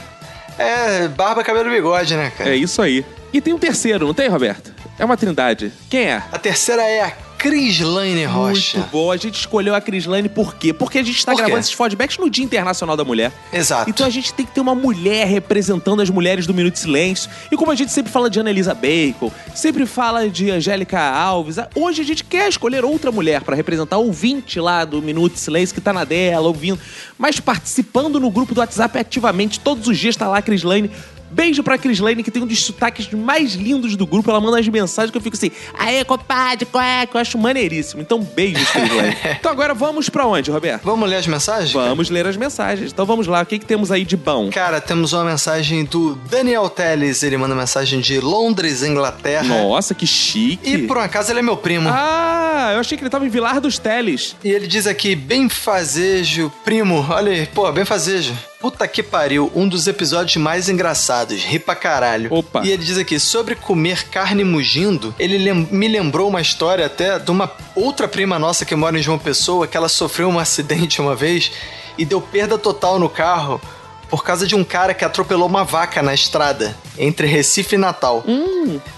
É barba, cabelo e bigode, né, cara? É isso aí. E tem um terceiro, não tem, Roberto? É uma trindade. Quem é? A terceira é a Cris Lane Rocha. Muito boa. A gente escolheu a Crislane por quê? Porque a gente tá Por quê? gravando esses feedbacks no Dia Internacional da Mulher. Exato. Então a gente tem que ter uma mulher representando as mulheres do Minuto de Silêncio. E como a gente sempre fala de Ana Elisa Bacon, sempre fala de Angélica Alves, a- hoje a gente quer escolher outra mulher pra representar o ouvinte lá do Minuto de Silêncio, que tá na dela, ouvindo, mas participando no grupo do WhatsApp ativamente. Todos os dias tá lá a Crislane. Beijo pra Crislane, que tem um dos sotaques mais lindos do grupo. Ela manda as mensagens que eu fico assim, aê, compadre, qual é? Que eu acho maneiríssimo. Então, beijos, Crislane. então agora vamos pra onde, Roberto? Vamos ler as mensagens? cara? Vamos ler as mensagens. Então vamos lá, o que, que temos aí de bom? Cara, temos uma mensagem do Daniel Teles. Ele manda mensagem de Londres, Inglaterra. Nossa, que chique. E por um acaso ele é meu primo. Ah, eu achei que ele tava em Vilar dos Teles. E ele diz aqui, bem fazejo, primo. Olha aí, pô, bem fazejo. Puta que pariu, um dos episódios mais engraçados. Ri pra caralho. Opa. E ele diz aqui, sobre comer carne mugindo, ele lem- me lembrou uma história até de uma outra prima nossa que mora em João Pessoa, que ela sofreu um acidente uma vez e deu perda total no carro por causa de um cara que atropelou uma vaca na estrada entre Recife e Natal.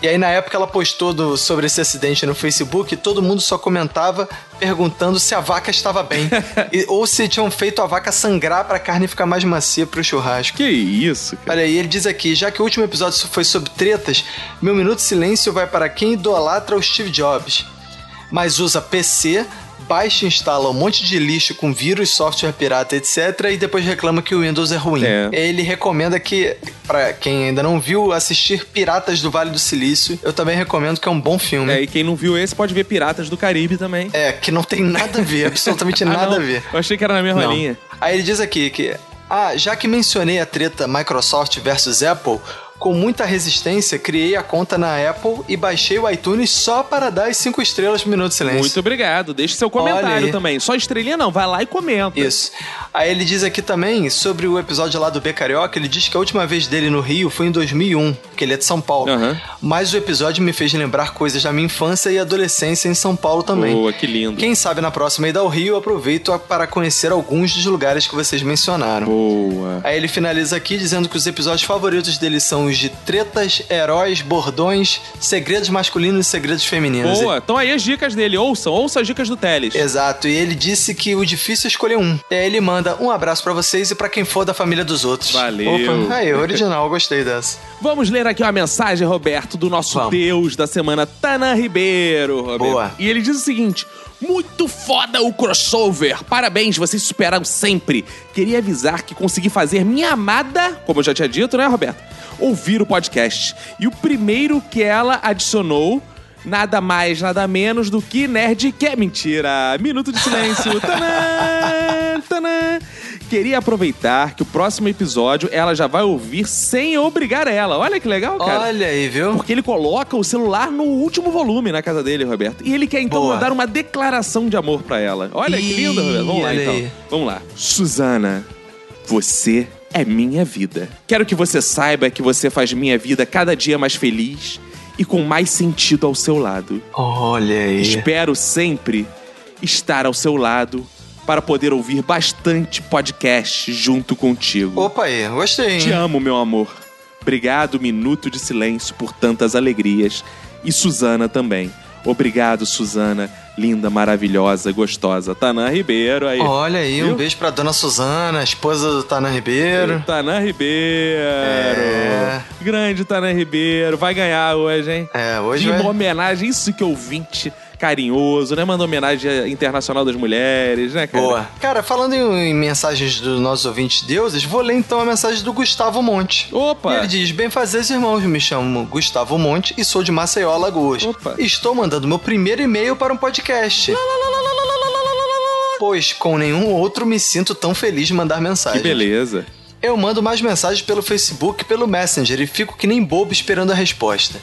E aí na época ela postou do- sobre esse acidente no Facebook e todo mundo só comentava perguntando se a vaca estava bem E- ou se tinham feito a vaca sangrar para a carne ficar mais macia para o churrasco. Que isso, cara. Olha aí, ele diz aqui, já que o último episódio foi sobre tretas, meu minuto de silêncio vai para quem idolatra o Steve Jobs, mas usa PC baixa e instala um monte de lixo com vírus, software pirata, etc. E depois reclama que o Windows é ruim. É. Ele recomenda que, pra É, quem ainda não viu, assistir Piratas do Vale do Silício. Eu também recomendo que é um bom filme. É, e quem não viu esse pode ver Piratas do Caribe também. É, que não tem nada a ver, absolutamente Ah, nada não. a ver. Eu achei que era na mesma Não. linha. Aí ele diz aqui que, ah, já que mencionei a treta Microsoft versus Apple, com muita resistência criei a conta na Apple e baixei o iTunes só para dar as 5 estrelas por Minuto de Silêncio. Muito obrigado. Deixe seu Olha comentário aí. também. Só estrelinha não, vai lá e comenta. Isso. Aí ele diz aqui também sobre o episódio lá do B Carioca, ele diz que a última vez dele no Rio foi em 2001, porque ele é de São Paulo. Aham. Mas o episódio me fez lembrar coisas da minha infância e adolescência em São Paulo também. Boa, que lindo. Quem sabe na próxima ida ao Rio, eu aproveito a- para conhecer alguns dos lugares que vocês mencionaram. Boa. Aí ele finaliza aqui dizendo que os episódios favoritos dele são os de tretas, heróis, bordões, segredos masculinos e segredos femininos. Boa. Então aí as dicas dele. Ouçam, ouçam as dicas do Teles. Exato, e ele disse que o difícil é escolher um. E aí ele manda um abraço pra vocês e pra quem for da família dos outros. Valeu. Opa, aí, original, gostei dessa. Vamos ler aqui uma mensagem, Roberto, do nosso Vamos. Deus da semana, Tana Ribeiro, Roberto. Boa. E ele diz o seguinte: muito foda o crossover! Parabéns, vocês superaram sempre. Queria avisar que consegui fazer minha amada, como eu já tinha dito, né, Roberto? Ouvir o podcast. E o primeiro que ela adicionou. Nada mais, nada menos do que Nerd que é mentira. Minuto de silêncio. Tanã, tanã. Queria aproveitar que o próximo episódio ela já vai ouvir sem eu obrigar ela. Olha que legal, cara. Olha aí, viu? Porque ele coloca o celular no último volume na casa dele, Roberto. E ele quer então Boa. mandar uma declaração de amor pra ela. Olha que Ih, lindo, Roberto. Vamos lá olha então. aí. Vamos lá. Suzana, você é minha vida. Quero que você saiba que você faz minha vida cada dia mais feliz e com mais sentido ao seu lado. Olha aí. Espero sempre estar ao seu lado para poder ouvir bastante podcast junto contigo. Opa aí, gostei, Te hein? amo, meu amor. Obrigado, Minuto de Silêncio, por tantas alegrias. E Suzana também. Obrigado, Suzana. Linda, maravilhosa, gostosa. Tanã Ribeiro aí. Olha aí, Viu? um beijo pra dona Suzana, esposa do Tana Ribeiro. Tanã Ribeiro. É. Grande Tanã Ribeiro. Vai ganhar hoje, hein? É, hoje Que vai... homenagem, isso que ouvinte carinhoso, né? Manda homenagem à internacional das mulheres, né, cara? Boa. Cara, falando em, em mensagens dos nossos ouvintes deuses, vou ler então a mensagem do Gustavo Monte. Opa! Ele diz: Bem fazer, irmãos, me chamo Gustavo Monte e sou de Maceió, Alagoas. Opa. Estou mandando meu primeiro e-mail para um podcast. Pois com nenhum outro me sinto tão feliz de mandar que mensagem. beleza. Eu mando mais mensagens pelo Facebook e pelo Messenger e fico que nem bobo esperando a resposta.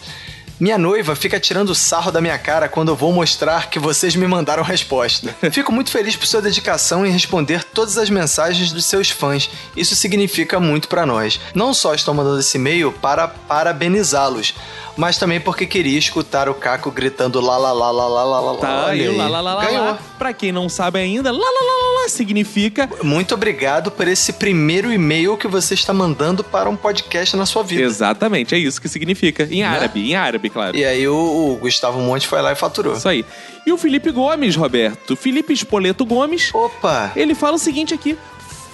Minha noiva fica tirando sarro da minha cara quando eu vou mostrar que vocês me mandaram resposta. Fico muito feliz por sua dedicação em responder todas as mensagens dos seus fãs. Isso significa muito pra nós. Não só estou mandando esse e-mail para parabenizá-los, mas também porque queria escutar o Caco gritando lá lá lá lá lá lá lá. Tá Olha aí, o lá, lá, lá, lá, Ganhou. lá. Pra quem não sabe ainda, lá, lá, lá, lá, lá significa Muito obrigado por esse primeiro e-mail que você está mandando para um podcast na sua vida. Né? Exatamente, é isso que significa. Em árabe, em árabe, claro. E aí o, o Gustavo Monte foi lá e faturou. Isso aí. E o Felipe Gomes, Roberto. Felipe Espoleto Gomes, Opa! ele fala o seguinte aqui.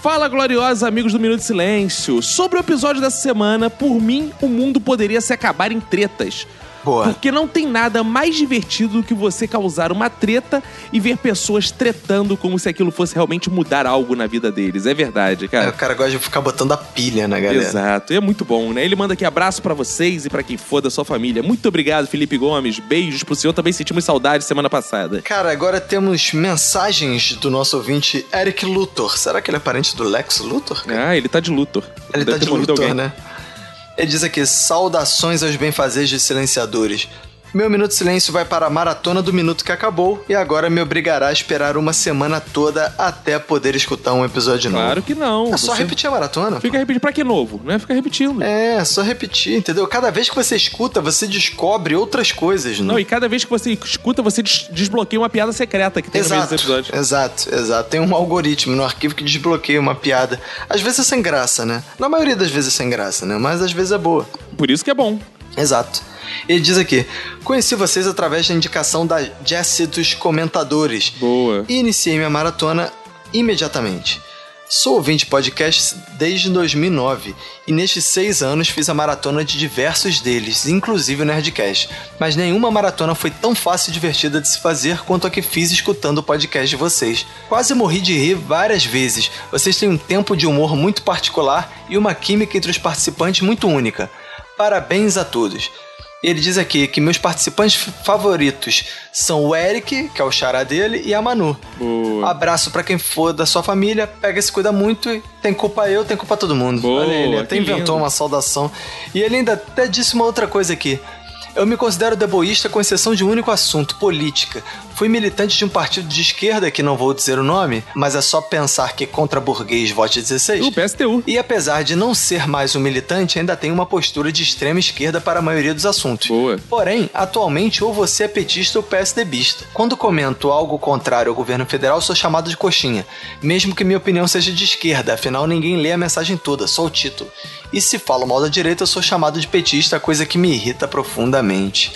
Fala, gloriosos amigos do Minuto de Silêncio. Sobre o episódio dessa semana, por mim, o mundo poderia se acabar em tretas. Boa. Porque não tem nada mais divertido do que você causar uma treta e ver pessoas tretando como se aquilo fosse realmente mudar algo na vida deles. É verdade, É, cara. o cara gosta de ficar botando a pilha na galera. Exato, e é muito bom, né? Ele manda aqui abraço pra vocês e pra quem for da sua família. Muito obrigado, Felipe Gomes. Beijos pro senhor. Também sentimos saudade semana passada. Cara, agora temos mensagens do nosso ouvinte Eric Luthor. Será que ele é parente do Lex Luthor? Ah, ele tá de luto. Deve Ele tá ter de morrido Luthor, alguém. né? Ele diz aqui: saudações aos benfazejos e silenciadores. Meu minuto de silêncio vai para a maratona do minuto que acabou e agora me obrigará a esperar uma semana toda até poder escutar um episódio Claro novo. que não. É só Você repetir a maratona. Fica repetindo. Pra que novo, né? Fica repetindo. É, é só repetir, entendeu? Cada vez que você escuta, você descobre outras coisas, né? Não, e cada vez que você escuta, você des- desbloqueia uma piada secreta que tem no meio Exato, dos episódios. exato, exato. Tem um algoritmo no arquivo que desbloqueia uma piada. Às vezes é sem graça, né? Na maioria das vezes é sem graça, né? Mas às vezes é boa. Por isso que é bom. Exato. Ele diz aqui: conheci vocês através da indicação da Jessie dos comentadores Boa. e iniciei minha maratona imediatamente. Sou ouvinte de podcasts desde 2009 e nestes seis anos fiz a maratona de diversos deles, inclusive o Nerdcast. Mas nenhuma maratona foi tão fácil e divertida de se fazer quanto a que fiz escutando o podcast de vocês. Quase morri de rir várias vezes. Vocês têm um tempo de humor muito particular e uma química entre os participantes muito única. Parabéns a todos. E ele diz aqui que meus participantes f- favoritos são o Eric, que é o xará dele, e a Manu. Abraço pra quem for da sua família, pega e se cuida muito. e Tem culpa eu, tem culpa todo mundo. Boa, Olha ele, até que inventou lindo. uma saudação. E ele ainda até disse uma outra coisa aqui. Eu me considero deboísta com exceção de um único assunto, política. Fui militante de um partido de esquerda, que não vou dizer o nome, mas é só pensar que contra burguês vote 16. O PSTU. E apesar de não ser mais um militante, ainda tem uma postura de extrema esquerda para a maioria dos assuntos. Boa. Porém, atualmente ou você é petista ou PSDBista. Quando comento algo contrário ao governo federal, sou chamado de coxinha, mesmo que minha opinião seja de esquerda, afinal ninguém lê a mensagem toda, só o título. E se falo mal da direita, sou chamado de petista, coisa que me irrita profundamente.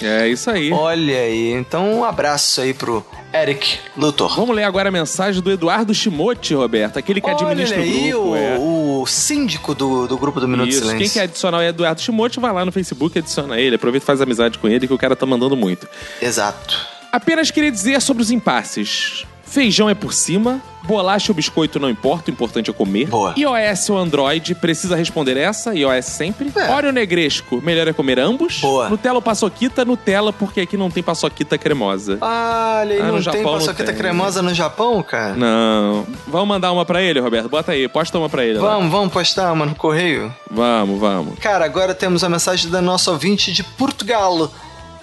É isso aí. Olha aí, então um abraço aí pro Eric Luthor. Vamos ler agora a mensagem do Eduardo Shimote, Roberto, aquele que administra Olha aí o grupo. é. o, o síndico do, do grupo do Minuto Isso. de Silêncio. Quem é? quer adicionar o Eduardo Shimote, vai lá no Facebook e adiciona ele. Aproveita e faz amizade com ele, que o cara tá mandando muito. Exato. Apenas queria dizer sobre os impasses. Feijão é por cima, bolacha ou biscoito não importa, o importante é comer. Boa. iOS ou Android, precisa responder essa, iOS sempre. É. Oreo negresco, melhor é comer ambos. Boa. Nutella ou paçoquita, Nutella, porque aqui não tem paçoquita cremosa. Olha, e Ah, no não Japão tem não paçoquita tem. cremosa no Japão, cara? Não. Vamos mandar uma pra ele, Roberto? Bota aí, posta uma pra ele. lá. Vamos, vamos postar uma no correio? Vamos, vamos. Cara, agora temos a mensagem da nossa ouvinte de Portugal,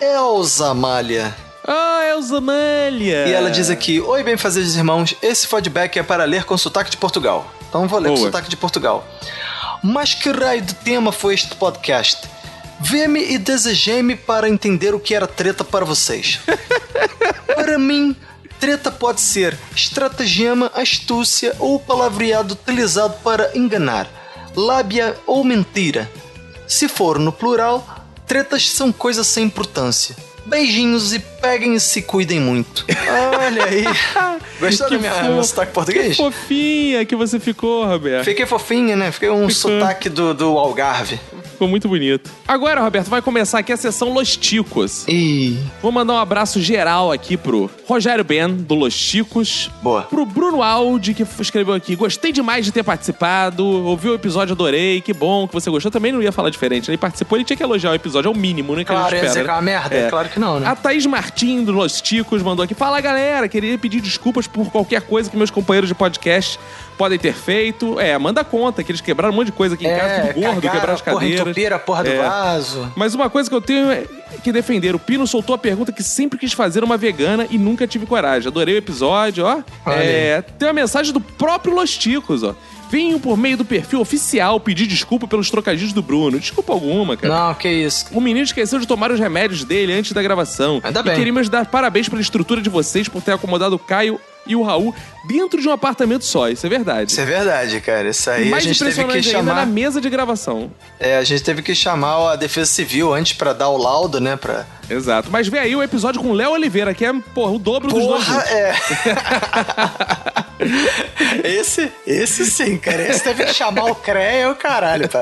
Elza Malha. Ah, Elza Malha! E ela diz aqui: Oi, bem fazeres irmãos, esse feedback é para ler com sotaque de Portugal. Então vou ler com Boa. sotaque de Portugal. Mas que raio de tema foi este podcast? Vê-me e desejei-me para entender o que era treta para vocês. para mim, treta pode ser estratagema, astúcia ou palavreado utilizado para enganar, lábia ou mentira. Se for no plural, tretas são coisas sem importância. Beijinhos e peguem e se cuidem muito. Olha aí. Gostou Que do minha- fofo. meu sotaque Que português? fofinha que você ficou, Roberto. Fiquei fofinha, né? Fiquei um sotaque do, do Algarve. Ficou muito bonito. Agora, Roberto, vai começar aqui a sessão Los Ticos. E Vou mandar um abraço geral aqui pro Rogério Ben, do Los Chicos. Boa. Pro Bruno Aldi, que escreveu aqui. Gostei demais de ter participado. Ouvi o episódio, adorei. Que bom que você gostou. Também não ia falar diferente, né? Ele participou, ele tinha que elogiar o episódio, é o mínimo, né? Que a claro, ia gente dizer espera. que é uma merda. É. Claro que não, né? A Thaís Martim, do Los Ticos, mandou aqui. Fala, galera. Queria pedir desculpas por qualquer coisa que meus companheiros de podcast podem ter feito. É, manda conta, que eles quebraram um monte de coisa aqui em casa, tudo gordo, É, cagaram quebraram as a porra, cadeiras. entupiram a porra É. do vaso. Mas uma coisa que eu tenho é que defender. O Pino soltou a pergunta que sempre quis fazer uma vegana e nunca tive coragem. Adorei o episódio, ó. Olha É, tem uma mensagem do próprio Los Ticos, ó. Venho por meio do perfil oficial pedir desculpa pelos trocadilhos do Bruno. Desculpa alguma, cara. Não, que isso. O menino esqueceu de tomar os remédios dele antes da gravação. Ainda e bem. queria me dar parabéns pela estrutura de vocês por ter acomodado o Caio e o Raul dentro de um apartamento só. Isso é verdade. Isso é verdade, cara. Isso aí Mais a gente teve impressionante que ainda é né? na chamar. mesa de gravação. É, a gente teve que chamar a Defesa Civil antes pra dar o laudo, né? Pra... Exato. Mas vem aí o episódio com o Léo Oliveira, que é, porra, o dobro dos dois. Porra, juntos. é. esse, esse sim, cara. Esse teve que chamar o CREA e o caralho, tá?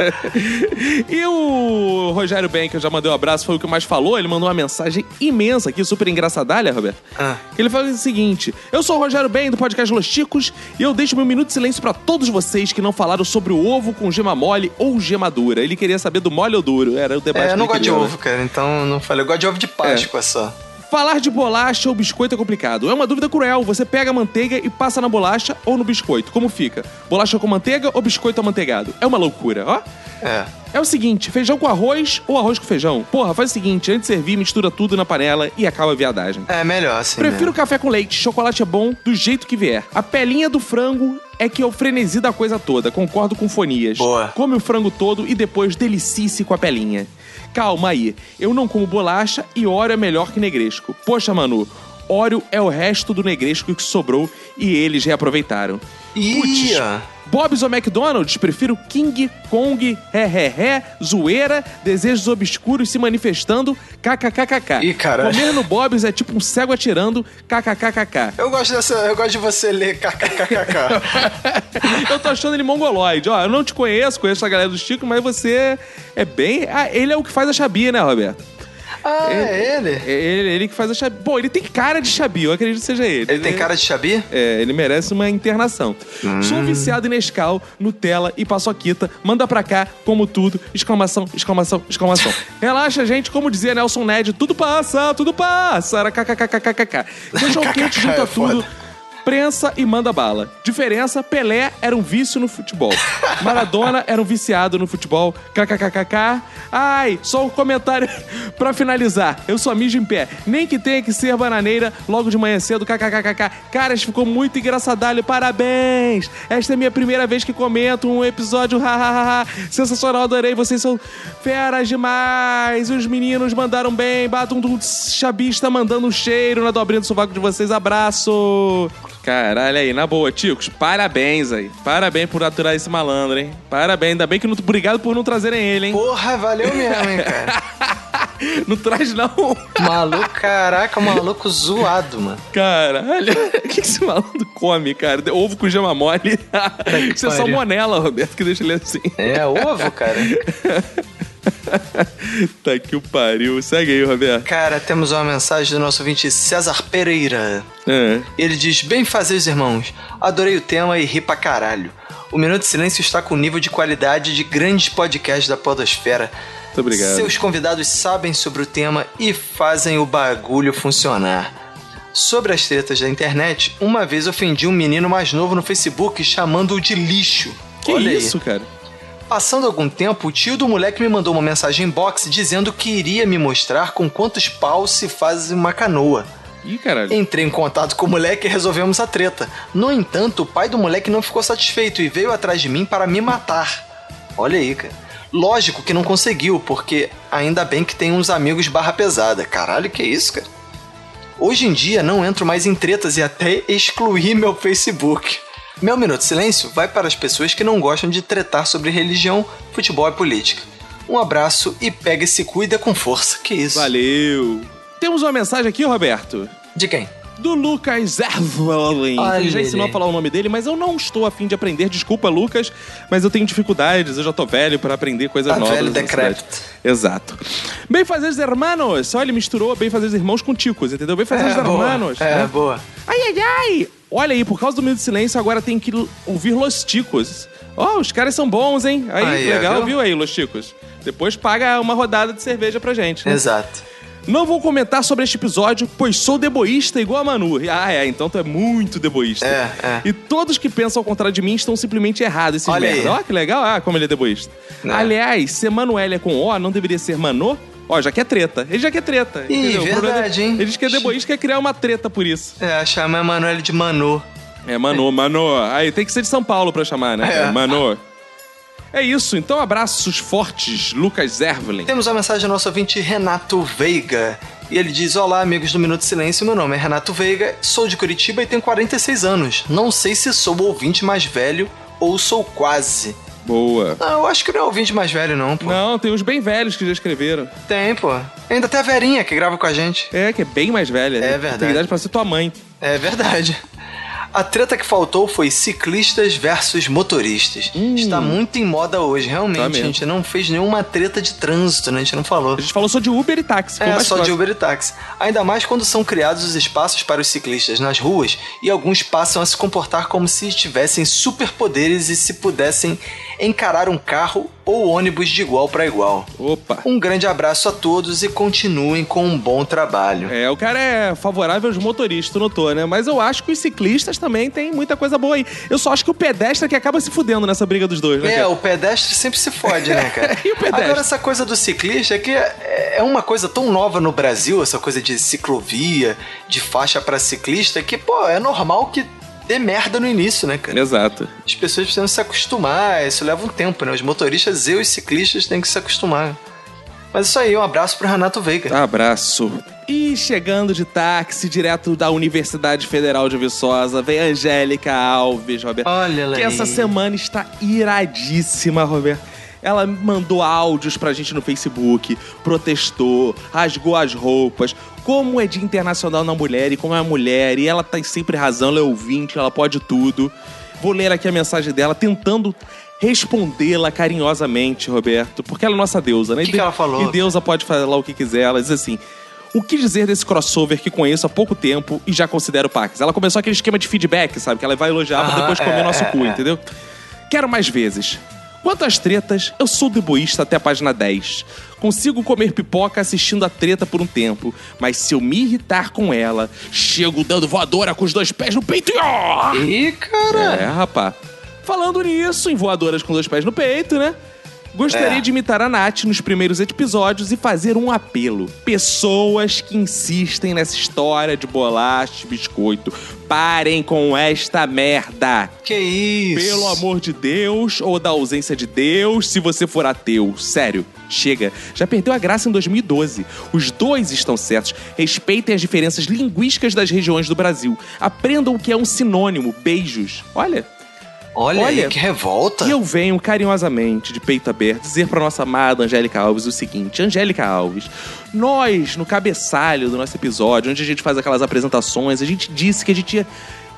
E o Rogério Ben, que eu já mandei um abraço, foi o que mais falou. Ele mandou uma mensagem imensa aqui, super engraçadalha, Roberto. Ah. Ele fala o seguinte: Eu sou o Rogério Ben, do podcast Los Ticos, e eu deixo meu minuto de silêncio pra todos vocês que não falaram sobre o ovo com gema mole ou gema dura. Ele queria saber do mole ou duro. Era o debate É, eu que não ele gosto de queria, né? ovo, cara. Então não falei. Eu gosto de ovo de Páscoa só. Falar de bolacha ou biscoito é complicado. É uma dúvida cruel. Você pega a manteiga e passa na bolacha ou no biscoito. Como fica? Bolacha com manteiga ou biscoito amanteigado? É uma loucura, ó. É. É o seguinte, feijão com arroz ou arroz com feijão? Porra, faz o seguinte, antes de servir, mistura tudo na panela e acaba a viadagem. É melhor assim. Prefiro né? café com leite, chocolate é bom do jeito que vier. A pelinha do frango é que é o frenesi da coisa toda, concordo com fonias. Boa. Come o frango todo e depois delicie-se com a pelinha. Calma aí, eu não como bolacha e óleo é melhor que negresco. Poxa, Manu, óleo é o resto do negresco que sobrou e eles reaproveitaram. Ih, ó. Bob's ou McDonald's, prefiro King Kong, ré, ré, ré, zoeira, desejos obscuros se manifestando, kkkk. Ih, caralho. Comer no Bob's é tipo um cego atirando, kkkk. Eu gosto dessa. Eu gosto de você ler kkkkk. eu tô achando ele mongoloide. Ó, eu não te conheço, conheço a galera do Chico, mas você é bem. Ah, ele é o que faz a Xabi, né, Roberto? Ah, é ele? É ele, ele que faz a Xabi. Bom, ele tem cara de Xabi, eu acredito que seja ele. Ele tem cara de Xabi? É, ele merece uma internação. Hum. Sou viciado em Nescau, Nutella e paçoquita. Manda pra cá, como tudo. Exclamação, exclamação, exclamação. Relaxa, gente. Como dizia Nelson Ned, tudo passa, tudo passa. Era kkkkkkk. Feijão quente junta É foda. tudo. Prensa e manda bala. Diferença, Pelé era um vício no futebol. Maradona era um viciado no futebol. KKKKK. Ai, só um comentário pra finalizar. Eu só mijo em pé. Nem que tenha que ser bananeira logo de manhã cedo. KKKKK. Caras, ficou muito engraçadalho. Parabéns. Esta é minha primeira vez que comento um episódio. Hahaha. Sensacional, adorei. Vocês são feras demais. Os meninos mandaram bem. Batum do Xabista mandando um cheiro na dobrinha do sovaco de vocês. Abraço. Caralho, aí, na boa, Ticos, parabéns aí. Parabéns por aturar esse malandro, hein? Parabéns, ainda bem que não. Obrigado por não trazerem ele, hein? Porra, valeu mesmo, hein, cara. Não traz, não. Maluco, caraca, maluco zoado, mano. Caralho, o que esse malandro come, cara? Ovo com gema mole. Isso é pariu. salmonela, Roberto, que deixa ele assim. É ovo, cara. Tá que o pariu. Segue aí, Roberto. Cara, temos uma mensagem do nosso ouvinte César Pereira. É. Ele diz: Bem fazer os irmãos. Adorei o tema e ri pra caralho. O Minuto de Silêncio está com o nível de qualidade de grandes podcasts da Podosfera. Muito obrigado. Seus convidados sabem sobre o tema e fazem o bagulho funcionar. Sobre as tretas da internet, uma vez ofendi um menino mais novo no Facebook chamando-o de lixo. Que Olha aí. isso, cara? Passando algum tempo, o tio do moleque me mandou uma mensagem em box dizendo que iria me mostrar com quantos paus se faz uma canoa. Ih, caralho. Entrei em contato com o moleque e resolvemos a treta. No entanto, o pai do moleque não ficou satisfeito e veio atrás de mim para me matar. Olha aí, cara. Lógico que não conseguiu, porque ainda bem que tem uns amigos barra pesada. Caralho, que isso, cara? Hoje em dia não entro mais em tretas e até excluí meu Facebook. Meu minuto de silêncio vai para as pessoas que não gostam de tretar sobre religião, futebol e política. Um abraço e pega e se cuida com força. Que isso? Valeu. Temos uma mensagem aqui, Roberto. De quem? do Lucas Ervlin. Olha Ele já ele. ensinou a falar o nome dele, mas eu não estou afim de aprender. Desculpa, Lucas, mas eu tenho dificuldades. Eu já tô velho para aprender coisas Tá novas. velho, nessa decrépito. idade. Exato. Bem fazeres hermanos. Olha, ele misturou bem fazeres irmãos com ticos, entendeu? Bem fazeres boa. hermanos. É, né? boa. Ai, ai, ai! Olha aí, por causa do medo de silêncio, agora tem que l- ouvir Los Ticos. Ó, os caras são bons, hein? Aí, Aí, ó, legal, viu? viu aí, Los Ticos? Depois paga uma rodada de cerveja pra gente. né? Exato. Não vou comentar sobre este episódio, pois sou deboísta igual a Manu. Ah, é, então tu é muito deboísta. É, é. E todos que pensam ao contrário de mim estão simplesmente errados, esses Olha aí. merda. Ó, que legal, ah, como ele é deboísta. É. Aliás, ser Manuélia com O não deveria ser Manô? Ó, já que é treta. Ele já quer treta. Ih, entendeu? O problema verdade, dele- hein? Ele diz que é deboísta quer criar uma treta por isso. É, chamar Emanuele de Manu. É Manô, Manô. Aí tem que ser de São Paulo pra chamar, né? É. Manô. É isso, então abraços fortes, Lucas Ervelin. Temos uma mensagem do nosso ouvinte Renato Veiga. E ele diz: Olá, amigos do Minuto de Silêncio, meu nome é Renato Veiga, sou de Curitiba e tenho 46 anos. Não sei se sou o ouvinte mais velho ou sou quase. Boa. Ah, eu acho que não é o ouvinte mais velho, não, pô. Não, tem uns bem velhos que já escreveram. Tem, pô. Ainda tem a Verinha que grava com a gente. É, que é bem mais velha. né? verdade. Tem idade pra ser tua mãe. É verdade. A treta que faltou foi ciclistas versus motoristas. Está muito em moda hoje, realmente. Tá a mesmo. gente não fez nenhuma treta de trânsito, né? A gente não falou. A gente falou só de Uber e táxi. ficou É, mais só de próximo. Uber e táxi. Ainda mais quando são criados os espaços para os ciclistas nas ruas e alguns passam a se comportar como se tivessem superpoderes e se pudessem encarar um carro ou ônibus de igual para igual. Opa. Um grande abraço a todos e continuem com um bom trabalho. É, o cara é favorável aos motoristas, tu notou, né? Mas eu acho que os ciclistas também tem muita coisa boa aí. Eu só acho que o pedestre é que acaba se fudendo nessa briga dos dois, né? É, cara? o pedestre sempre se fode, né, cara? E o pedestre? Agora, essa coisa do ciclista é que é é uma coisa tão nova no Brasil, essa coisa de ciclovia, de faixa para ciclista, que, pô, é normal que dê merda no início, né, cara? Exato. As pessoas precisam se acostumar, isso leva um tempo, né? Os motoristas e os ciclistas têm que se acostumar. Mas isso aí, um abraço pro Renato Veiga. Abraço. E chegando de táxi direto da Universidade Federal de Viçosa, vem a Angélica Alves, Roberto. Olha ela Que aí. essa semana está iradíssima, Roberto. Ela mandou áudios pra gente no Facebook, protestou, rasgou as roupas. Como é Dia Internacional na Mulher e como é a mulher, e ela tá sempre razão, ela é ouvinte, ela pode tudo. Vou ler aqui a mensagem dela, tentando respondê-la carinhosamente, Roberto, porque ela é nossa deusa, né? O que que ela falou? E deusa pode falar o que quiser. Ela diz assim: o que dizer desse crossover que conheço há pouco tempo e já considero Pax? Ela começou aquele esquema de feedback, sabe? Que ela vai elogiar pra Aham, depois comer é, nosso é, cu, é. entendeu? Quero mais vezes. Quanto às tretas, eu sou deboísta até a página 10. Consigo comer pipoca assistindo a treta por um tempo, mas se eu me irritar com ela, chego dando voadora com os dois pés no peito e ó! Ih, cara. É, rapá. Falando nisso, em voadoras com dois pés no peito, né? Gostaria É. de imitar a Nath nos primeiros episódios e fazer um apelo. Pessoas que insistem nessa história de bolacha, e biscoito, parem com esta merda. Que isso. Pelo amor de Deus ou da ausência de Deus, se você for ateu. Sério, chega. Já perdeu a graça em 2012. Os dois estão certos. Respeitem as diferenças linguísticas das regiões do Brasil. Aprendam o que é um sinônimo. Beijos. Olha. Olha, Olha. aí, que revolta. E eu venho carinhosamente, de peito aberto, dizer pra nossa amada Angélica Alves o seguinte: Angélica Alves, nós, no cabeçalho do nosso episódio, onde a gente faz aquelas apresentações, a gente disse que a gente ia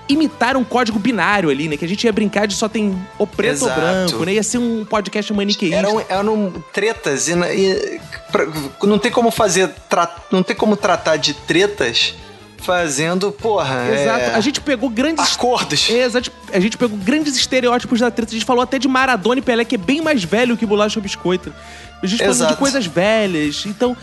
imitar um código binário ali, né? Que a gente ia brincar de só tem o preto Exato. um- ou branco, né? Ia ser um podcast maniqueísta. Eram, eram tretas e, na- e pra- não tem como fazer tra- não tem como tratar de tretas fazendo porra Exato. é, A gente pegou grandes acordos É, Exato. A gente pegou grandes estereótipos da treta. A gente falou até de Maradona e Pelé, que é bem mais velho que Bolacha ou Biscoito. A gente falou de Exato. coisas velhas. Então,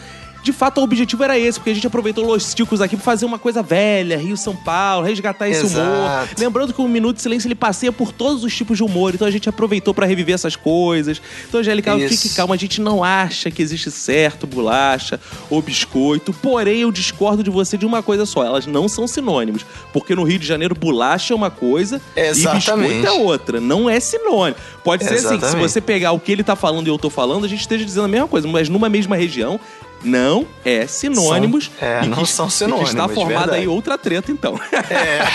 de fato, o objetivo era esse, porque a gente aproveitou Los Ticos aqui pra fazer uma coisa velha, Rio-São Paulo, resgatar esse Exato. humor. Lembrando que o Minuto de Silêncio, ele passeia por todos os tipos de humor. Então, a gente aproveitou pra reviver essas coisas. Então, Angélica, Isso. fique calma. A gente não acha que existe certo bolacha ou biscoito. Porém, eu discordo de você de uma coisa só. Elas não são sinônimos. Porque no Rio de Janeiro, bolacha é uma coisa e Exatamente. biscoito é outra. Não é sinônimo. Pode ser assim, se Exatamente. você pegar o que ele tá falando e eu tô falando, a gente esteja dizendo a mesma coisa, mas numa mesma região. Não é sinônimos. São- é, E não são e sinônimos, está formada verdade. aí outra treta, então. É.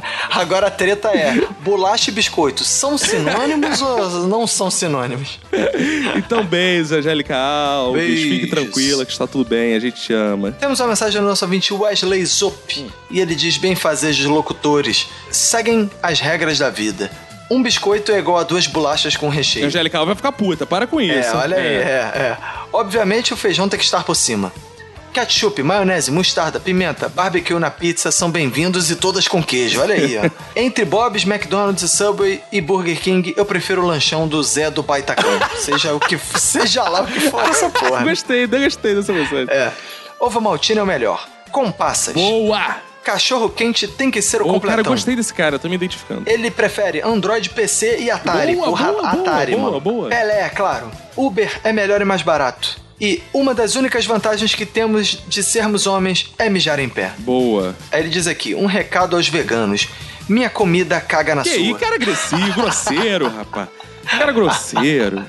agora a treta é bolacha e biscoito são sinônimos ou não são sinônimos então, beijos, Angélica Alves. Beijos. Fique tranquila que está tudo bem, a gente te ama. Temos uma mensagem do nosso ouvinte Wesley Zopin, e ele diz bem fazer de locutores. Seguem as regras da vida. Um biscoito é igual a duas bolachas com recheio. Angélica Alves vai ficar puta, para com isso. É, olha aí, é, é. Obviamente o feijão tem que estar por cima. Ketchup, maionese, mostarda, pimenta, barbecue na pizza são bem-vindos e todas com queijo, olha aí, ó. Entre Bob's, McDonald's, Subway e Burger King, eu prefiro o lanchão do Zé do Baitacão. seja, o que, seja lá o que for essa porra. né? Gostei, gostei dessa mensagem. É. Ovo maltine é o melhor. Com passas. Boa! Cachorro quente tem que ser o Ô, cara, eu completão. gostei desse cara, eu tô me identificando. Ele prefere Android, PC e Atari. Boa, o ra- boa, boa, Atari, boa, mano. boa. Pelé, é claro. Uber é melhor e mais barato. E uma das únicas vantagens que temos de sermos homens é mijar em pé. Boa. Aí ele diz aqui, um recado aos veganos. Minha comida caga na Que sua. aí, cara agressivo, grosseiro, rapaz. Cara grosseiro.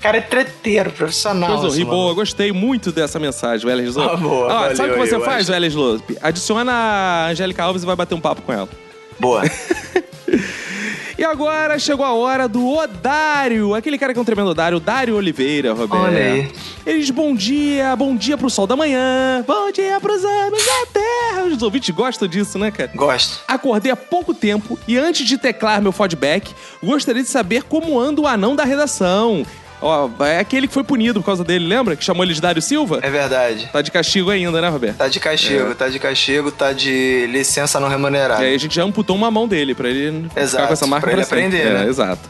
Cara é treteiro, profissional. assim, Coisa esse horrível. maluco. Boa, gostei muito dessa mensagem, Welles Lopes. Tá né? Ah, boa, Ó, valeu sabe o que aí, você eu faz, acho. Welles Lopes? Adiciona a Angélica Alves e vai bater um papo com ela. Boa. E agora chegou a hora do Odário, aquele cara que é um tremendo Odário, Dário Oliveira, Roberto. Olha aí. Eles, bom dia, bom dia pro sol da manhã, bom dia pros anos da terra. Os ouvintes gostam disso, né, cara? Gosto. Acordei há pouco tempo e antes de teclar meu feedback, gostaria de saber como anda o anão da redação. Ó, é aquele que foi punido por causa dele, lembra? Que chamou ele de Dário Silva? É verdade. Tá de castigo ainda, né, Roberto? Tá de castigo, tá de castigo, tá de licença não remunerada. E aí a gente já amputou uma mão dele pra ele ficar Exato, com essa marca pra ele sempre. aprender, É, né? Exato.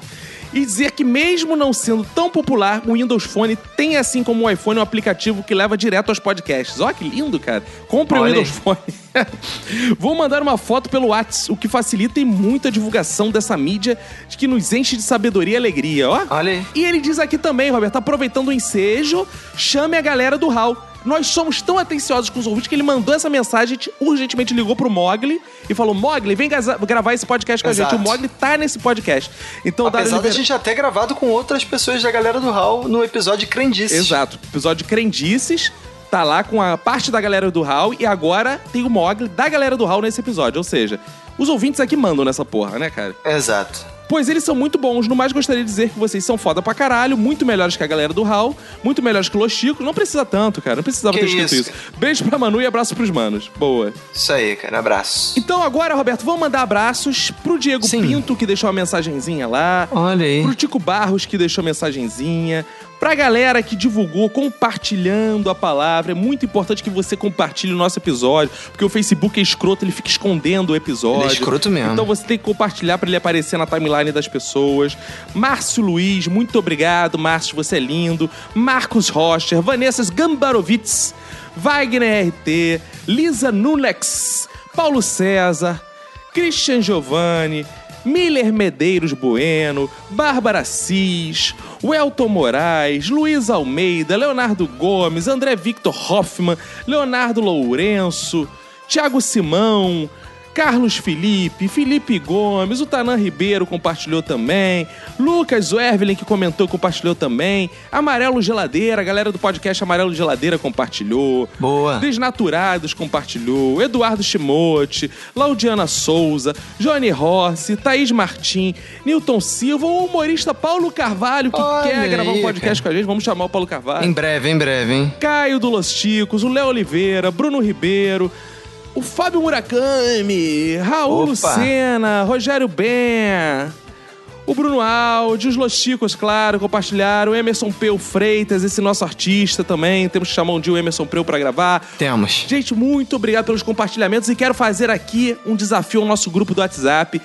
E dizer que mesmo não sendo tão popular, o Windows Phone tem, assim como o iPhone, um aplicativo que leva direto aos podcasts. Ó, que lindo, cara. Compre o Olha Windows Phone. Vou mandar uma foto pelo WhatsApp, o que facilita e muito a divulgação dessa mídia que nos enche de sabedoria e alegria, ó. Olha aí. E ele diz aqui também, Roberto, aproveitando o ensejo, chame a galera do HAL. Nós somos tão atenciosos com os ouvintes que ele mandou essa mensagem, a gente urgentemente ligou pro Mogli e falou: Mogli, vem gaza- gravar esse podcast com a Exato. gente. O Mogli tá nesse podcast. Então, Dário Apesar da Oliveira- gente já ter gravado com outras pessoas da galera do Hall no episódio Crendice. Exato. Episódio Crendices. tá lá com a parte da galera do Hall e agora tem o Mogli da galera do Hall nesse episódio. Ou seja, os ouvintes aqui mandam nessa porra, né, cara? Exato. Pois eles são muito bons. No mais, gostaria de dizer que vocês são foda pra caralho, muito melhores que a galera do Hall, muito melhores que o Los Chicos. Não precisa tanto, cara. Não precisava Que ter escrito isso, isso. Beijo pra Manu e abraço pros manos. Boa. Isso aí, cara. Abraço. Então agora, Roberto, vamos mandar abraços pro Diego Sim. Pinto, que deixou uma mensagenzinha lá. Olha aí. Pro Tico Barros, que deixou mensagenzinha. Pra galera que divulgou, compartilhando a palavra. É muito importante que você compartilhe o nosso episódio, porque o Facebook é escroto, ele fica escondendo o episódio. Ele é escroto mesmo. Então você tem que compartilhar pra ele aparecer na timeline das pessoas. Márcio Luiz, muito obrigado, Márcio, você é lindo. Marcos Rocher, Vanessa Gambarovitz, Wagner RT, Lisa Nunex, Paulo César, Christian Giovanni, Miller Medeiros Bueno, Bárbara Cis, Welton Moraes, Luiz Almeida, Leonardo Gomes, André Victor Hoffman, Leonardo Lourenço, Tiago Simão, Carlos Felipe, Felipe Gomes, o Tanan Ribeiro compartilhou também, Lucas Wervelin que comentou compartilhou também, Amarelo Geladeira, a galera do podcast Amarelo Geladeira compartilhou, Boa. Desnaturados compartilhou, Eduardo Chimote, Laudiana Souza, Johnny Rossi, Thaís Martim, Newton Silva, o humorista Paulo Carvalho, que Olha quer gravar um aí, podcast com a gente, vamos chamar o Paulo Carvalho. Em breve, em breve, hein? Caio do Los Ticos, o Léo Oliveira, Bruno Ribeiro, o Fábio Murakami, Raul Opa. Lucena, Rogério Ben, o Bruno Aldi, os Los Chicos, claro, compartilharam, o Emerson Peu Freitas, esse nosso artista também, temos que chamar um dia o Emerson Peu pra gravar. Temos. Gente, muito obrigado pelos compartilhamentos e quero fazer aqui um desafio ao nosso grupo do WhatsApp.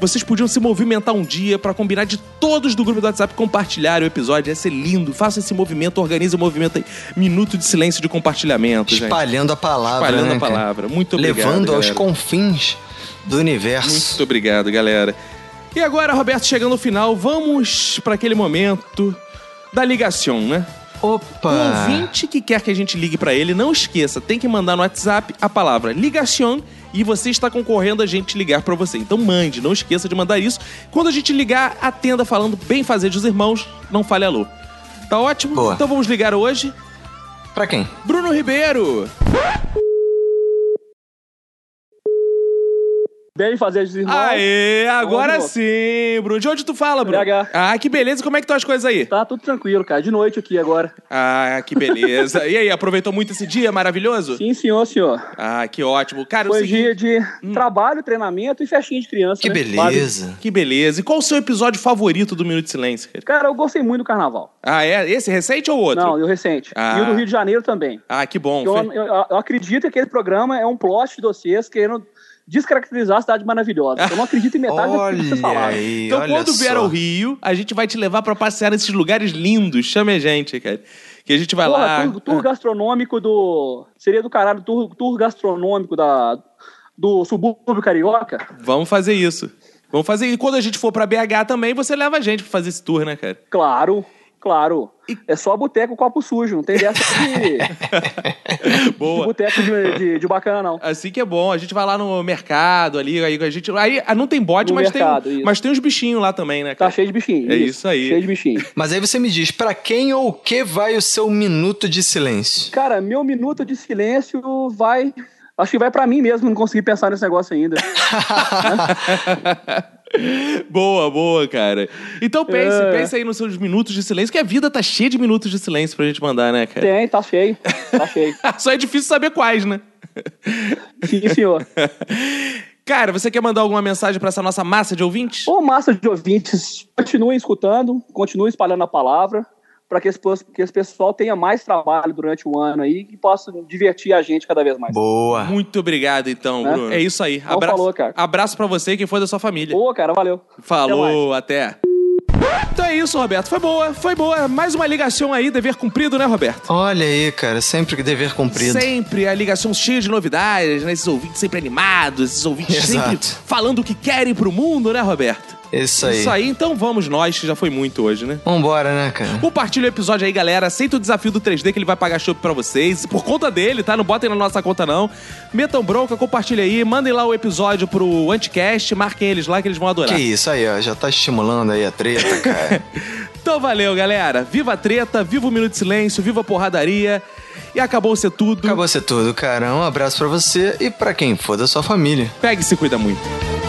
Vocês podiam se movimentar um dia pra combinar de todos do grupo do WhatsApp compartilharem o episódio. Ia ser lindo. Faça esse movimento, organize o movimento aí. Minuto de silêncio de compartilhamento, gente. Espalhando a palavra. Espalhando né, a cara? palavra. Muito obrigado. Levando aos galera. confins do universo. Muito obrigado, galera. E agora, Roberto, chegando ao final, vamos pra aquele momento da ligação, né? Opa! O ouvinte que quer que a gente ligue pra ele, não esqueça, tem que mandar no WhatsApp a palavra ligação e você está concorrendo a gente ligar pra você. Então mande, não esqueça de mandar isso. Quando a gente ligar, atenda falando bem fazer dos irmãos, não fale alô. Tá ótimo? Boa. Então vamos ligar hoje. Pra quem? Bruno Ribeiro. Bem fazer os irmãos. Aê, agora Vamos. sim, Bruno. De onde tu fala, Bruno? BH. Ah, que beleza. Como é que estão as coisas aí? Tá tudo tranquilo, cara. De noite aqui agora. Ah, que beleza. e aí, aproveitou muito esse dia maravilhoso? Sim, senhor, senhor. Ah, que ótimo. Cara, eu Foi sei que... dia de Hum. trabalho, treinamento e festinha de criança. Que né? beleza. Que beleza. E qual o seu episódio favorito do Minuto de Silêncio, cara? Cara, eu gostei muito do carnaval. Ah, é? Esse recente ou outro? Não, e o recente. Ah. E o do Rio de Janeiro também. Ah, que bom. Eu, Fe- eu, eu acredito que aquele programa é um plot de vocês querendo descaracterizar a cidade maravilhosa. Eu não acredito em metade daquilo que vocês Olha falaram. aí, Então, olha quando vier só. ao Rio, a gente vai te levar pra passear nesses lugares lindos. Chame a gente, cara. Que a gente vai lá. Porra, tour, tour gastronômico do. Seria do caralho, tour, tour gastronômico da, do subúrbio carioca? Ah, Vamos fazer isso. Vamos fazer. E quando a gente for pra BH também, você leva a gente pra fazer esse tour, né, cara? Claro, claro. É só boteco copo sujo, não tem dessa de, de Boa. boteco de, de- de bacana, não. Assim que é bom. A gente vai lá no mercado ali. Aí a gente. Aí ah, não tem bode, No mas, mercado, tem, isso. mas tem uns bichinhos lá também, né, Tá cara? cheio de bichinho. É isso aí. Cheio de bichinho. Mas aí você me diz, pra quem ou o que vai o seu minuto de silêncio? Cara, meu minuto de silêncio vai. Acho que vai pra mim mesmo, não consegui pensar nesse negócio ainda. boa, boa, cara. Então pense, É. pense aí nos seus minutos de silêncio, que a vida tá cheia de minutos de silêncio pra gente mandar, né, cara? tem, tá cheio. Tá cheio. Só é difícil saber quais, né? Sim, senhor. Cara, você quer mandar alguma mensagem pra essa nossa massa de ouvintes? Ô, massa de ouvintes, continuem escutando, continuem espalhando a palavra, para que, esse pos- que esse pessoal tenha mais trabalho durante o ano aí e possa divertir a gente cada vez mais. Boa. Muito obrigado, então, É. Bruno. É isso aí. Então falou, cara. Abraço pra você e quem for da sua família. Ô, cara, valeu. Falou, até. Então é isso, Roberto. Foi boa, foi boa. Mais uma ligação aí, dever cumprido, né, Roberto? Olha aí, cara, sempre que dever cumprido. Sempre a ligação cheia de novidades, né? Esses ouvintes sempre animados, esses ouvintes sempre Exato. falando o que querem pro mundo, né, Roberto? Isso aí. Isso aí, então vamos nós, que já foi muito hoje, né? Vambora, né, cara? Compartilha o episódio aí, galera. Aceita o desafio do 3D que ele vai pagar chopp pra vocês. Por conta dele, tá? Não botem na nossa conta, não. Metam bronca, compartilha aí. Mandem lá o episódio pro Anticast. Marquem eles lá que eles vão adorar. Que isso aí, ó. Já tá estimulando aí a treta, cara. Então valeu, galera. Viva a treta, viva o Minuto de Silêncio, viva a porradaria. E acabou ser tudo. Acabou ser tudo, cara. Um abraço pra você e pra quem for da sua família. Pega e se cuida muito.